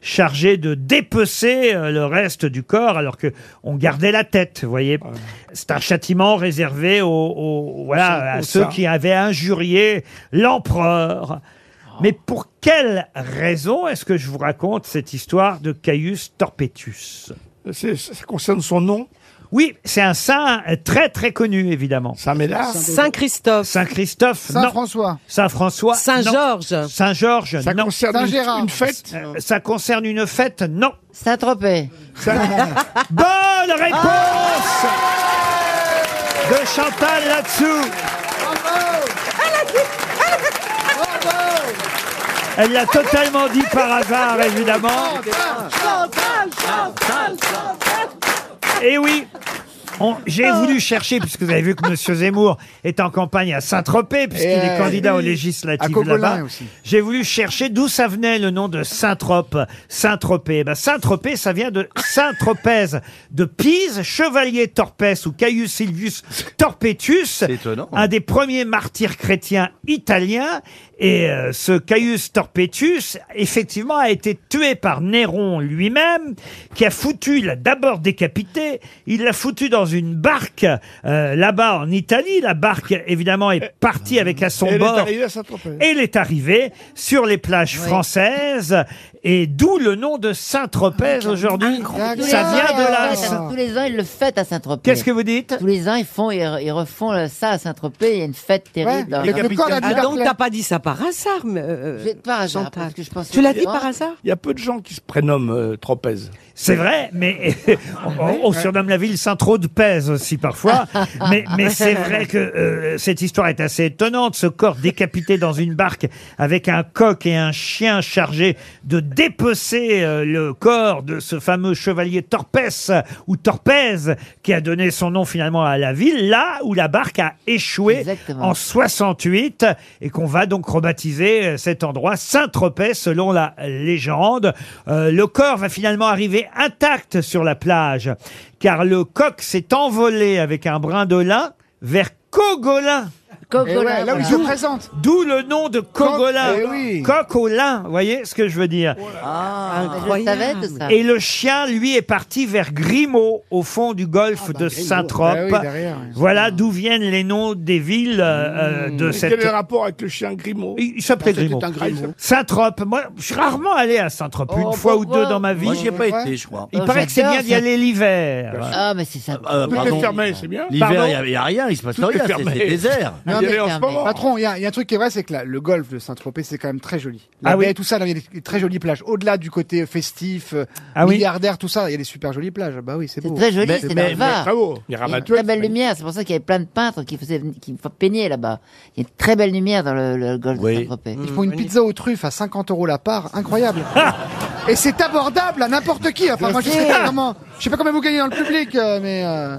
chargés de dépecer euh, le reste du corps alors que on gardait la tête, vous voyez. C'est un châtiment réservé aux, aux- voilà, à Au ceux sein. qui avaient injurié l'empereur. Mais pour quelle raison est-ce que je vous raconte cette histoire de Caius Torpetus Ça concerne son nom Oui, c'est un saint euh, très très connu, évidemment. Saint Médard Saint Christophe. Saint Christophe, non. Saint-François. Saint François. Saint non. Georges. Saint Georges, Ça non. concerne Saint une- Gérard. une fête Euh, Ça concerne une fête, non. Saint-Tropez. Bonne réponse de Chantal là-dessous. Elle l'a totalement dit par hasard, évidemment. Et Eh oui on- J'ai Ah. voulu chercher, puisque vous avez vu que M. Zemmour est en campagne à Saint-Tropez, puisqu'il Et, est euh, candidat aux oui. À législatives Cogolin là-bas. aussi. J'ai voulu chercher d'où ça venait le nom de Saint-Trope, Saint-Tropez. Ben, Saint-Tropez, ça vient de Saint-Tropez, de Pise, chevalier Torpes ou Caius Silvius Torpetus, un des premiers martyrs chrétiens italiens. Et euh, ce Caius Torpetus, effectivement, a été tué par Néron lui-même, qui a foutu, il l'a d'abord décapité, il l'a foutu dans une barque euh, là-bas en Italie. La barque, évidemment, est partie avec à son Elle est bord. arrivée à Saint-Tropez. Elle est arrivée sur les plages françaises et d'où le nom de Saint-Tropez aujourd'hui. Ah, Tous les Ça ans, vient ils le de là. fêtent à- Tous les ans, ils le fêtent à Saint-Tropez. Qu'est-ce que vous dites Tous les ans, ils font, ils, ils refont le- ça à Saint-Tropez. Il y a une fête terrible. Ah, donc t'as pas dit ça par hasard, mais, euh, J'ai- par hasard, Chantal. parce que je pensais Tu l'as dit Ah. vraiment- par hasard Il y a peu de gens qui se prénomment euh, Tropez. C'est vrai, mais on, Bah Oh, on surnomme la ville Saint-Tropez aussi parfois. mais mais c'est vrai que euh, cette histoire est assez étonnante. Ce corps décapité dans une barque avec un coq et un chien chargés de dépecer euh, le corps de ce fameux chevalier Torpès ou Torpèze qui a donné son nom finalement à la ville, là où la barque a échoué en 68 et qu'on va donc rebaptiser euh, cet endroit Saint-Tropez selon la légende. Euh, le corps va finalement arriver intact sur la plage car le coq s'est envolé avec un brin de lin vers Cogolin. Cogolin, Eh ouais, là où il se D'où- présente. D'où le nom de Cogolin. Coq, eh oui. Coq au lin, vous voyez ce que je veux dire Ah, incroyable. Je savais tout ça. et le chien, lui, est parti vers Grimaud, au fond du golfe de Saint-Trope. Ah oui, derrière, oui. voilà d'où viennent les noms des villes euh, euh, de Et cette... Quel est le rapport Ah, avec le chien Grimaud Il il Ah, s'appelait Grimaud. Saint-Trope. Moi, je suis rarement allé à Saint-Trope. une fois ou deux dans ma vie. Moi, j'y ai pas été, je crois. Il paraît que c'est bien d'y aller l'hiver. Ah, mais c'est ça. Euh, Tout pardon. est fermé, c'est bien. L'hiver, Hein, Pardon il n'y a, rien, il se passe Tout est rien, c'est- fermé. c'est désert. Non, Il y mais- avait en ce moment. Patron, il y, a- il y a un truc qui est vrai, c'est que la- le golfe de Saint-Tropez, c'est quand même très joli. La Ah baie, oui. tout ça, là, il y a des- des très jolies plages. Au-delà du côté festif, euh, Ah oui. milliardaire, tout ça, il y a des super jolies plages. Bah oui, c'est beau. Très joli, c'est dans le Var. Il y a une très belle lumière, c'est pour ça qu'il y avait plein de peintres qui, faisaient, qui peignaient là-bas. Il y a une très belle lumière dans le, le golfe de Saint-Tropez. Ils font une pizza aux truffes à 50 euros la part, incroyable. Et c'est abordable à n'importe qui. Enfin, moi, je sais pas comment, je sais pas combien vous gagnez dans le public, euh, mais euh,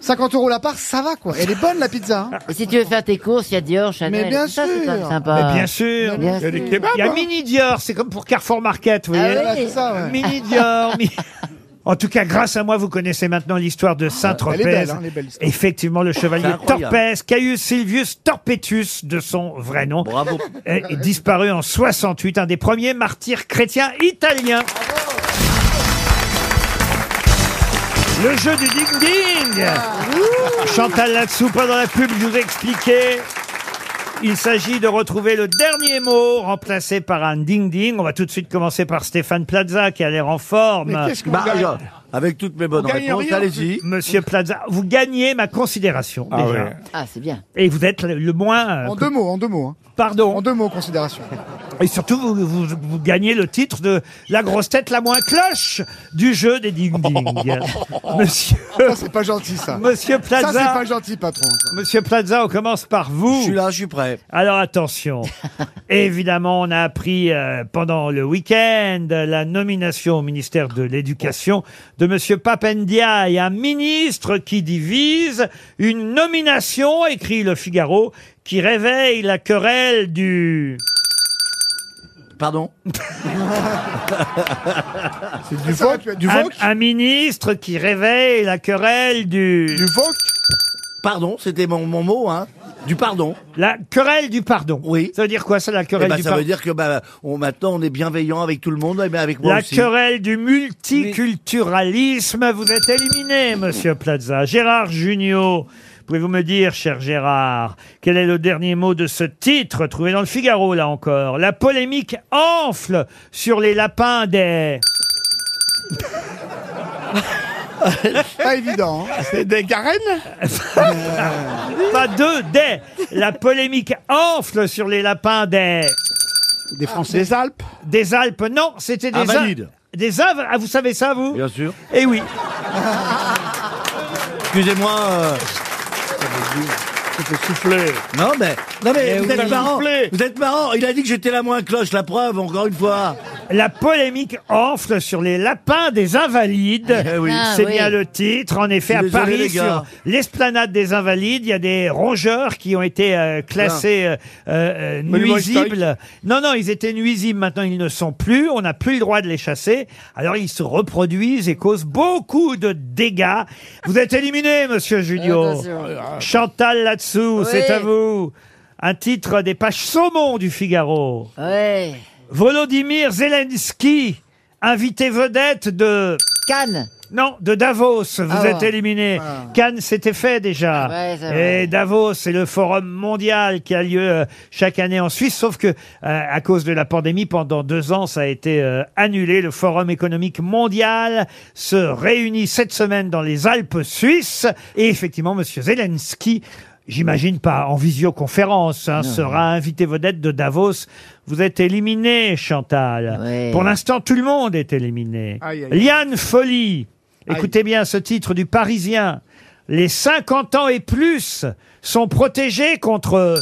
50 euros la part, ça va quoi. Elle est bonne la pizza. Ah Si tu veux faire tes courses, il y a Dior, Chanel. Mais bien tout ça, c'est quand même sûr. sympa. Mais bien sûr. Bien Il y a des sûr. kebabs, hein. Il y a Mini Dior, c'est comme pour Carrefour Market, vous voyez. Voilà, c'est ça, Ah ouais. Mini Dior. mi- Ah, En tout cas, grâce à moi, vous connaissez maintenant l'histoire de Elle est Saint-Tropez. belle, hein, elle est belle, l'histoire. Effectivement, le C'est chevalier incroyable. Torpès, Caius Silvius Torpetus, de son vrai nom, est, est disparu en 68, un des premiers martyrs chrétiens italiens. Le jeu du ding-ding Chantal là-dessous, pendant la pub, je vous ai expliqué. Il s'agit de retrouver le dernier mot remplacé par un ding-ding. On va tout de suite commencer par Stéphane Plaza qui a l'air en forme. Mais qu'est-ce qu'on Bah, gagne genre, avec toutes mes bonnes réponses, allez-y. Monsieur Plaza, vous gagnez ma considération déjà. Ah, c'est bien. Et vous êtes le, le moins... euh, En deux mots, en deux mots. hein. Pardon En deux mots, considération. Et surtout, vous, vous- vous gagnez le titre de la grosse tête la moins cloche du jeu des ding-ding. Monsieur... Oh. Ça, c'est pas gentil, ça. Monsieur Plaza. Ça, c'est pas gentil, patron. Monsieur Plaza, on commence par vous. Je suis là, je suis prêt. Alors attention. Évidemment, on a appris euh, pendant le week-end la nomination au ministère de l'Éducation de Monsieur Papendiaï, un ministre qui divise, une nomination, écrit Le Figaro, qui réveille la querelle du. Pardon C'est du Ça, Vauc- tu as du un, Vauc un ministre qui réveille la querelle du... Du Vauc Pardon, c'était mon, mon mot, hein. Du pardon. La querelle du pardon. Oui. Ça veut dire quoi, ça, la Eh querelle ben, du ça pardon veut dire que bah, on, maintenant, on est bienveillant avec tout le monde, mais avec moi La aussi. querelle du multiculturalisme. Vous êtes éliminé, monsieur Plaza. Gérard Junior. Pouvez-vous me dire, cher Gérard, quel est le dernier mot de ce titre trouvé dans le Figaro, là encore La polémique enfle sur les lapins des... Pas évident. hein. Euh. C'est des garennes Pas deux, des. La polémique enfle sur les lapins des... Des Français. Des Alpes Des Alpes, non, c'était des... Invalides. In- Des Inv- Ah, vous savez ça, vous Bien sûr. Eh oui. Excusez-moi. euh, Non mais, non mais, Mais vous Eh oui. êtes marrant. Soufflé. Vous êtes marrant. Il a dit que j'étais la moins cloche. La preuve, encore une fois. La polémique enfle sur les lapins des Invalides. oui. Ah, C'est oui. bien le titre. En effet, à Je suis désolé, Paris, les gars. sur l'esplanade des Invalides, il y a des rongeurs qui ont été euh, classés euh, Ah. euh, euh, Monument nuisibles. Non, non, ils étaient nuisibles. Maintenant, ils ne sont plus. On n'a plus le droit de les chasser. Alors, ils se reproduisent et causent beaucoup de dégâts. Vous êtes éliminé, monsieur Junio. Attention. Chantal là-dessous, c'est Oui. à vous. Un titre des pages saumon du Figaro. Ouais. Volodymyr Zelensky, invité vedette de... Cannes. Non, de Davos, vous Ah êtes ouais. éliminé. Ah. Cannes, c'était fait déjà. Ouais, c'est vrai. Et Davos, c'est le forum mondial qui a lieu euh, chaque année en Suisse, sauf que euh, à cause de la pandémie, pendant deux ans, ça a été euh, annulé. Le forum économique mondial se réunit cette semaine dans les Alpes suisses. Et effectivement, Monsieur Zelensky, j'imagine pas en visioconférence, hein, sera invité vedette de Davos. Vous êtes éliminé, Chantal. Pour l'instant, tout le monde est éliminé. Aïe, aïe, aïe. Liane Folly. Écoutez bien ce titre du Parisien. Les 50 ans et plus sont protégés contre...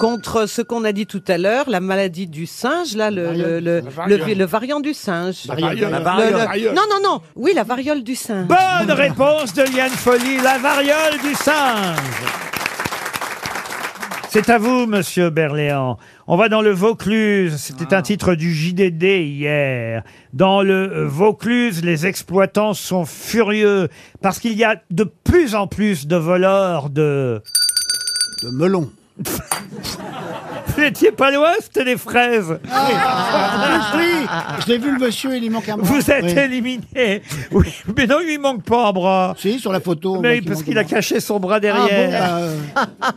Contre ce qu'on a dit tout à l'heure, la maladie du singe, là, le, le, le, le, variole. vi- le variant du singe. La variole. La Le- variole. le- La variole. Non, non, non. Oui, la variole du singe. Ah, Bonne réponse de Liane Folly, la variole du singe. C'est à vous, monsieur Berléand. On va dans le Vaucluse. C'était un titre du JDD hier. Dans le euh, Vaucluse, les exploitants sont furieux parce qu'il y a de plus en plus de voleurs de... De melons. Vous n'étiez pas loin, c'était des fraises. Ah, oui, je l'ai vu le monsieur, il lui manque un bras. Vous êtes Oui. éliminé. Oui, mais non, il lui manque pas un bras. Si, sur la photo. on voit Mais qu'il parce manque qu'il un a bras. caché son bras Ah, derrière. bon, bah, euh,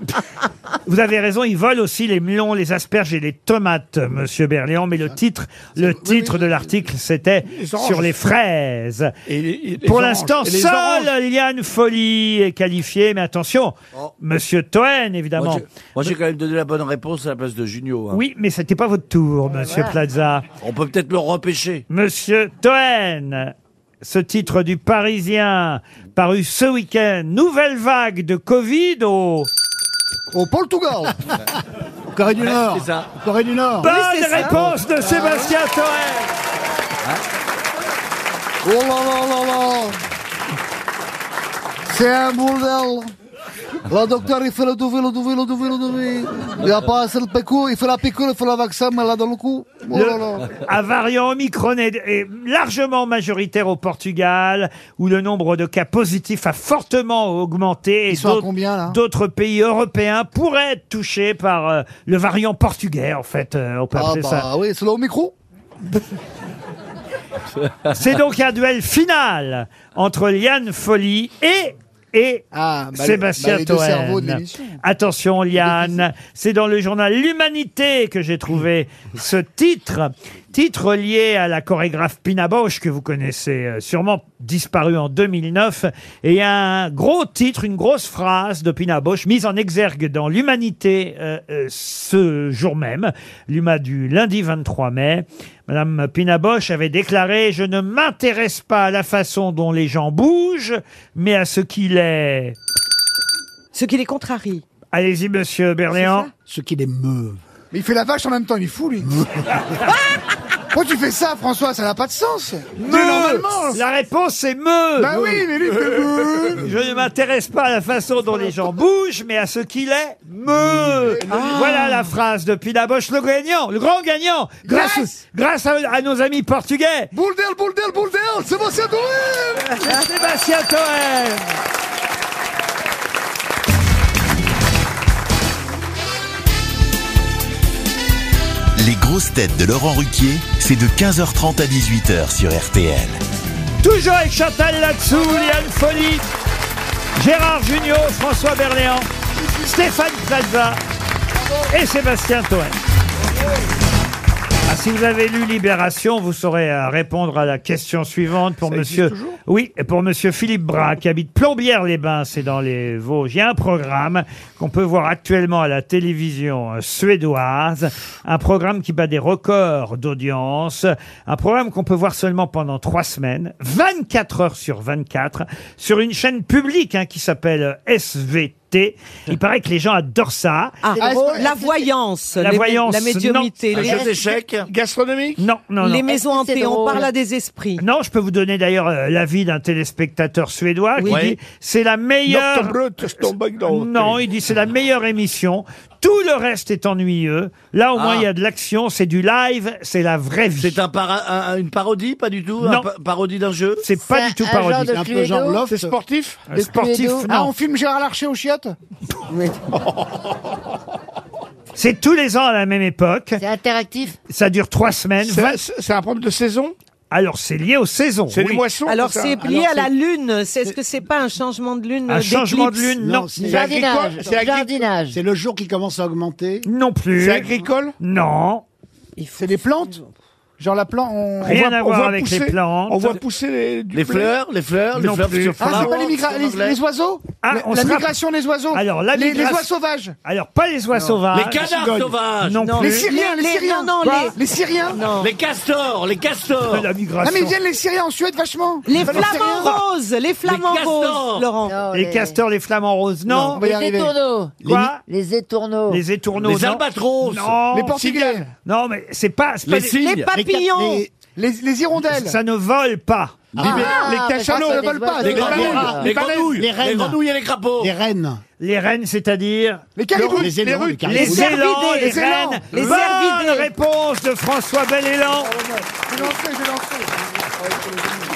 Vous avez raison, ils volent aussi les melons, les asperges et les tomates, monsieur Berléand. Mais le titre, le titre de l'article, c'était Les oranges. sur les fraises. Et les- et les Pour oranges. l'instant, Et les oranges. seule Liane Folly est qualifiée. Mais attention, Oh. monsieur Toen, évidemment. Moi, j'ai- moi, j'ai quand même donné la bonne réponse à la place de Junio. hein. Oui, mais c'était pas votre tour, monsieur voilà. Plaza. On peut peut-être le repêcher. Monsieur Toen, ce titre du Parisien, paru ce week-end, nouvelle vague de Covid au... Au Portugal. Corée du Ouais, Nord. c'est ça. Corée du Nord. Bonne réponse de Sébastien Toen Oh là là là là. C'est un bordel. Le docteur, il fait le douvé, le douvé, le douvé, le douvé. Il a pas assez le pécou, il fait la piqûre, il fait le vaccin, mais là dans le cou. Oh là là. Le- à variant Omicron est, est largement majoritaire au Portugal, où le nombre de cas positifs a fortement augmenté. et Ils sont à d'autres- combien, Ah. là D'autres pays européens pourraient être touchés par euh, le variant portugais, en fait. euh, on peut Ah appeler bah ça. oui, c'est là au micro. C'est donc un duel final entre Liane Folly et et bah, Sébastien bah, les deux cerveaux de Toen. l'émission. Attention Liane, c'est dans le journal L'Humanité que j'ai trouvé ce titre, titre lié à la chorégraphe Pina Bausch que vous connaissez euh, sûrement, disparue en 2009. Et il y a un gros titre, une grosse phrase de Pina Bausch mise en exergue dans L'Humanité euh, euh, ce jour même, l'UMA du lundi 23 mai. Madame Pina Bausch avait déclaré « Je ne m'intéresse pas à la façon dont les gens bougent, mais à ce qu'il est... » Ce qui les contrarie. Allez-y, monsieur Berléand. Ce qui les meut. Mais il fait la vache en même temps, il est fou, lui. Pourquoi tu fais ça, François Ça n'a pas de sens. Mais normalement. La réponse est me. Bah oui, mais lui, il fait me. Je ne m'intéresse pas à la façon dont les gens bougent, mais à ce qu'il est me. Voilà la phrase de Pina Bausch, le gagnant, le grand gagnant, grâce, grâce à, à nos amis portugais. Bouldel, bouldel, bouldel, Sébastien Toen Sébastien Toen Les grosses têtes de Laurent Ruquier, c'est de 15h30 à 18h sur RTL. Toujours avec Chantal Latsou, Liane Folly, Gérard Junior, François Berléand, Stéphane Plaza et Sébastien Toen. Ah, si vous avez lu Libération, vous saurez euh, répondre à la question suivante pour monsieur. Oui, et pour monsieur Philippe Bras, qui habite Plombières-les-Bains, c'est dans les Vosges. Il y a un programme qu'on peut voir actuellement à la télévision euh, suédoise. Un programme qui bat des records d'audience. Un programme qu'on peut voir seulement pendant trois semaines, 24 heures sur 24, sur une chaîne publique hein, qui s'appelle SVT. Il paraît que les gens adorent ça. Ah, ah, est-ce que- la voyance, La les- voyance. la médiumnité, non. les- Un jeu d'échecs Gastronomique Non, non, non. les maisons hantées, on parle à des esprits. Non, je peux vous donner d'ailleurs euh, l'avis d'un téléspectateur suédois Oui. qui dit c'est la meilleure. Non, il dit c'est la meilleure émission. Tout le reste est ennuyeux. Là, au moins, Ah. il y a de l'action, c'est du live, c'est la vraie vie. C'est une parodie, pas du tout Non. Un pa- parodie d'un jeu C'est pas du tout parodie. C'est sportif De Sportif, Cluedo. Ah, non. on filme Gérard Larcher aux chiottes C'est tous les ans à la même époque. C'est interactif. Ça dure trois semaines. C'est- Vingt- C'est un problème de saison Alors, c'est lié aux saisons. C'est les oui. moissons, Alors c'est lié à la lune. C'est- Est-ce que c'est pas un changement de lune Un euh, changement de d'éclipse lune, non. c'est C'est agricole, jardinage. c'est agri- jardinage. C'est le jour qui commence à augmenter. Non plus. C'est agricole Non. C'est des plantes Genre la plante, on... Rien à voir avec les plantes. On voit Ah, pousser les, du blé. Non plus. Ah, c'est pas les, migra- les- les oiseaux Ah, La- on La se rapp- migration des oiseaux Alors, la Les- Les migration- oies sauvages Alors, pas les oies sauvages. Les canards sauvages. Non, Les plus. Syriens, les, les- Syriens non, non, Quoi les- Les Syriens Non Les castors, les castors. La Ah migration. mais ils viennent les Syriens en Suède vachement Les Pas flamants Syriens. roses, les flamants Les castors. roses, Laurent. Ah Les castors, les flamants roses, non. on va y Les arriver. étourneaux. Quoi Les étourneaux. Les étourneaux, Les non. albatros. Non. Les Portugais Non, mais c'est pas. c'est pas Les des- cygnes. Les papillons. Les, les hirondelles Ça ne vole pas. Ah, les cachalots mais ne ça, volent pas c'est Les des grenouilles. oiseaux. Les grenouilles. Les Les rennes. grenouilles et les crapauds. Les rennes. Les rennes, c'est-à-dire Les caribous Les élans, les caribous. Les cervidés, élans, les, les élans, rennes. les Bonne cervidés. réponse de François Bellélan. J'ai lancé, j'ai lancé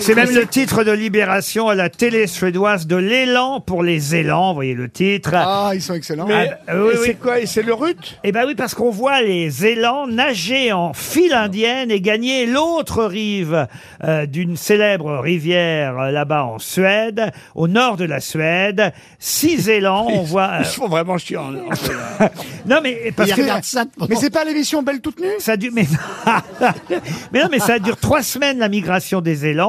C'est même le titre de Libération à la télé suédoise de l'élan pour les élans. Vous voyez le titre. Ah, ils sont excellents Mais Ah, oui, et oui. c'est quoi Et c'est le rut Eh ben oui, parce qu'on voit les élans nager en file indienne et gagner l'autre rive euh, d'une célèbre rivière euh, là-bas en Suède, au nord de la Suède. Six élans, on voit. euh, Ils sont vraiment chiants. là. non mais parce Ils que regardent ça. Mais c'est pas l'émission Belle Toute Nue ça dure. Mais, mais non, mais ça dure trois semaines la migration des élans.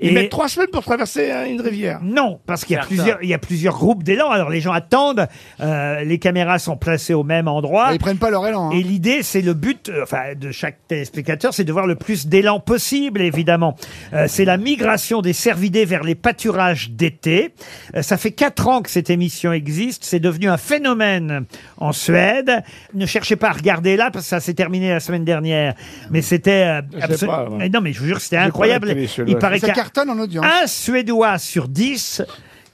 Ils Et- mettent trois semaines pour traverser hein, une rivière. Non, parce qu'il y a Certains. plusieurs, il y a plusieurs groupes d'élans. Alors les gens attendent. euh, les caméras sont placées au même endroit. Ils prennent pas leur élan hein. Et l'idée, c'est le but, euh, enfin, de chaque téléspectateur, c'est de voir le plus d'élan possible, évidemment. Euh, c'est la migration des cervidés vers les pâturages d'été. Euh, ça fait quatre ans que cette émission existe. C'est devenu un phénomène en Suède. Ne cherchez pas à regarder là, parce que ça s'est terminé la semaine dernière. Mais c'était euh, Je sais absolu- pas, moi. Mais Non, mais je vous jure, c'était pas la incroyable. télé suédoise. Il paraît Ça qu'un cartonne en audience un Suédois sur dix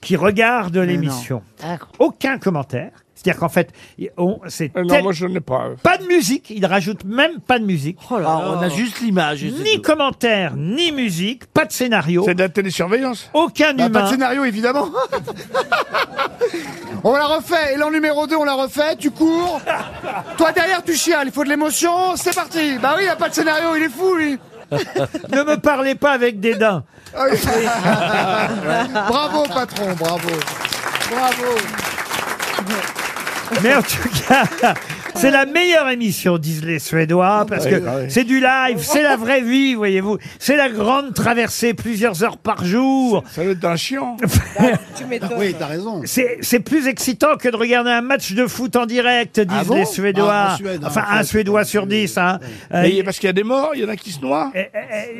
qui regardent l'émission. Aucun commentaire. C'est-à-dire qu'en fait, y- on, c'est Euh, non, tel- moi je n'ai pas. Ah, pas de musique. Ils rajoutent même pas de musique. on a juste l'image. Ni commentaire, ni musique, pas de scénario. C'est de la télésurveillance. Aucun Bah, humain. pas de scénario, évidemment. on la refait. Élan numéro 2, on la refait. Tu cours. Toi, derrière, tu chiales. Il faut de l'émotion. C'est parti. Bah oui, il a pas de scénario. Il est fou, lui. ne me parlez pas avec dédain. Ah oui. bravo, patron. Bravo. Bravo. Mais en tout cas, c'est la meilleure émission, disent les Suédois, parce Oui, que bah oui. c'est du live, c'est la vraie vie, voyez-vous. C'est la grande traversée, plusieurs heures par jour. Ça doit être un chiant. Tu m'étonnes. Oui, t'as raison. C'est c'est plus excitant que de regarder un match de foot en direct, disent bon les Suédois. Ah, en Suède, enfin, en un Suède. Suédois sur dix. Hein. Euh, Eh, Mais parce qu'il y a des morts, il y en a qui se noient.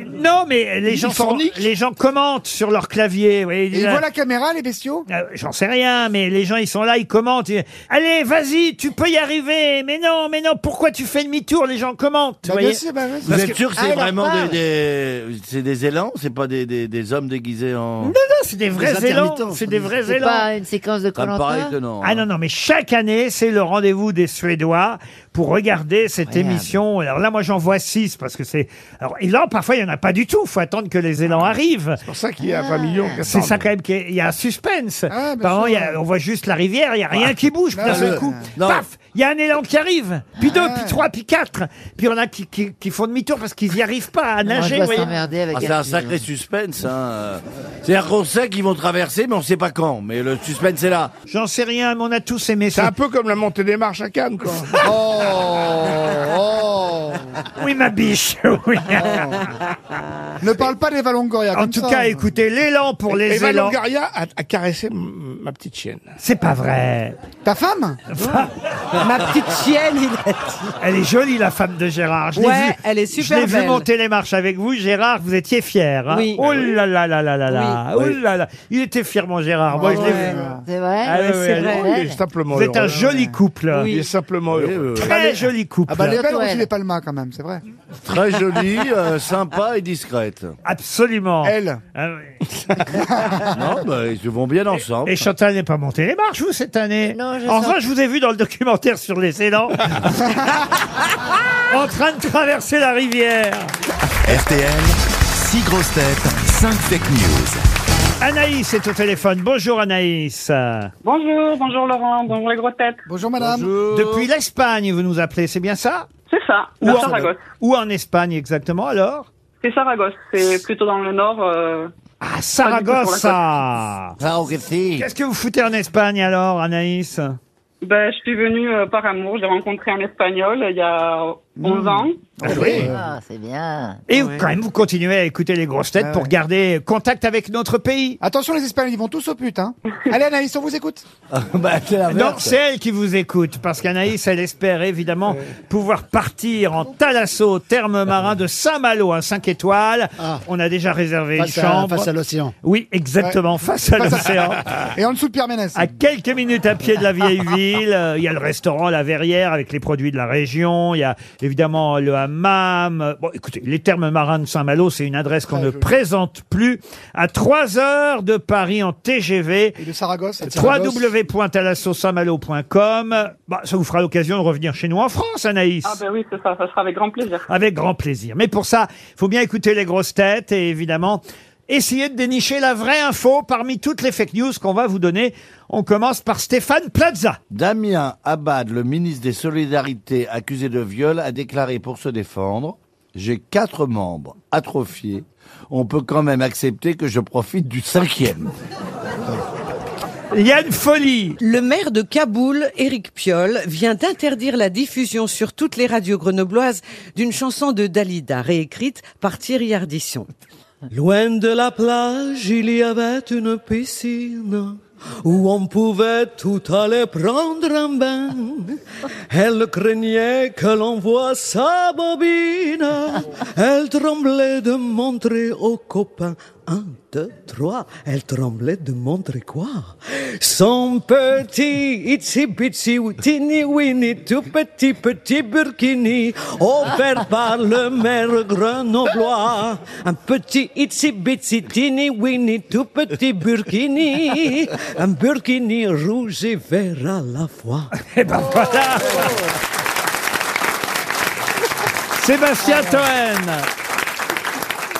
non, mais les Ils gens, sont- forniquent les gens commentent sur leur clavier. vous voyez, ils Et disent, il ah, voit la caméra, les bestiaux euh, J'en sais rien, mais les gens, ils sont là, ils commentent. ils- Allez, vas-y, tu peux y arriver. Mais non, mais non, pourquoi tu fais demi-tour Les gens commentent. vous bien voyez. sûr, bah ouais. Vous Parce êtes sûr que Ah, c'est elle en vraiment parle. des, des- c'est des élans, c'est pas des, des, des hommes déguisés en. Non, non, c'est des vrais élans. intermittents. C'est des vrais C'est élans. pas une séquence de Ça me paraît Koh-Lanta étonnant, Ah non, non, mais chaque année, c'est le rendez-vous des Suédois pour regarder cette Incroyable. émission. Alors là, moi, j'en vois six parce que c'est. Alors, élan, parfois, il n'y en a pas du tout. faut attendre que les élans arrivent. C'est pour ça qu'il y a 20 millions. C'est ça, quand même, qu'il y a- il y a un suspense. bien Par an, sûr. il y a- on voit juste la rivière, il n'y a rien Ouais. qui bouge. Puis Non, d'un seul le- coup, non. paf, il y a un élan qui arrive. Puis deux, puis trois, puis quatre. Puis il y en a qui, qui- qui font demi-tour parce qu'ils n'y arrivent pas à Ah, nager. vous voyez. c'est un sacré suspense. Hein. euh. C'est-à-dire qu'on sait qu'ils vont traverser, mais on sait pas quand. Mais le suspense est là. J'en sais rien, mais on a tous aimé C'est un peu comme la montée des marches à Cannes, quoi. Oh, Oui, ma biche. oui. Ne parle pas des Valongoria. En tout cas, écoutez, l'élan pour les hein. Eva élans. Longoria a, a caressé m- ma petite chienne. C'est pas vrai. Ta femme Ma petite chienne, Elle est jolie, la femme de Gérard. Je l'ai Ouais, vue- elle est super Je l'ai vu belle. monter les marches avec vous, Gérard. Vous étiez fier. hein. Oui. Oh là là là là là là. Oui. Oh là là. Il était fier, mon Gérard. Moi, je l'ai Ouais. vu. C'est vrai Ah ouais, ouais, elle- vrai. oh, il est simplement Vous êtes un heureux. joli couple. Il est simplement heureux. Très joli couple. Ah bah, les belles ont aussi les palmas, quand même, c'est vrai. Très jolie, euh, sympa et discrète. Absolument. Elle. Ah Non, bah, ils se vont bien ensemble. Et Chantal n'est pas montée les marches, vous, cette année Non, je Enfin, sors- je vous ai vu dans le documentaire sur les élans. en train de traverser la rivière. RTL, 6 grosses têtes, 5 fake news. Anaïs est au téléphone. Bonjour, Anaïs. Bonjour, bonjour Laurent, bonjour les grosses têtes. Bonjour madame. Depuis l'Espagne, vous nous appelez, c'est bien ça C'est ça, ou à en, Saragosse. ou en Espagne exactement, alors C'est Saragosse, c'est plutôt dans le nord. euh, Ah, pas du tout sur la côte. Saragosse Qu'est-ce que vous foutez en Espagne, alors, Anaïs Ben, je suis venue euh, par amour, j'ai rencontré un Espagnol euh, il y a Hmm. 11 ans. euh, Ah, c'est bien. Et Ah quand même, vous continuez à écouter les grosses têtes Ah pour ouais. garder contact avec notre pays. Attention, les Espagnols, ils vont tous aux putes, hein. Allez, Anaïs, on vous écoute. Bah, Non, c'est elle qui vous écoute, parce qu'Anaïs, elle espère évidemment pouvoir partir en thalasso, terme Ah marin de Saint-Malo, un 5 étoiles. On a déjà réservé Face une à- chambre. face à l'océan. Oui, exactement, Ouais. face à Face à- l'océan. Et en dessous de Pierre Ménès. À quelques minutes à pied de la vieille ville, euh, il y a le restaurant La Verrière avec les produits de la région, il y a évidemment le hammam. Bon, écoutez, les termes marins de Saint-Malo, c'est une adresse qu'on ne présente plus. À 3 heures de Paris en TGV, Et de Saragosse. www.talassosaintmalo.com. Bah, ça vous fera l'occasion de revenir chez nous en France, Anaïs. Ah ben oui, c'est ça, ça sera avec grand plaisir. Avec grand plaisir. Mais pour ça, faut bien écouter les grosses têtes et évidemment essayer de dénicher la vraie info parmi toutes les fake news qu'on va vous donner. On commence par Stéphane Plaza. Damien Abad, le ministre des Solidarités accusé de viol, a déclaré pour se défendre J'ai quatre membres atrophiés. On peut quand même accepter que je profite du cinquième. Il y a une folie. Le maire de Kaboul, Éric Piolle, vient d'interdire la diffusion sur toutes les radios grenobloises d'une chanson de Dalida réécrite par Thierry Ardisson. Loin de la plage, il y avait une piscine où on pouvait tout aller prendre un bain. Elle craignait que l'on voie sa bobine. Elle tremblait de montrer aux copains Un, deux, trois. Elle tremblait de montrer quoi Son petit itsy bitsy teeny weeny tout petit petit burkini offert par le maire grenoblois. Un petit itsy bitsy teeny weeny tout petit burkini. Un burkini rouge et vert à la fois. Sébastien Ah, Toen.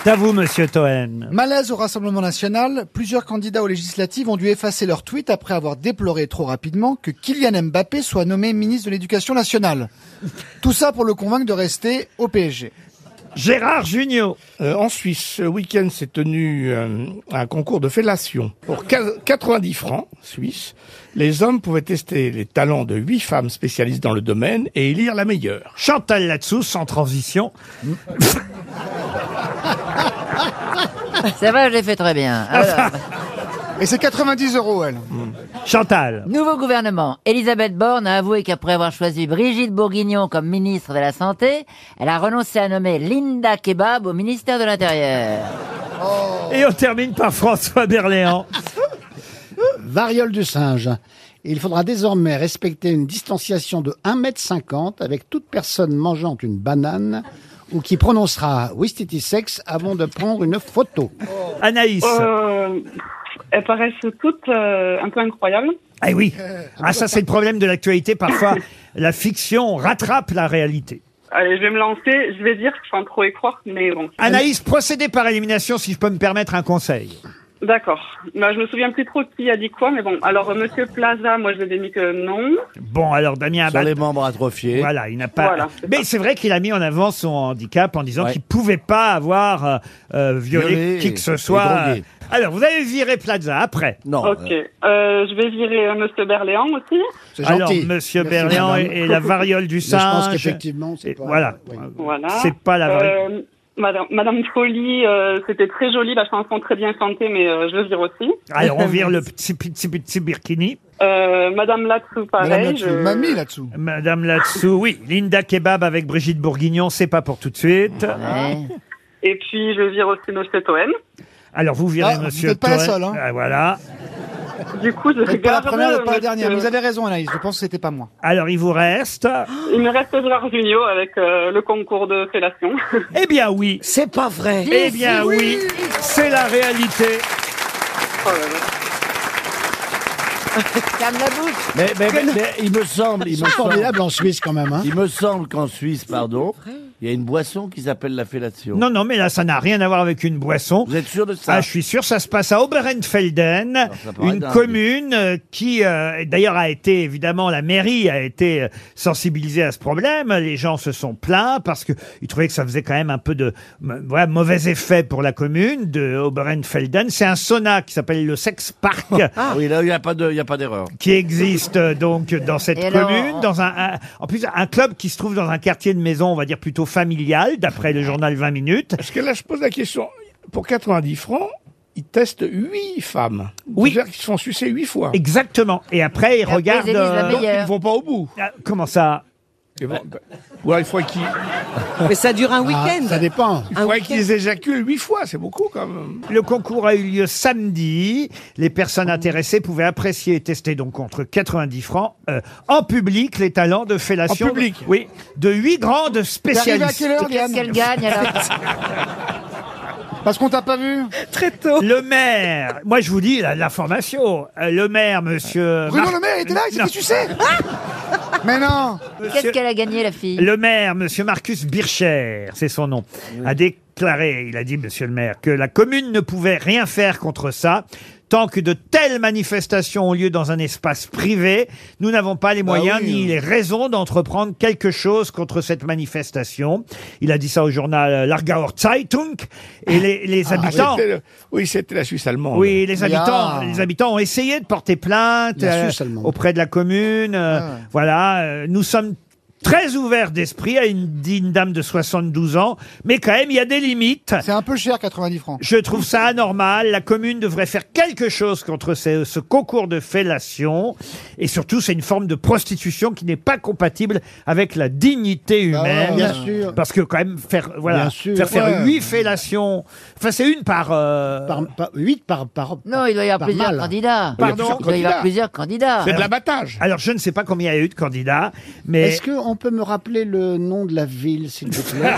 C'est à vous, monsieur Toen. Malaise au Rassemblement national, plusieurs candidats aux législatives ont dû effacer leur tweet après avoir déploré trop rapidement que Kylian Mbappé soit nommé ministre de l'Éducation nationale. Tout ça pour le convaincre de rester au PSG. Gérard Junior. Euh, en Suisse, ce week-end s'est tenu euh, un concours de fellation. Pour 15 90 francs suisses, les hommes pouvaient tester les talents de huit femmes spécialistes dans le domaine et élire la meilleure. Chantal là-dessous, sans transition. Ça va, je l'ai fait très bien. Alors, Et c'est 90 euros, elle. Chantal. nouveau gouvernement. Elisabeth Borne a avoué qu'après avoir choisi Brigitte Bourguignon comme ministre de la Santé, elle a renoncé à nommer Linda Kebab au ministère de l'Intérieur. Et on termine par François Berléand. Variole du singe. Il faudra désormais respecter une distanciation de 1m50 avec toute personne mangeant une banane ou qui prononcera Wistiti Sex avant de prendre une photo. Anaïs. Euh, elles paraissent toutes euh, un peu incroyables. Ah oui. Ah ça c'est le problème de l'actualité. Parfois, la fiction rattrape la réalité. Allez, je vais me lancer. Je vais dire sans trop y croire, mais bon. Anaïs, procédez par élimination si je peux me permettre un conseil. D'accord. Bah, je me souviens plus trop qui a dit quoi, mais bon. Alors, euh, Monsieur Plaza, moi, je l'ai mis que non. Bon, alors Damien Sur Abad. les membres atrophiés. Voilà, il n'a pas. Voilà, Mais c'est vrai qu'il a mis en avant son handicap en disant qu'il pouvait pas avoir euh, euh, violé, Violé qui que ce et soit. drogué. Alors, vous avez viré Plaza après. Non. Ok. Euh, je vais virer euh, Monsieur Berléand aussi. Alors, Merci, Monsieur Berléand madame. et, et la variole du Mais singe. Je pense qu'effectivement, c'est Et pas... Voilà. oui. Voilà. C'est pas la vraie. Euh, Madame, Madame Folie, euh, c'était très joli, la chanson très bien chantée, mais euh, je le vire aussi. Alors, on vire le petit, petit, petit birkini. Euh, Madame Latsou, pareil. Madame là-dessous, je- mamie là-dessous. Madame Latsou, oui. Linda Kebab avec Brigitte Bourguignon, c'est pas pour tout de suite. Ah, Ouais. Hein Et puis, je vire aussi Monsieur Toen. Alors, vous virez Ah, vous Monsieur n'êtes pas la Toen. seule, hein. Ah, voilà. Du coup, je Peut-être pas la garde... première, pas la monsieur- dernière. Mais vous avez raison, Anaïs. Je pense que c'était pas moi. Alors, il vous reste. Il me reste Gérard Junior avec euh, le concours de fellation. Eh bien, oui. C'est pas vrai. Eh bien, oui. C'est la réalité. Oh là là. Ferme la bouche. Mais, mais- mais- mais il me semble, il me Ils sont semble, formidables en Suisse quand même. Hein. il me semble qu'en Suisse, pardon, il y a une boisson qui s'appelle la fellation. Non, non, mais là, ça n'a rien à voir avec une boisson. Vous êtes sûr de ça Ah, je suis sûr, ça se passe à Oberenfelden, ça paraît une dingue. commune euh, qui, euh, d'ailleurs, a été, évidemment, la mairie a été euh, sensibilisée à ce problème. Les gens se sont plaints parce que ils trouvaient que ça faisait quand même un peu de m- voilà, mauvais effet pour la commune de Oberenfelden. C'est un sauna qui s'appelle le Sex Park. Ah. Oui, là, il n'y a pas de- il y a pas d'erreur. qui existe euh, donc dans cette Et alors, commune, on- dans un, un- en plus un club qui se trouve dans un quartier de maison, on va dire plutôt familial, d'après le journal 20 minutes. Parce que là, je pose la question. Pour 90 francs, ils testent 8 femmes. Oui. C'est-à-dire qu'ils se font sucer 8 fois. Exactement. Et après, ils après, ils regardent. euh, élisent la Donc, ils ne meilleure. vont pas au bout. Ah, Comment ça Ils vont- Ou alors, il faudrait qu'ils Mais ça dure un week-end. Ah, ça dépend. il Un faudrait week-end. qu'ils éjaculent 8 fois. C'est beaucoup, quand même. Le concours a eu lieu samedi. Les Oh. personnes intéressées pouvaient apprécier et tester donc contre 90 francs euh, en public les talents de fellation. En public Oui, de huit grandes T'es arrivé à quelle spécialistes. heure, Qu'est-ce Diane qu'elle gagne alors Parce qu'on t'a pas vu. Très tôt. Le maire, moi je vous dis la- l'information. Euh, Le maire, monsieur. Bruno Euh, Mar- Le Maire était là, il s'est Non. fait sucer. Mais non. Qu'est-ce qu'elle a gagné, la fille Le maire, Monsieur Marcus Bircher, c'est son nom, a déclaré, il a dit, Monsieur le maire, que la commune ne pouvait rien faire contre ça. Tant que de telles manifestations ont lieu dans un espace privé, nous n'avons pas les moyens oui, ni hein. les raisons d'entreprendre quelque chose contre cette manifestation. Il a dit ça au journal Largauer Zeitung et les, Ah, les habitants. C'était Ah, le- Oui, c'était la Suisse allemande. Oui, les habitants, Ah. les habitants ont essayé de porter plainte La Suisse allemande. auprès de la commune. euh, Voilà, euh, nous sommes très ouvert d'esprit, a une, dit une dame de 72 ans, mais quand même, il y a des limites. C'est un peu cher, 90 francs. Je trouve ça anormal. La commune devrait faire quelque chose contre ce, ce concours de fellation. Et surtout, c'est une forme de prostitution qui n'est pas compatible avec la dignité humaine. bien sûr. Parce que quand même, faire, voilà, Bien sûr, faire, faire ouais. huit fellations, enfin, c'est une par, euh, Huit par, par. Non, il doit y avoir Pas plusieurs mal. candidats. Pardon Il doit y avoir plusieurs candidats. l'abattage. Alors, je ne sais pas combien il y a eu de candidats, mais Est-ce qu'on peut me rappeler le nom de la ville, s'il vous plaît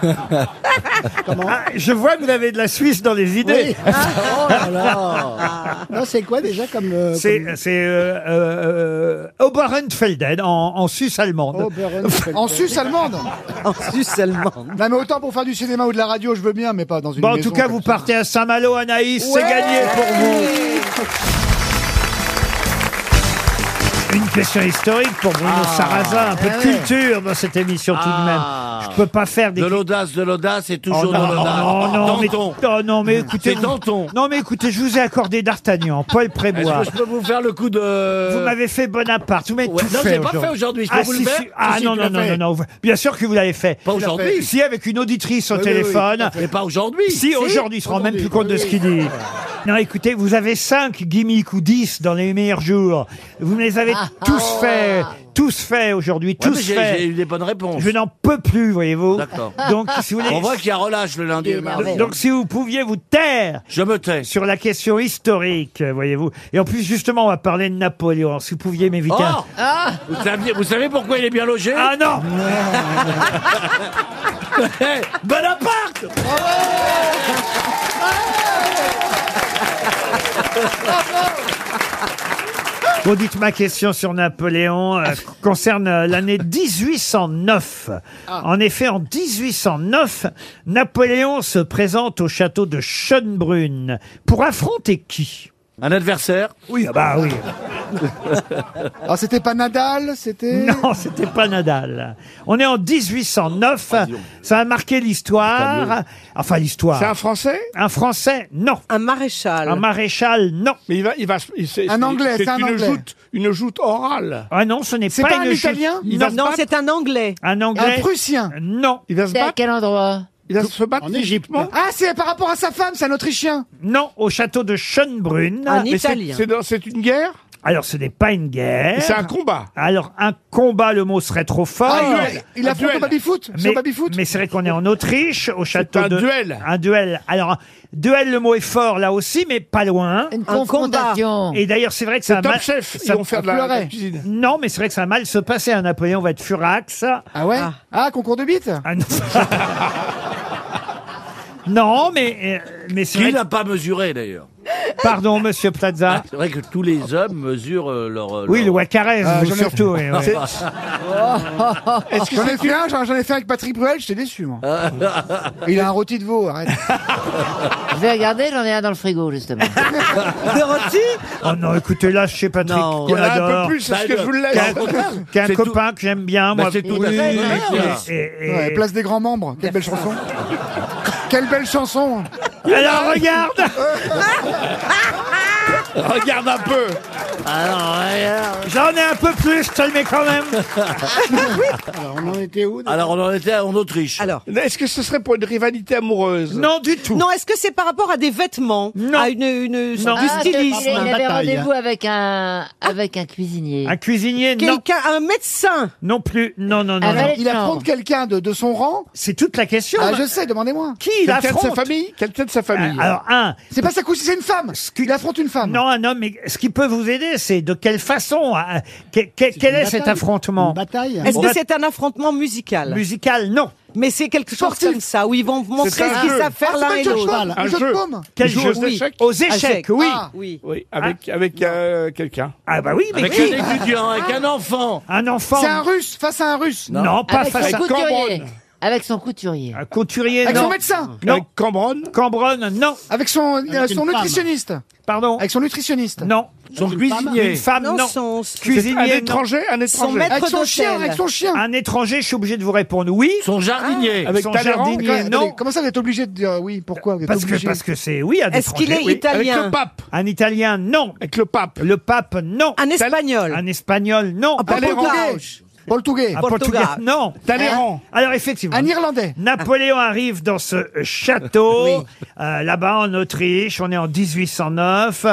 Ah, je vois que vous avez de la Suisse dans les idées. Ah, Oui. Oh là là Non, c'est quoi déjà comme. euh, comme- C'est c'est, euh, euh, euh, Oberenfelden en, en Suisse allemande. Oberenfelden. En Suisse allemande En Suisse allemande. Non mais autant pour faire du cinéma ou de la radio, je veux bien, mais pas dans une Bon, en maison tout cas, comme vous ça. partez à Saint-Malo, Anaïs, Ouais. c'est gagné pour vous. Une question historique pour Bruno Ah. Sarrazin, un peu de Eh ouais. culture dans cette émission tout de Ah. même. Je peux pas faire des De l'audace, de l'audace et toujours Oh non, de l'audace. non, non, mais, Danton. oh non, mais écoutez. C'est vous- Non, mais écoutez, je vous ai accordé d'Artagnan, Paul Prébois. Est-ce que je peux vous faire le coup de... Vous m'avez fait Bonaparte. Vous m'avez Ouais, tout non, je fait l'ai pas fait aujourd'hui, je peux ah, vous le si, faire si. Ah Si, si, non, tu non, l'as non, fait. non, non. vous- Bien sûr que vous l'avez fait. Pas aujourd'hui. Si, avec une auditrice au Oui, oui, oui, téléphone. mais pas aujourd'hui. Si, Si. aujourd'hui, il se rend même plus compte de ce Aujourd'hui. qu'il dit. Non, écoutez, vous avez 5 gimmicks ou 10 dans les meilleurs jours. Vous me les avez tous faits. Tous faits aujourd'hui, Ah, Ouais, tous mais j'ai- faits. j'ai eu des bonnes réponses. Je n'en peux plus, voyez-vous. D'accord. Donc, si vous voulez. On voit qu'il y a relâche le lundi et le mardi. Donc si vous pouviez vous taire sur la question historique, euh, voyez-vous. Et en plus, justement, on va parler de Napoléon. Alors, Si vous pouviez m'éviter... Oh un- vous, saviez- vous savez pourquoi il est bien logé Ah non Bonaparte Vous dites ma question sur Napoléon euh, concerne euh, l'année 1809. Ah. En effet, en 1809, Napoléon se présente au château de Schönbrunn pour affronter qui Un adversaire Oui, ah bah oui. Ah, Alors c'était pas Nadal, c'était... Non, c'était pas Nadal. On est en 1809. Ah, Ça a marqué l'histoire. Enfin, l'histoire. C'est un Français Un Français, non. Un maréchal. Un maréchal, non. Mais il va, il va, il- c'est- Un c'est- Anglais, c'est C'est un une Anglais. joute, une joute orale. Ah non, ce n'est C'est pas, pas un une chute. Italien Il Non, va se non, battre. c'est un Anglais. Un Anglais. Un Prussien Non. Il va se C'est à battre. quel endroit Il va se battre. En Égypte. Ah, c'est par rapport à sa femme, c'est un Autrichien Non, au château de Schönbrunn. Un Mais c'est- Italien. c'est dans- C'est une guerre Alors, ce n'est pas une guerre. C'est un combat. Alors, un combat, le mot serait trop fort. Ah, il a- il affronte duel. au baby-foot C'est Mais, au baby-foot mais c'est vrai qu'on est en Autriche, au château un de... duel. Un duel. Alors, un duel, le mot est fort là aussi, mais pas loin. Une combat. confrontation. Et d'ailleurs, c'est vrai que ça a C'est mal... Top Chef. Ils ça- vont faire de la- de la pleurait. cuisine. Non, mais c'est vrai que ça a mal se passer. Un Napoléon va être furax. Ah ouais Ah. ah. concours de bites Ah, non. Non, mais, euh, mais c'est Qui vrai que- n'a pas mesuré d'ailleurs Ah, Pardon, monsieur Plaza. C'est vrai que tous les hommes mesurent euh, leur... euh, Oui, le leur- Wacarez, Ah, vous j'en ai- surtout. oui, oui. C'est- Ah. Oh. Est-ce que J'en ai fait un, j'en j'en ai fait un avec Patrick Bruel, j'étais déçu moi. Ah. Il a un rôti de veau, arrête. Je vais regarder, j'en ai un dans le frigo, justement. Dorothy Oh non, écoutez, là, je sais Patrick, Non. qu'on Il y en a un adore, peu plus, c'est ce Bah, que je vous le qui laisse. est un- qui est un C'est tout- copain que j'aime bien. Bah, moi. c'est tout à fait vrai, voilà. Et- et- Ouais, place des grands membres, quelle belle chanson. quelle belle chanson Alors, regarde Ah Regarde un peu. Ah Alors, regarde. J'en ai un peu plus, je te le mets quand même. Alors, on en était où Alors, on en était en Autriche. Alors. Est-ce que ce serait pour une rivalité amoureuse Non, du tout. Non, est-ce que c'est par rapport à des vêtements Non. À une, une, Non. du Ah, stylisme Il il avait Bataille. rendez-vous avec un, avec un cuisinier. Un cuisinier, non. Quelqu'un, un médecin Non plus. Non, non, non. Un non. valet de Il affronte chambre. quelqu'un de, de son rang C'est toute la question. Ah, je sais, demandez-moi. Qui il Quelqu'un de sa affronte famille Quelqu'un de sa famille. Alors, un. C'est pas sa cousine, c'est une femme Il affronte une femme Non, un homme, mais ce qui peut vous aider, c'est de quelle façon, ah, ah, que- que- quel une est bataille. cet Une affrontement bataille Est-ce bah, Bon. que c'est un affrontement musical Musical, non. Mais c'est quelque chose Sportif. comme ça, où ils vont montrer C'est un ce qu'ils jeu. savent Ah, faire c'est l'un pas et le jeu de l'autre. paume, Un le jeu jeu. de paume Quel joue jeu aux Oui. échecs Aux échecs, Échecs. oui. Ah. Oui. Oui, avec, avec euh, quelqu'un. Ah bah oui, mais Avec qui un étudiant, avec un enfant. Un enfant. C'est un russe face à un russe Non, pas Avec face son à couturier. Cambronne. Avec son couturier. un couturier. Avec non. son médecin Non. Avec Cambron. Cambronne, non. Avec son, euh, Avec une son femme. nutritionniste Pardon. Avec son nutritionniste Non. Son Une cuisinier. femme, non. Non, son- Cuisinier, Un non. étranger, un étranger. maître- Avec son Maître chien, d'hôtel. avec son chien Un étranger, je suis obligé de vous répondre oui. Ah. Son jardinier. Avec son Talleyrand, Attends, jardinier, attendez, non. Comment ça, vous êtes obligé de dire oui Pourquoi vous êtes Parce que obligé parce que c'est oui un Est-ce qu'il étranger, est oui. italien Avec le pape. Un italien, non. Avec le pape. Le pape, non. Un espagnol Un espagnol, non. Un Talleyrand. portugais Portugais. Un portugais. Non, Talleyrand. Alors effectivement. Un Irlandais. Napoléon arrive dans ce château, euh, là-bas en Autriche. On est en 1809.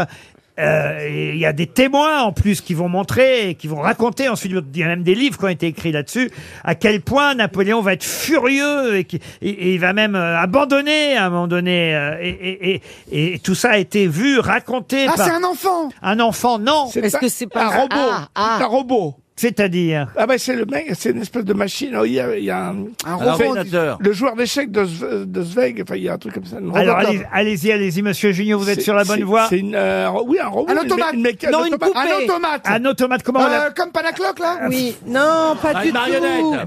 Euh, et Il y a des témoins en plus qui vont montrer, et qui vont raconter. Ensuite, il y a même des livres qui ont été écrits là-dessus. À quel point Napoléon va être furieux et, qui- et- et il va même euh, abandonner à un moment donné. euh, et, et- et- et tout ça a été vu, raconté. Ah, par- c'est un enfant Un enfant, non. C'est Est-ce un- que c'est pas- un robot. Ah, ah. C'est un robot. C'est-à-dire Ah ben c'est le mec, c'est une espèce de machine. Oh, Il y a, il y a un, robot. fait, ordinateur. Le joueur d'échecs de, Sve- de Zweig, enfin il y a un truc comme ça. Alors allez- allez-y, allez-y, monsieur Junior, vous êtes C'est- sur la bonne c'est- voie. c'est une, euh, oui, un robot, Un une automate. mé- une méca- Non, une automate. poupée. Un automate. Un automate, comment on Euh, l'appelle Ah, Comme Panacloc, là Oui, non, pas du tout.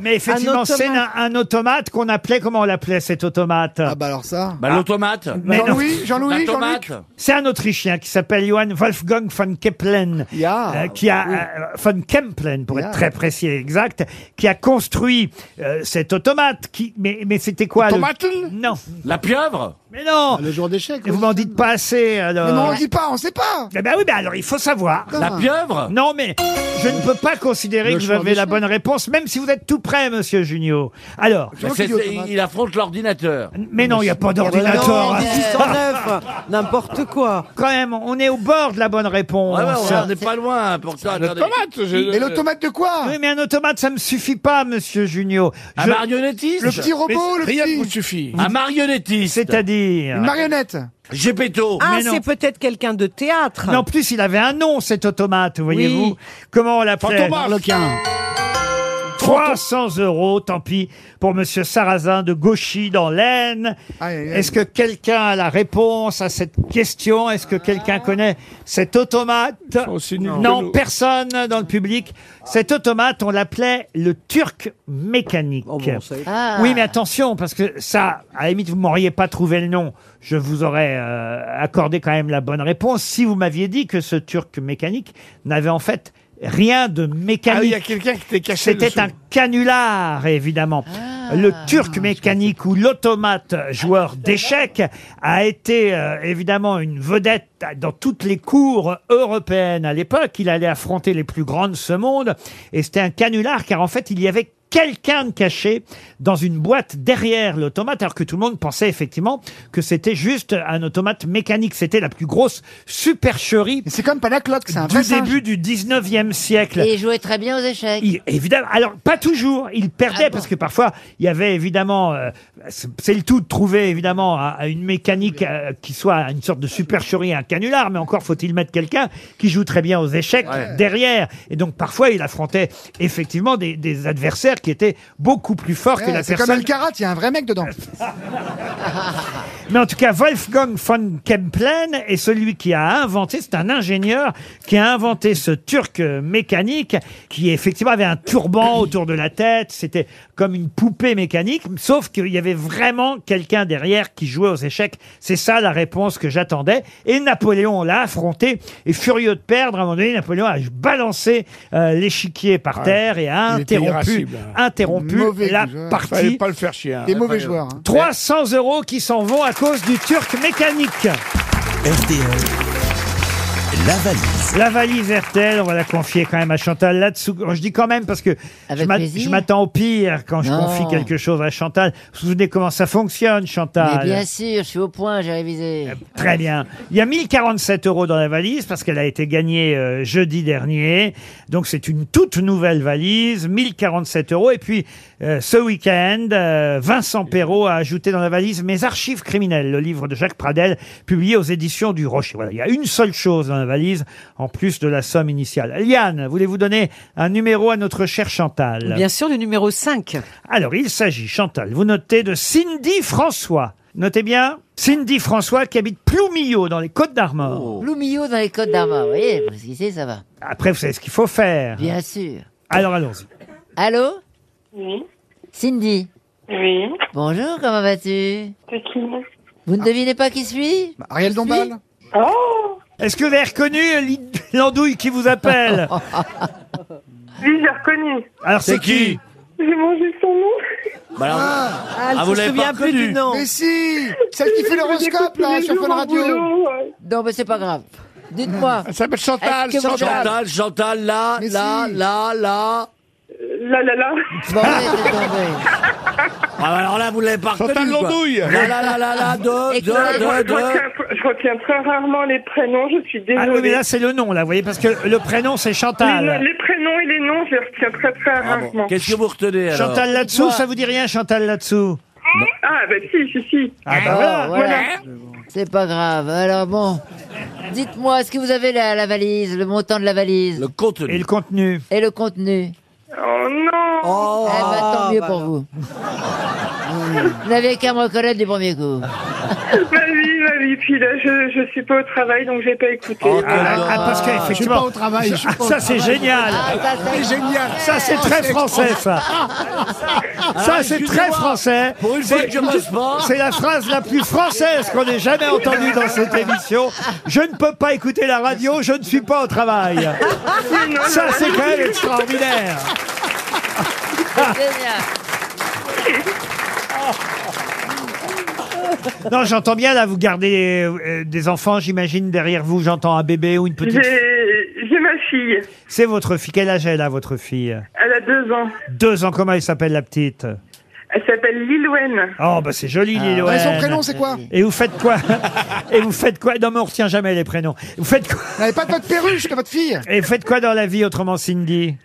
Mais Un effectivement, automate. c'est un, un automate qu'on appelait, comment on l'appelait cet automate Ah bah alors ça Bah, l'automate. Jean-Louis, Jean-Louis, La tomate. Jean-Luc. C'est un Autrichien qui s'appelle Johann Wolfgang von Keplen, euh, qui a euh, von Kempelen pour Yeah. être très précis et exact, qui a construit euh, cet automate. Qui, mais mais c'était quoi le- Automaten Non. La pieuvre Mais non Le jour d'échec. Vous m'en dites pas assez, alors. Mais non, on le dit pas, on sait pas. Eh ben oui, mais alors il faut savoir. Ah. La pieuvre Non, mais je ne peux pas considérer Le que vous choix avez des la chefs. bonne réponse, même si vous êtes tout près, monsieur Junio. Alors. Mais c'est- c'est- il affronte l'ordinateur. Mais non, il n'y a pas d'ordinateur. hein. Non, mais- 1809, n'importe quoi. Quand même, on est au bord de la bonne réponse. Ouais, ouais, on n'est pas loin, pourtant. attendez. Et de quoi Oui, mais un automate, ça me suffit pas, monsieur Junio. Un marionnettiste Ah, Mais Rien ne vous suffit. Un marionnettiste C'est-à-dire marionnette. Gepetto. Ah, c'est peut-être quelqu'un de théâtre. Mais en plus, il avait un nom, cet automate, voyez-vous. Oui. Comment on l'appelait Fantomas. Harlequin. 300 euros, tant pis, pour Monsieur Sarrazin de Gauchy dans l'Aisne. aïe, aïe. Est-ce que quelqu'un a la réponse à cette question Est-ce que quelqu'un Ah. connaît cet automate nuls que Non, nous. personne dans le public. Cet automate, on l'appelait le Turc mécanique. ça y est. Ah. Oui, mais attention, parce que ça, à la limite, vous m'auriez pas trouvé le nom. Je vous aurais euh, accordé quand même la bonne réponse si vous m'aviez dit que ce Turc mécanique n'avait en fait rien de mécanique. Ah oui, il y a quelqu'un qui t'est caché C'était dessous. un canular, évidemment. Ah. le Ah, Turc mécanique ou l'automate joueur d'échecs a été euh, évidemment une vedette dans toutes les cours européennes à l'époque. Il allait affronter les plus grandes de ce monde. Et c'était un canular car en fait, il y avait quelqu'un de caché dans une boîte derrière l'automate, alors que tout le monde pensait effectivement que c'était juste un automate mécanique. C'était la plus grosse supercherie. C'est comme Panacloc, c'est un Du début du 19e siècle. Et il jouait très bien aux échecs. Il- évidemment. Alors, pas toujours. Il perdait parce que parfois, il y avait évidemment. euh, c'est c'est le tout de trouver évidemment à, à une mécanique euh, qui soit une sorte de supercherie, un canular, mais encore faut-il mettre quelqu'un qui joue très bien aux échecs derrière. Et donc, parfois, il affrontait effectivement des, des adversaires qui étaient beaucoup plus forts que Ouais, la c'est comme personne. Alcarat, il y a un vrai mec dedans. Mais en tout cas, Wolfgang von Kempelen est celui qui a inventé, c'est un ingénieur qui a inventé ce turc euh, mécanique qui effectivement avait un turban autour de la tête, c'était comme une poupée mécanique, sauf qu'il y avait vraiment quelqu'un derrière qui jouait aux échecs. C'est ça la réponse que j'attendais. Et Napoléon l'a affronté et furieux de perdre, à un moment donné, Napoléon a balancé euh, l'échiquier par terre et a Ah, il était interrompu, irascible. hein. interrompu Mauvais la joueur. partie. Fallait pas le faire chier, hein. Des mauvais joueurs, hein. 300 euros qui s'en vont à cause du Turc mécanique. RTL, la valise. La valise RTL, on va la confier quand même à Chantal là-dessous. Je dis quand même parce que je m'a- plaisir. je m'attends au pire quand je Non. confie quelque chose à Chantal. Vous vous souvenez comment ça fonctionne, Chantal Mais bien sûr, je suis au point, j'ai révisé. Euh, Très bien. Il y a 1047 euros dans la valise parce qu'elle a été gagnée euh, jeudi dernier. Donc c'est une toute nouvelle valise, 1047 euros. Et puis euh, ce week-end, euh, Vincent Perrault a ajouté dans la valise Mes archives criminelles, le livre de Jacques Pradel, publié aux éditions du Rocher. Voilà, il y a une seule chose dans la valise, en plus de la somme initiale. Liane, voulez-vous donner un numéro à notre chère Chantal Bien sûr, le numéro 5. alors, il s'agit, Chantal, vous notez de Cindy François. Notez bien, Cindy François qui habite Ploumillot dans les Côtes d'Armor. Oh. Loumillot dans les Côtes d'Armor, vous voyez, parce qu'ici ça va. Après, vous savez ce qu'il faut faire. Bien sûr. Alors, allons-y. Allô Oui. Cindy Oui. Bonjour, comment vas-tu Tranquille. Vous ne devinez pas qui suis Ariel Dombal Oh Est-ce que vous avez reconnu l'i- l'andouille qui vous appelle Oui, j'ai reconnu. Alors, c'est qui J'ai mangé son nom. Bah alors- Ah, elle Ah, se vous l'avez souvient pas plus reconnu. du nom. Mais si Celle qui fait l'horoscope, là, sur Fun Radio. Non, mais c'est pas grave. Dites-moi. Ça s'appelle Chantal, Est-ce que vous- Chantal. Chantal, Chantal, là, Mais là, si. là, là. Euh, Là, là, là. Ah, alors là, vous l'avez pas retenu. Chantal quoi. Landouille. Là, là, là, là, là, deux, deux, Je deux, deux. retiens- Je retiens très rarement les prénoms, je suis Ah désolée. oui, mais là, c'est le nom, là, vous voyez, parce que le prénom, c'est Les noms- Chantal. les prénoms et les noms, je les retiens très très rarement. Ah Qu'est-ce que vous retenez alors Chantal là-dessous, ça vous dit rien, Chantal là-dessous Ah, bah si, si, si. Ah, bah Oh, voilà. voilà. C'est pas grave. Alors bon, dites-moi, est-ce que vous avez la, la valise, le montant de la valise Le contenu. Et le contenu. Et le contenu Oh non Eh ben, Oh, tant mieux bah pour vous. vous n'avez qu'à me reconnaître du premier coup. ma vie, ma vie. Puis là, je, je suis pas au travail, donc j'ai pas écouté. Ah, ah, parce qu'effectivement. Oh, je suis Ah, pas au ça, c'est travail. génial. Ah, ça, c'est C'est génial. Ça, c'est Oh, très c'est français, ça. Ça, c'est très français. Ah, Pour une fois C'est- que je bosse pas. C'est la phrase la plus française qu'on ait jamais entendue dans cette émission. Je ne peux pas écouter la radio, je ne suis pas au travail. Ça, c'est quand même extraordinaire. Ah. Non, j'entends bien, là, vous gardez euh, des enfants, j'imagine, derrière vous. J'entends un bébé ou une petite... J'ai j'ai ma fille. C'est votre fille. Quel âge elle a, votre fille Elle a deux ans. Deux ans, comment elle s'appelle, la petite Elle s'appelle Lilouen. Oh, bah c'est joli, Liloën. Ah, Ouais, son prénom, c'est quoi Et vous faites quoi Et vous faites quoi Non, mais on retient jamais les prénoms. Vous faites quoi N'avez pas de votre perruche, de votre fille. Et vous faites quoi dans la vie, autrement, Cindy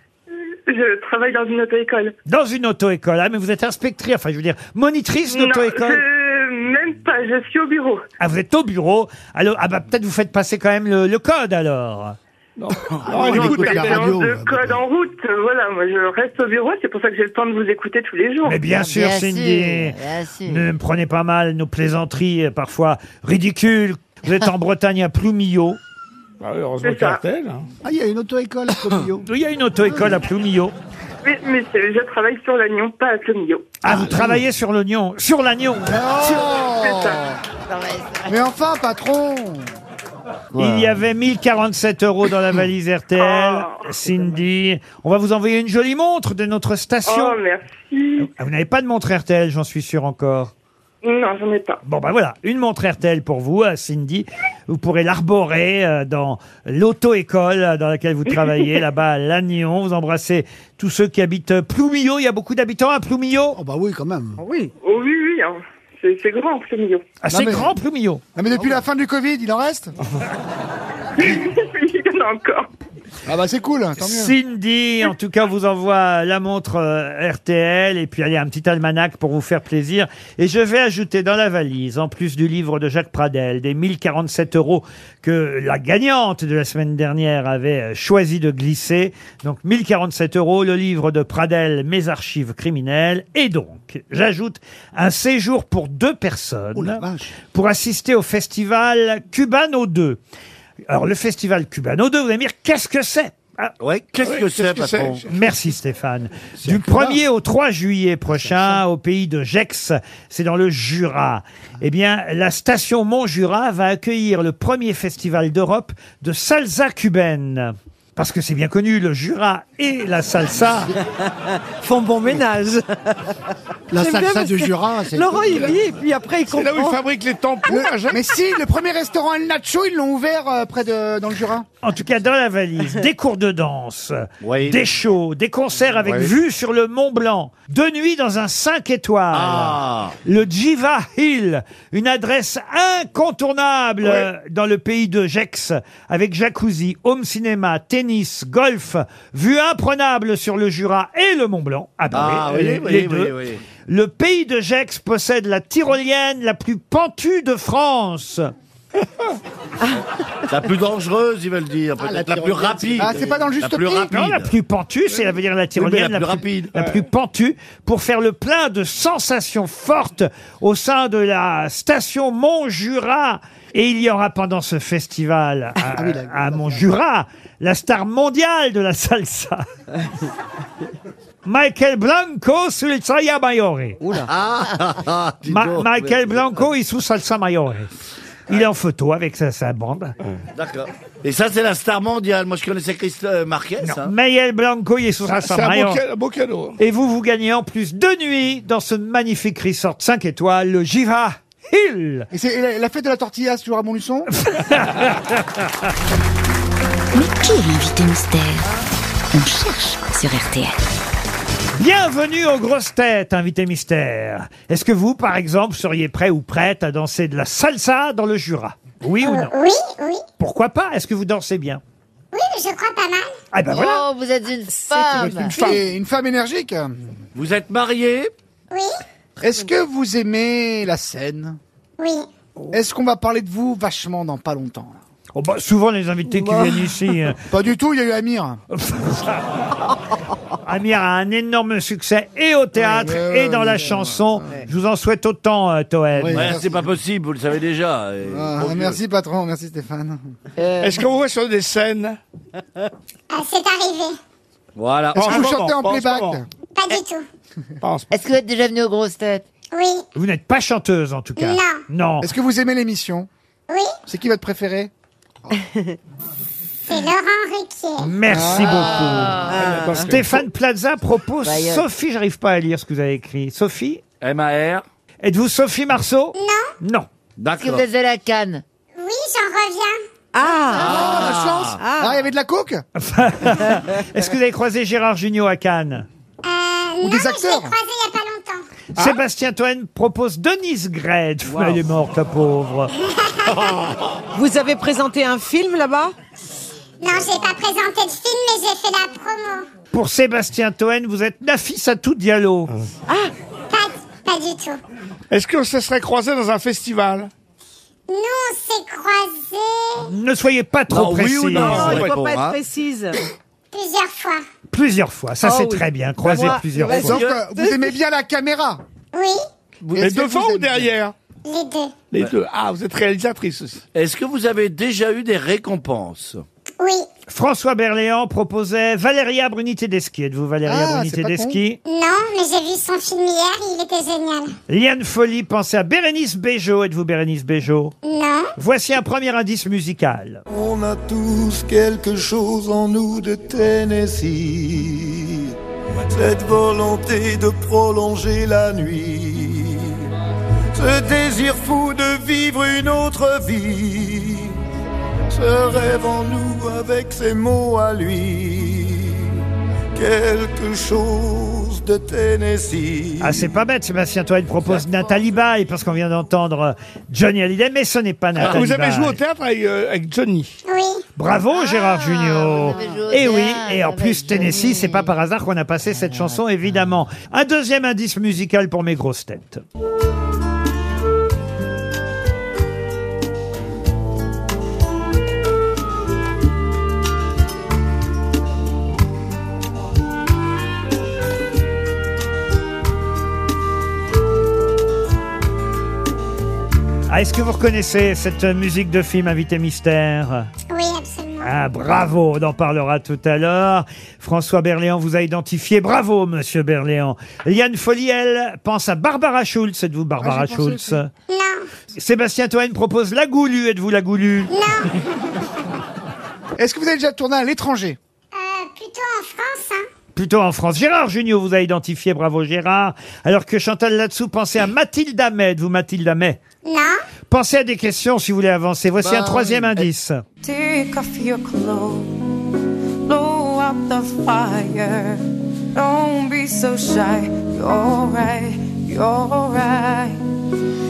Je travaille dans une auto-école. Dans une auto-école. Ah, mais vous êtes inspectrice, enfin, je veux dire, monitrice Non, d'auto-école je- Même pas, je suis au bureau. Ah, vous êtes au bureau. Alors, ah, bah, peut-être vous faites passer quand même le, le code, alors. Non, elle écoute la radio, de là, code en route. Voilà, moi je reste au bureau, c'est pour ça que j'ai le temps de vous écouter tous les jours. Mais Ah, bien sûr, Cindy. Ne me prenez pas mal nos plaisanteries, euh, parfois ridicules. Vous êtes en Bretagne à Ploumillot. Bah heureusement C'est ça. qu'il y a un tel, hein. hein. Ah, il y a une auto-école à Copio. Il y a une auto-école à Ploumillot. Mais, mais c'est- je travaille sur l'agnon, pas à Tomio. Ah, vous travaillez sur l'oignon. Sur l'agneau. Mais enfin, patron Il y avait 1047 euros dans la valise RTL. Oh, Cindy, on va vous envoyer une jolie montre de notre station. Oh, merci. Ah, Vous n'avez pas de montre RTL, j'en suis sûr encore. Non, j'en ai pas. Bon, bah voilà, une montre RTL pour vous, euh, Cindy. Vous pourrez l'arborer euh, dans l'auto-école euh, dans laquelle vous travaillez, là-bas à Lannion. Vous embrassez tous ceux qui habitent euh, Ploumillot. Il y a beaucoup d'habitants à Ploumillot Oh, bah oui, quand même. Oui. Oh oui, oui, hein. c'est c'est grand, Tomio. Ah, c'est grand, Ploumillot. Non, mais depuis la fin du Covid, il en reste Il y en a encore. Ah bah c'est cool, tant mieux. Cindy, en tout cas, vous envoie la montre euh, RTL et puis allez un petit almanach pour vous faire plaisir. Et je vais ajouter dans la valise, en plus du livre de Jacques Pradel, des 1047 euros que la gagnante de la semaine dernière avait euh, choisi de glisser. Donc 1047 euros, le livre de Pradel, Mes archives criminelles. Et donc, j'ajoute un séjour pour deux personnes Oh, Oh pour assister au festival Cubano 2. Alors, le festival Cubano 2, vous allez me dire, qu'est-ce que c'est Ah, Ouais, qu'est-ce que c'est, patron Merci Stéphane. Du 1er au 3 juillet prochain, au pays de Gex, c'est dans le Jura. Eh bien, la station Mont-Jura va accueillir le premier festival d'Europe de salsa cubaine. Parce que c'est bien connu, le Jura et la salsa font bon ménage. La J'aime bien salsa parce du que Jura, c'est- Laurent, il rit et puis après, il comprend. les tampons. Mais si, le premier restaurant El Nacho, ils l'ont ouvert euh, près de dans le Jura. En tout cas, dans la valise, des cours de danse, des shows, des concerts avec Oui. vue sur le Mont Blanc, deux nuits dans un 5 étoiles, Ah. le Jiva Hill, une adresse incontournable euh, dans le pays de Gex, avec jacuzzi, home cinéma, tennis, golf, vue imprenable sur le Jura et le Mont Blanc. Ah, bah Ah oui, les- oui, les oui, deux. oui. Le pays de Gex possède la tyrolienne la plus pentue de France. La plus dangereuse, ils veulent dire. Peut-être la, plus rapide. La plus Non, la rapide. plus pentue, c'est, ça veut dire la tyrolienne, mais la plus rapide. La Ouais. plus pentue pour faire le plein de sensations fortes au sein de la station Montjura. Et il y aura pendant ce festival à, à Montjura la star mondiale de la salsa. Michael Blanco sur le Tsaya Mayore. Ah, dis Ma- donc. Michael Blanco et sous salsa Mayore. Il est en photo avec sa, sa bande. D'accord. Et ça, c'est la star mondiale. Moi, je connaissais Christ euh, Marquez. hein. Mayel Blanco y est sous Ça, un c'est un Mayor. beau ca- un Et vous, vous gagnez en plus deux nuits dans ce magnifique resort 5 étoiles, le Jiva Hill. Et c'est la, la fête de la tortilla, c'est toujours à Montluçon Mais qui est l'invité mystère On cherche sur RTL. Bienvenue aux grosses têtes, invité mystère. Est-ce que vous, par exemple, seriez prêt ou prête à danser de la salsa dans le Jura Oui ou non Euh, Oui, oui. Pourquoi pas Est-ce que vous dansez bien Oui, je crois pas mal. Ah ben voilà. Oh, vous êtes une femme. Une femme, une femme énergique. Vous êtes marié Oui, Est-ce que vous aimez la scène oui. Est-ce qu'on va parler de vous vachement dans pas longtemps là Oh, bah, souvent les invités qui Bah. viennent ici. euh, Pas du tout, il y a eu Amir. Amir a un énorme succès et au théâtre Ouais, ouais, et dans ouais, la ouais, chanson. Je vous en souhaite autant, euh, Toen. Ouais, c'est pas possible, vous le savez déjà. Oh, Et- Ah, Mon Dieu. merci patron, merci Stéphane. Est-ce qu'on voit sur des scènes Euh, c'est arrivé. Voilà. Est-ce que vous chantez en Pense playback comment Pas du tout. Pense. Est-ce que vous êtes déjà venu aux grosses têtes Oui, Vous n'êtes pas chanteuse en tout cas. Non. Non. Est-ce que vous aimez l'émission oui, C'est qui votre préféré c'est Laurent Ruquier. Merci Ah. beaucoup. Stéphane Plaza propose Bayonne. Sophie, j'arrive pas à lire ce que vous avez écrit. Sophie MAR. Êtes-vous Sophie Marceau Non, Non. Est-ce que D'accord. vous êtes de la canne oui, j'en reviens. Ah, la chance Ah, il y avait de la coke Est-ce que vous avez croisé Gérard Jugnot à Cannes Ah. Euh, Ou non, des mais acteurs. je l'ai croisé il y a pas longtemps. Sébastien Toen propose Denise Gred. Elle est morte, la pauvre. Ah. Vous avez présenté un film là-bas Non, j'ai pas présenté de film, mais j'ai fait la promo. Pour Sébastien Toen, vous êtes Nafis à tout dialogue. Ah. Ah. Pas, pas du tout. Est-ce qu'on se serait croisé dans un festival Nous, on s'est croisés Ne soyez pas trop Non, oui précis. ou non, Non, c'est hein. il ne vrai faut qu'on pas être va. précise. plusieurs fois. Plusieurs fois, ça Oh c'est oui. très bien, croisé Moi, bah, plusieurs ouais, fois. Donc, euh, vous aimez bien la caméra Oui, Mais devant ou derrière les deux. Les deux. Ah, vous êtes réalisatrice aussi. Est-ce que vous avez déjà eu des récompenses Oui, François Berléand proposait Valéria Bruni Tedeschi. Êtes-vous Valéria Ah, Bruni c'est pas Tedeschi non, mais j'ai vu son film hier, il était génial. Liane Folly pensait à Bérénice Bejo. Êtes-vous Bérénice Bejo Non, Voici un premier indice musical. On a tous quelque chose en nous de Tennessee, cette volonté de prolonger la nuit, ce désir fou de vivre une autre vie, ce rêve en nous avec ses mots à lui, quelque chose de Tennessee. Ah, c'est pas bête, Sébastien Toine propose Nathalie Baye, parce qu'on vient d'entendre euh, Johnny Hallyday, mais ce n'est pas Ah, Nathalie vous avez Baye. joué au théâtre avec, euh, avec Johnny. oui, Bravo, Gérard Junior. vous avez joué au Et oui, théâtre et en avec plus, Tennessee, Johnny. c'est pas par hasard qu'on a passé cette chanson, évidemment. Un deuxième indice musical pour mes grosses têtes. Ah, est-ce que vous reconnaissez cette musique de film Invité Mystère oui, absolument. ah, bravo, on en parlera tout à l'heure. François Berléand vous a identifié. Bravo, monsieur Berléand. Liane Foliel pense à Barbara Schulz. Êtes-vous Barbara Ah, j'y pensais Schulz Non, Sébastien Toen propose la Goulue. Êtes-vous la Goulue non, Est-ce que vous avez déjà tourné à l'étranger euh, plutôt en France, hein. Plutôt en France. Gérard Junior vous a identifié. Bravo, Gérard. Alors que Chantal là-dessous pensait à Mathilde May. Êtes-vous Mathilde May Non, Pensez à des questions si vous voulez avancer. Voici Bah, un troisième indice. Take off your clothes, blow out the fire. Don't be so shy, you're right, you're right.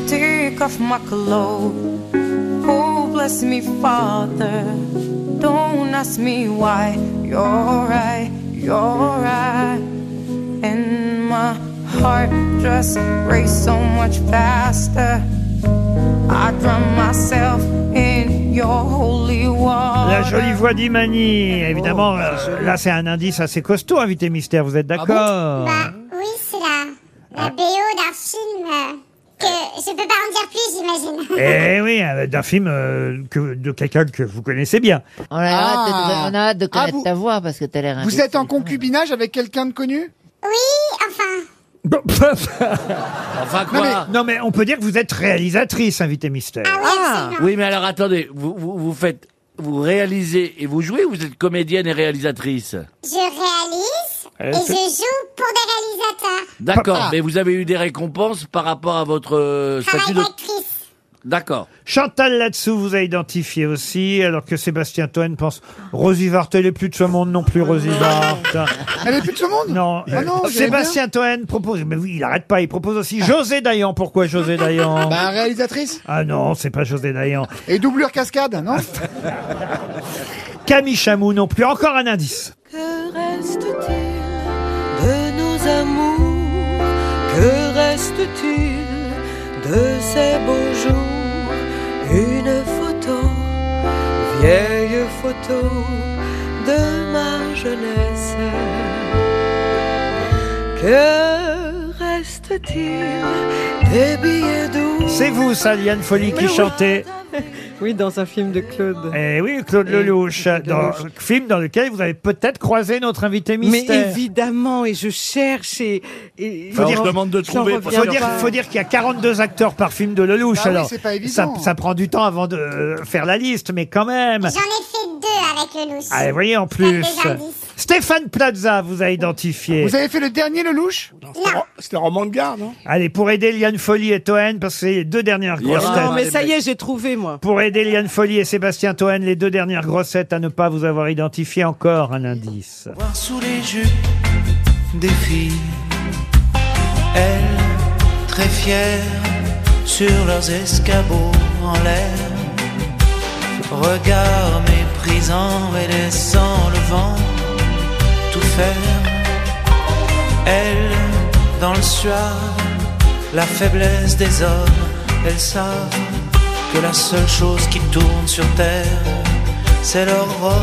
Take off my clothes, oh bless me, Father. Don't ask me why, you're right, you're right. And my heart just raced so much faster. I drown myself in your holy water. La jolie voix d'Imani. Évidemment, euh, là, c'est un indice assez costaud, invité mystère. Vous êtes Ah d'accord Ah bah oui, c'est la, la BO d'un film euh, que je peux pas en dire plus, j'imagine. Eh oui, euh, d'un film euh, que, de quelqu'un que vous connaissez bien. on a, hâte Ah, de, on a hâte de connaître Ah. vous- ta voix parce que t'as l'air Vous êtes en concubinage avec quelqu'un de connu Oui, enfin, Enfin quoi non mais on peut dire que vous êtes réalisatrice, invité mystère. ah oui, absolument. Oui, mais alors attendez, vous, vous, vous faites, vous réalisez et vous jouez ou vous êtes comédienne et réalisatrice Je réalise Eh, et je c'est- joue pour des réalisateurs. Ah. Ah. D'accord, mais vous avez eu des récompenses par rapport à votre euh, statut Travail de d'actrice. D'accord. Chantal là-dessous vous a identifié aussi, alors que Sébastien Toen pense Rosy Vart, elle est plus de ce monde non plus, Rosy Vart. Elle est plus de ce monde Non. euh, Ah non, j'aimais Sébastien Toen propose, mais oui, il arrête pas, il propose aussi José Dayan. Pourquoi José Dayan Bah, réalisatrice Ah non, c'est pas José Dayan. Et doublure cascade, non Camille Chamou non plus, encore un indice. Que reste-t-il de nos amours Que reste-t-il de ces beaux jours Une photo, vieille photo de ma jeunesse. Que reste-t-il des billets doux C'est vous, ça, Liane Folie, qui Mais oui. chantez. Oui, dans un film de Claude. Eh oui, Claude Et- Lelouch, Claude dans, Lelouch. film dans lequel vous avez peut-être croisé notre invité Mais mystère. évidemment, et je cherche et. et- Faut j'en- dire, j'en Faut reviens dire, pas. faut dire qu'il y a 42 acteurs par film de Lelouch. Ah oui, alors, c'est pas évident. ça, ça prend du temps avant de euh, faire la liste, mais quand même. J'en ai fait deux avec le louche. Ah, vous voyez, en plus. Stéphane Plaza vous a identifié. Vous avez fait le dernier Lelouch C'était un roman de gare, non Allez, pour aider Liane Folly et Toen, parce que c'est les deux dernières grosses têtes. Non, mais ça y est, j'ai trouvé, moi. Pour aider Liane Folly et Sébastien Toen, les deux dernières grossettes à ne pas vous avoir identifié, encore un indice. Voir sous les jupes des filles, elles très fières sur leurs escabeaux en l'air, regard méprisant et laissant le vent tout faire. Elles dans le soir, la faiblesse des hommes, elles savent que la seule chose qui tourne sur terre, c'est leur robe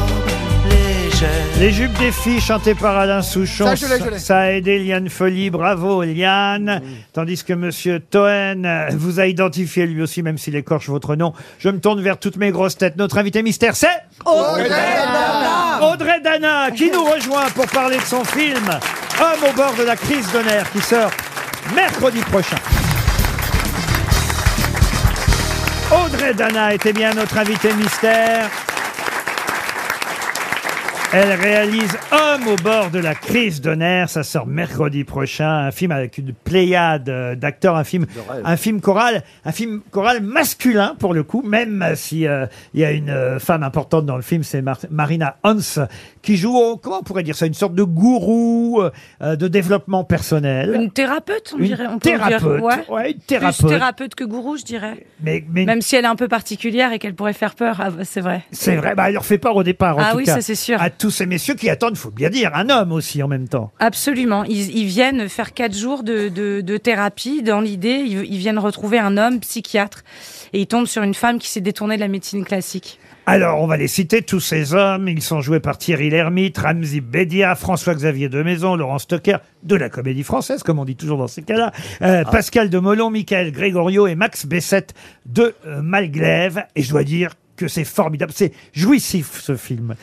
légère. Les jupes des filles chantées par Alain Souchon. Ça, je l'ai, je l'ai. ça a aidé Liane Folly. Bravo, Liane. Tandis que Monsieur Toen euh, vous a identifié lui aussi, même s'il écorche votre nom. Je me tourne vers toutes mes grosses têtes. Notre invité mystère, c'est Oh, Oh, Audrey Dana. Audrey Dana, qui nous rejoint pour parler de son film Homme au bord de la crise de nerfs, qui sort mercredi prochain. Audrey Dana était bien notre invitée mystère. Elle réalise Homme au bord de la crise de nerfs. Ça sort mercredi prochain. Un film avec une pléiade euh, d'acteurs, un film, rêve. un film choral, un film choral masculin pour le coup. Même euh, si euh, il y a une euh, femme importante dans le film, c'est Mar- Marina Hans qui joue. au- comment on pourrait dire ça Une sorte de gourou euh, de développement personnel. Une thérapeute, on Une dirait. on peut le dire. thérapeute, Ouais. ouais, une thérapeute. Plus thérapeute que gourou, je dirais. Mais, mais Même si elle est un peu particulière et qu'elle pourrait faire peur, ah bah, c'est vrai. c'est vrai. Bah, elle leur fait peur au départ. En Ah tout oui, cas, ça, c'est sûr. À tous ces messieurs qui attendent, faut bien dire, un homme aussi en même temps. Absolument. Ils, ils viennent faire quatre jours de, de- de thérapie dans l'idée. Ils, ils viennent retrouver un homme psychiatre et ils tombent sur une femme qui s'est détournée de la médecine classique. Alors, on va les citer, tous ces hommes. Ils sont joués par Thierry Lhermitte, Ramzi Bedia, François-Xavier Demaison, Laurent Stocker, de la comédie française, comme on dit toujours dans ces cas-là, euh, Pascal de Molon, Michael Grégorio et Max Bessette de euh, Malglaive. Et je dois dire que c'est formidable. C'est jouissif, ce film.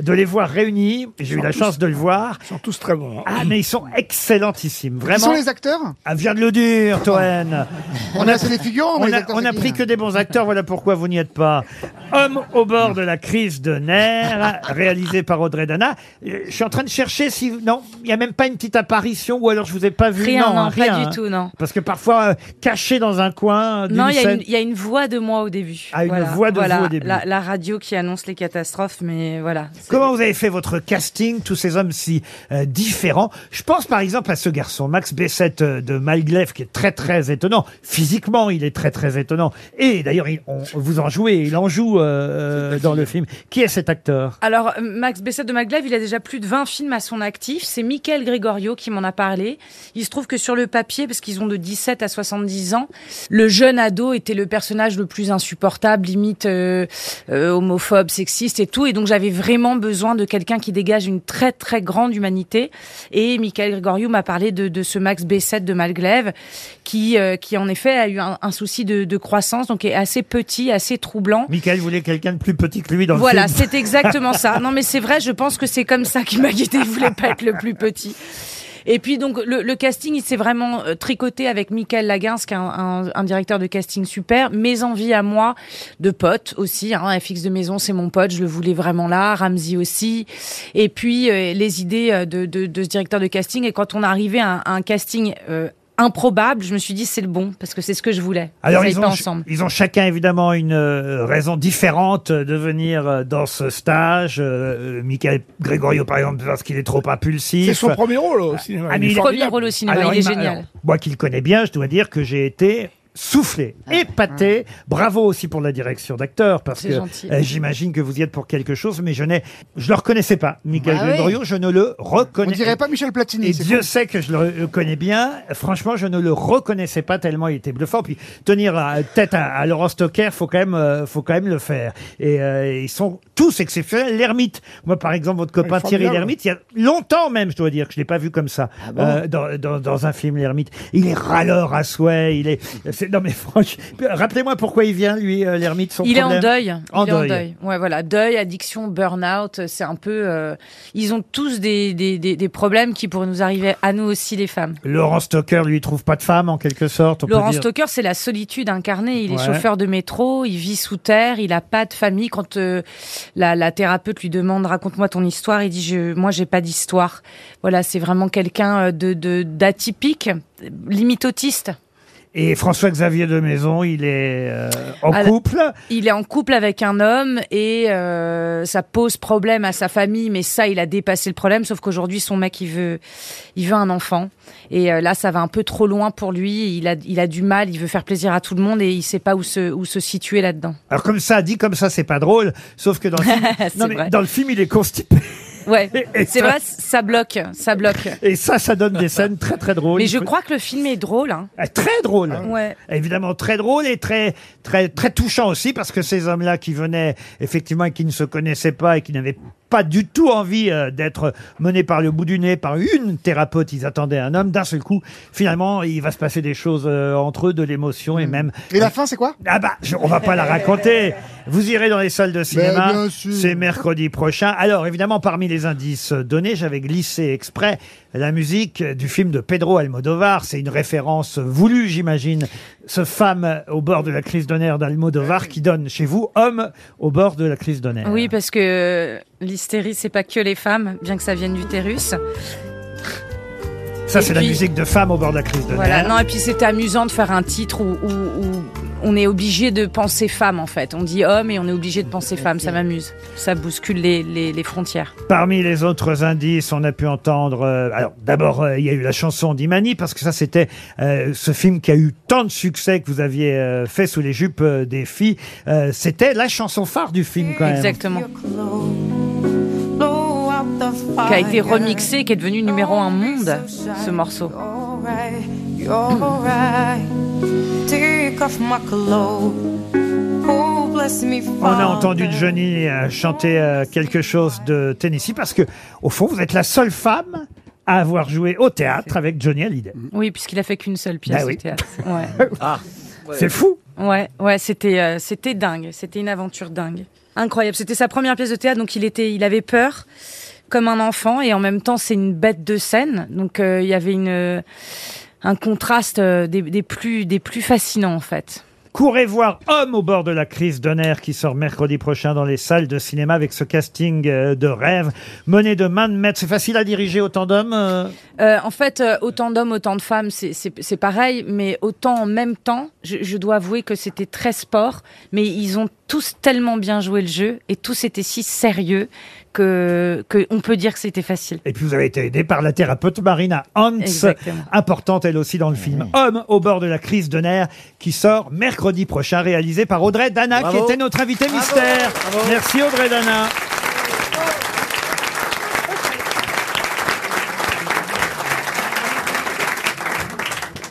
De les voir réunis, j'ai eu la chance de le voir. Ils sont tous très bons. Ah, mais ils sont excellentissimes, vraiment. Qui sont les acteurs Ah, viens de le dire, Toen. On a- c'est des figurants, mais On les a, acteurs, on c'est a qui, pris là que des bons acteurs, voilà pourquoi vous n'y êtes pas. Homme au bord de la crise de nerfs, réalisé par Audrey Dana. Euh, Je suis en train de chercher si. Non, il n'y a même pas une petite apparition ou alors je vous ai pas vu. Rien, non, hein, pas rien, du hein. tout, non. Parce que parfois, euh, caché dans un coin. d'une Non, il y, a scène- une- il y a une voix de moi au début. Ah, une voix de voilà, vous au début. La, la radio qui annonce les catastrophes, mais voilà. Comment vous avez fait votre casting, tous ces hommes si euh, différents Je pense par exemple à ce garçon, Max Bessette euh, de Malglaive, qui est très très étonnant. Physiquement, il est très très étonnant. Et d'ailleurs, il- on- vous en jouez, il en joue euh, euh, dans le film. Qui est cet acteur Alors, Max Bessette de Maglev, il a déjà plus de 20 films à son actif. C'est Michael Gregorio qui m'en a parlé. Il se trouve que sur le papier, parce qu'ils ont de 17 à 70 ans, le jeune ado était le personnage le plus insupportable, limite euh, euh, homophobe, sexiste et tout. Et donc, j'avais vraiment besoin de quelqu'un qui dégage une très, très grande humanité. Et Michael Gregorio m'a parlé de, de ce Max Bessette de Malglaive, qui, euh, qui en effet a eu un, un souci de, de croissance, donc est assez petit, assez troublant. Michael voulait quelqu'un de plus petit que lui dans Voilà, le film. c'est exactement ça. Non, mais c'est vrai, je pense que c'est comme ça qu'il m'a guidé. Il voulait pas être le plus petit. Et puis donc le, le casting, il s'est vraiment euh, tricoté avec Michael Laguins, qui est un, un- un directeur de casting super. Mes envies à moi, de potes aussi. Hein, FX de maison, c'est mon pote, je le voulais vraiment là. Ramsey aussi. Et puis euh, les idées euh, de, de- de ce directeur de casting. Et quand on arrivait à un, à un casting euh, improbable, je me suis dit c'est le bon parce que c'est ce que je voulais. Alors, Ils ils aillent ont, pas ch- ensemble. ils ont chacun évidemment une euh, raison différente de venir euh, dans ce stage. Euh, euh, Michael Gregorio, par exemple, parce qu'il est trop impulsif. C'est son premier rôle au cinéma. Ah, mais il est Premier formidable. rôle au cinéma, il est m'a- génial. moi qui le connais bien, je dois dire que j'ai été soufflé, épaté. Bravo aussi pour la direction d'acteur, parce Ah. C'est que gentil. euh, j'imagine que vous y êtes pour quelque chose, mais je n'ai, je le reconnaissais pas, Michael Bah Ah oui. Gregorio, je ne le reconnais. On dirait pas Michel Platini. Et c'est Dieu cool. sait que je le euh, connais bien. Franchement, je ne le reconnaissais pas tellement il était bluffant. Puis tenir la tête à, à Laurent Stocker, faut quand même, euh, faut quand même le faire. Et euh, ils sont tous exceptionnels. L'ermite, moi par exemple, votre copain Il est Thierry formidable. Ah l'ermite, il y a longtemps même, je dois dire, que je l'ai pas vu comme ça bon euh, dans, dans, dans un film l'ermite. Il est râleur à souhait. Il est, c'est- non mais franchement, rappelez-moi pourquoi il vient lui euh, l'ermite. son Il est en problème. deuil. En il deuil. est en deuil. Ouais, voilà. Deuil, addiction, burn-out, euh, c'est un peu. euh, ils ont tous des, des, des, des problèmes qui pourraient nous arriver à nous aussi, les femmes. Laurent Stocker lui il trouve pas de femme en quelque sorte. On peut Laurent dire. Stoker, c'est la solitude incarnée. Il est Ouais. chauffeur de métro, il vit sous terre, il a pas de famille. Quand euh, la, la thérapeute lui demande raconte-moi ton histoire, il dit je, moi j'ai pas d'histoire. Voilà, c'est vraiment quelqu'un euh, de de- d'atypique, euh, limite autiste. Et François-Xavier de Maison, il est euh, en Alors, couple. Ah, Il est en couple avec un homme et euh, ça pose problème à sa famille, mais ça, il a dépassé le problème. Sauf qu'aujourd'hui, son mec, il veut, il veut un enfant. Et euh, là, ça va un peu trop loin pour lui. Il a, il a du mal. Il veut faire plaisir à tout le monde et il sait pas où se, où se situer là-dedans. Alors comme ça, dit comme ça, c'est pas drôle. Sauf que dans le film, non, mais vrai. dans le film il est constipé. Ouais, et c'est ça- vrai, ça bloque, ça bloque. Et ça, ça donne des scènes très très drôles. Mais Oh, Il je faut- crois que le film est drôle. Hein. Ah, Très drôle. Ouais. Évidemment très drôle et très très très touchant aussi parce que ces hommes-là qui venaient effectivement et qui ne se connaissaient pas et qui n'avaient pas du tout envie euh, d'être menés par le bout du nez par une thérapeute, ils attendaient un homme d'un seul coup. Finalement, il va se passer des choses euh, entre eux, de l'émotion et même Mm. Et la fin, c'est quoi Ah bah, je- on va pas la raconter. Vous irez dans les salles de Mais cinéma. bien C'est mercredi prochain. Alors, évidemment, parmi les indices donnés, j'avais glissé exprès la musique du film de Pedro Almodovar. C'est une référence voulue, j'imagine. Ce femme au bord de la crise de nerfs d'Almodovar qui donne chez vous homme au bord de la crise de nerfs. Oui, parce que l'hystérie, c'est pas que les femmes, bien que ça vienne d'utérus. Ça, Et c'est la puis- musique de femme au bord de la crise de Voilà, nerfs. non, et puis c'était amusant de faire un titre où, où- où on est obligé de penser femme en fait. On dit homme et on est obligé de penser femme, ça m'amuse. Ça bouscule les, les- les frontières. Parmi les autres indices, on a pu entendre. euh, alors, d'abord, euh, il y a eu la chanson d'Imani, parce que ça, c'était euh, ce film qui a eu tant de succès que vous aviez euh, fait sous les jupes euh, des filles. Euh, c'était la chanson phare du film, quand même. Exactement. Blow out the fire. Qui a été remixé, qui est devenu numéro un monde, ce morceau. Alright, alright. Take off my clothes. Oh, bless me, On a Father. entendu Johnny euh, chanter euh, quelque chose de Tennessee, parce que, au fond, vous êtes la seule femme à avoir joué au théâtre avec Johnny Hallyday. Mm-hmm. Oui, puisqu'il a fait qu'une seule pièce Bah oui. au théâtre. Ouais. Ah. C'est fou. Ouais, ouais, c'était euh, c'était dingue, c'était une aventure dingue, incroyable. C'était sa première pièce de théâtre, donc il était, il avait peur comme un enfant et en même temps c'est une bête de scène, donc euh, il y avait une euh, un contraste euh, des, des plus des plus fascinants en fait. Courez voir Homme au bord de la crise d'honneur qui sort mercredi prochain dans les salles de cinéma avec ce casting euh, de rêve mené de main de maître. C'est facile à diriger autant d'hommes euh Euh, en fait, euh, autant d'hommes, autant de femmes, c'est- c'est c'est pareil, mais autant en même temps, je, je dois avouer que c'était très sport, mais ils ont tous tellement bien joué le jeu et tous étaient si sérieux que, que on peut dire que c'était facile. Et puis vous avez été aidé par la thérapeute Marina Hans, Exactement. importante elle aussi dans le film Homme au bord de la crise de nerfs qui sort mercredi prochain réalisé par Audrey Dana Bravo. qui était notre invitée mystère. Merci Audrey Dana.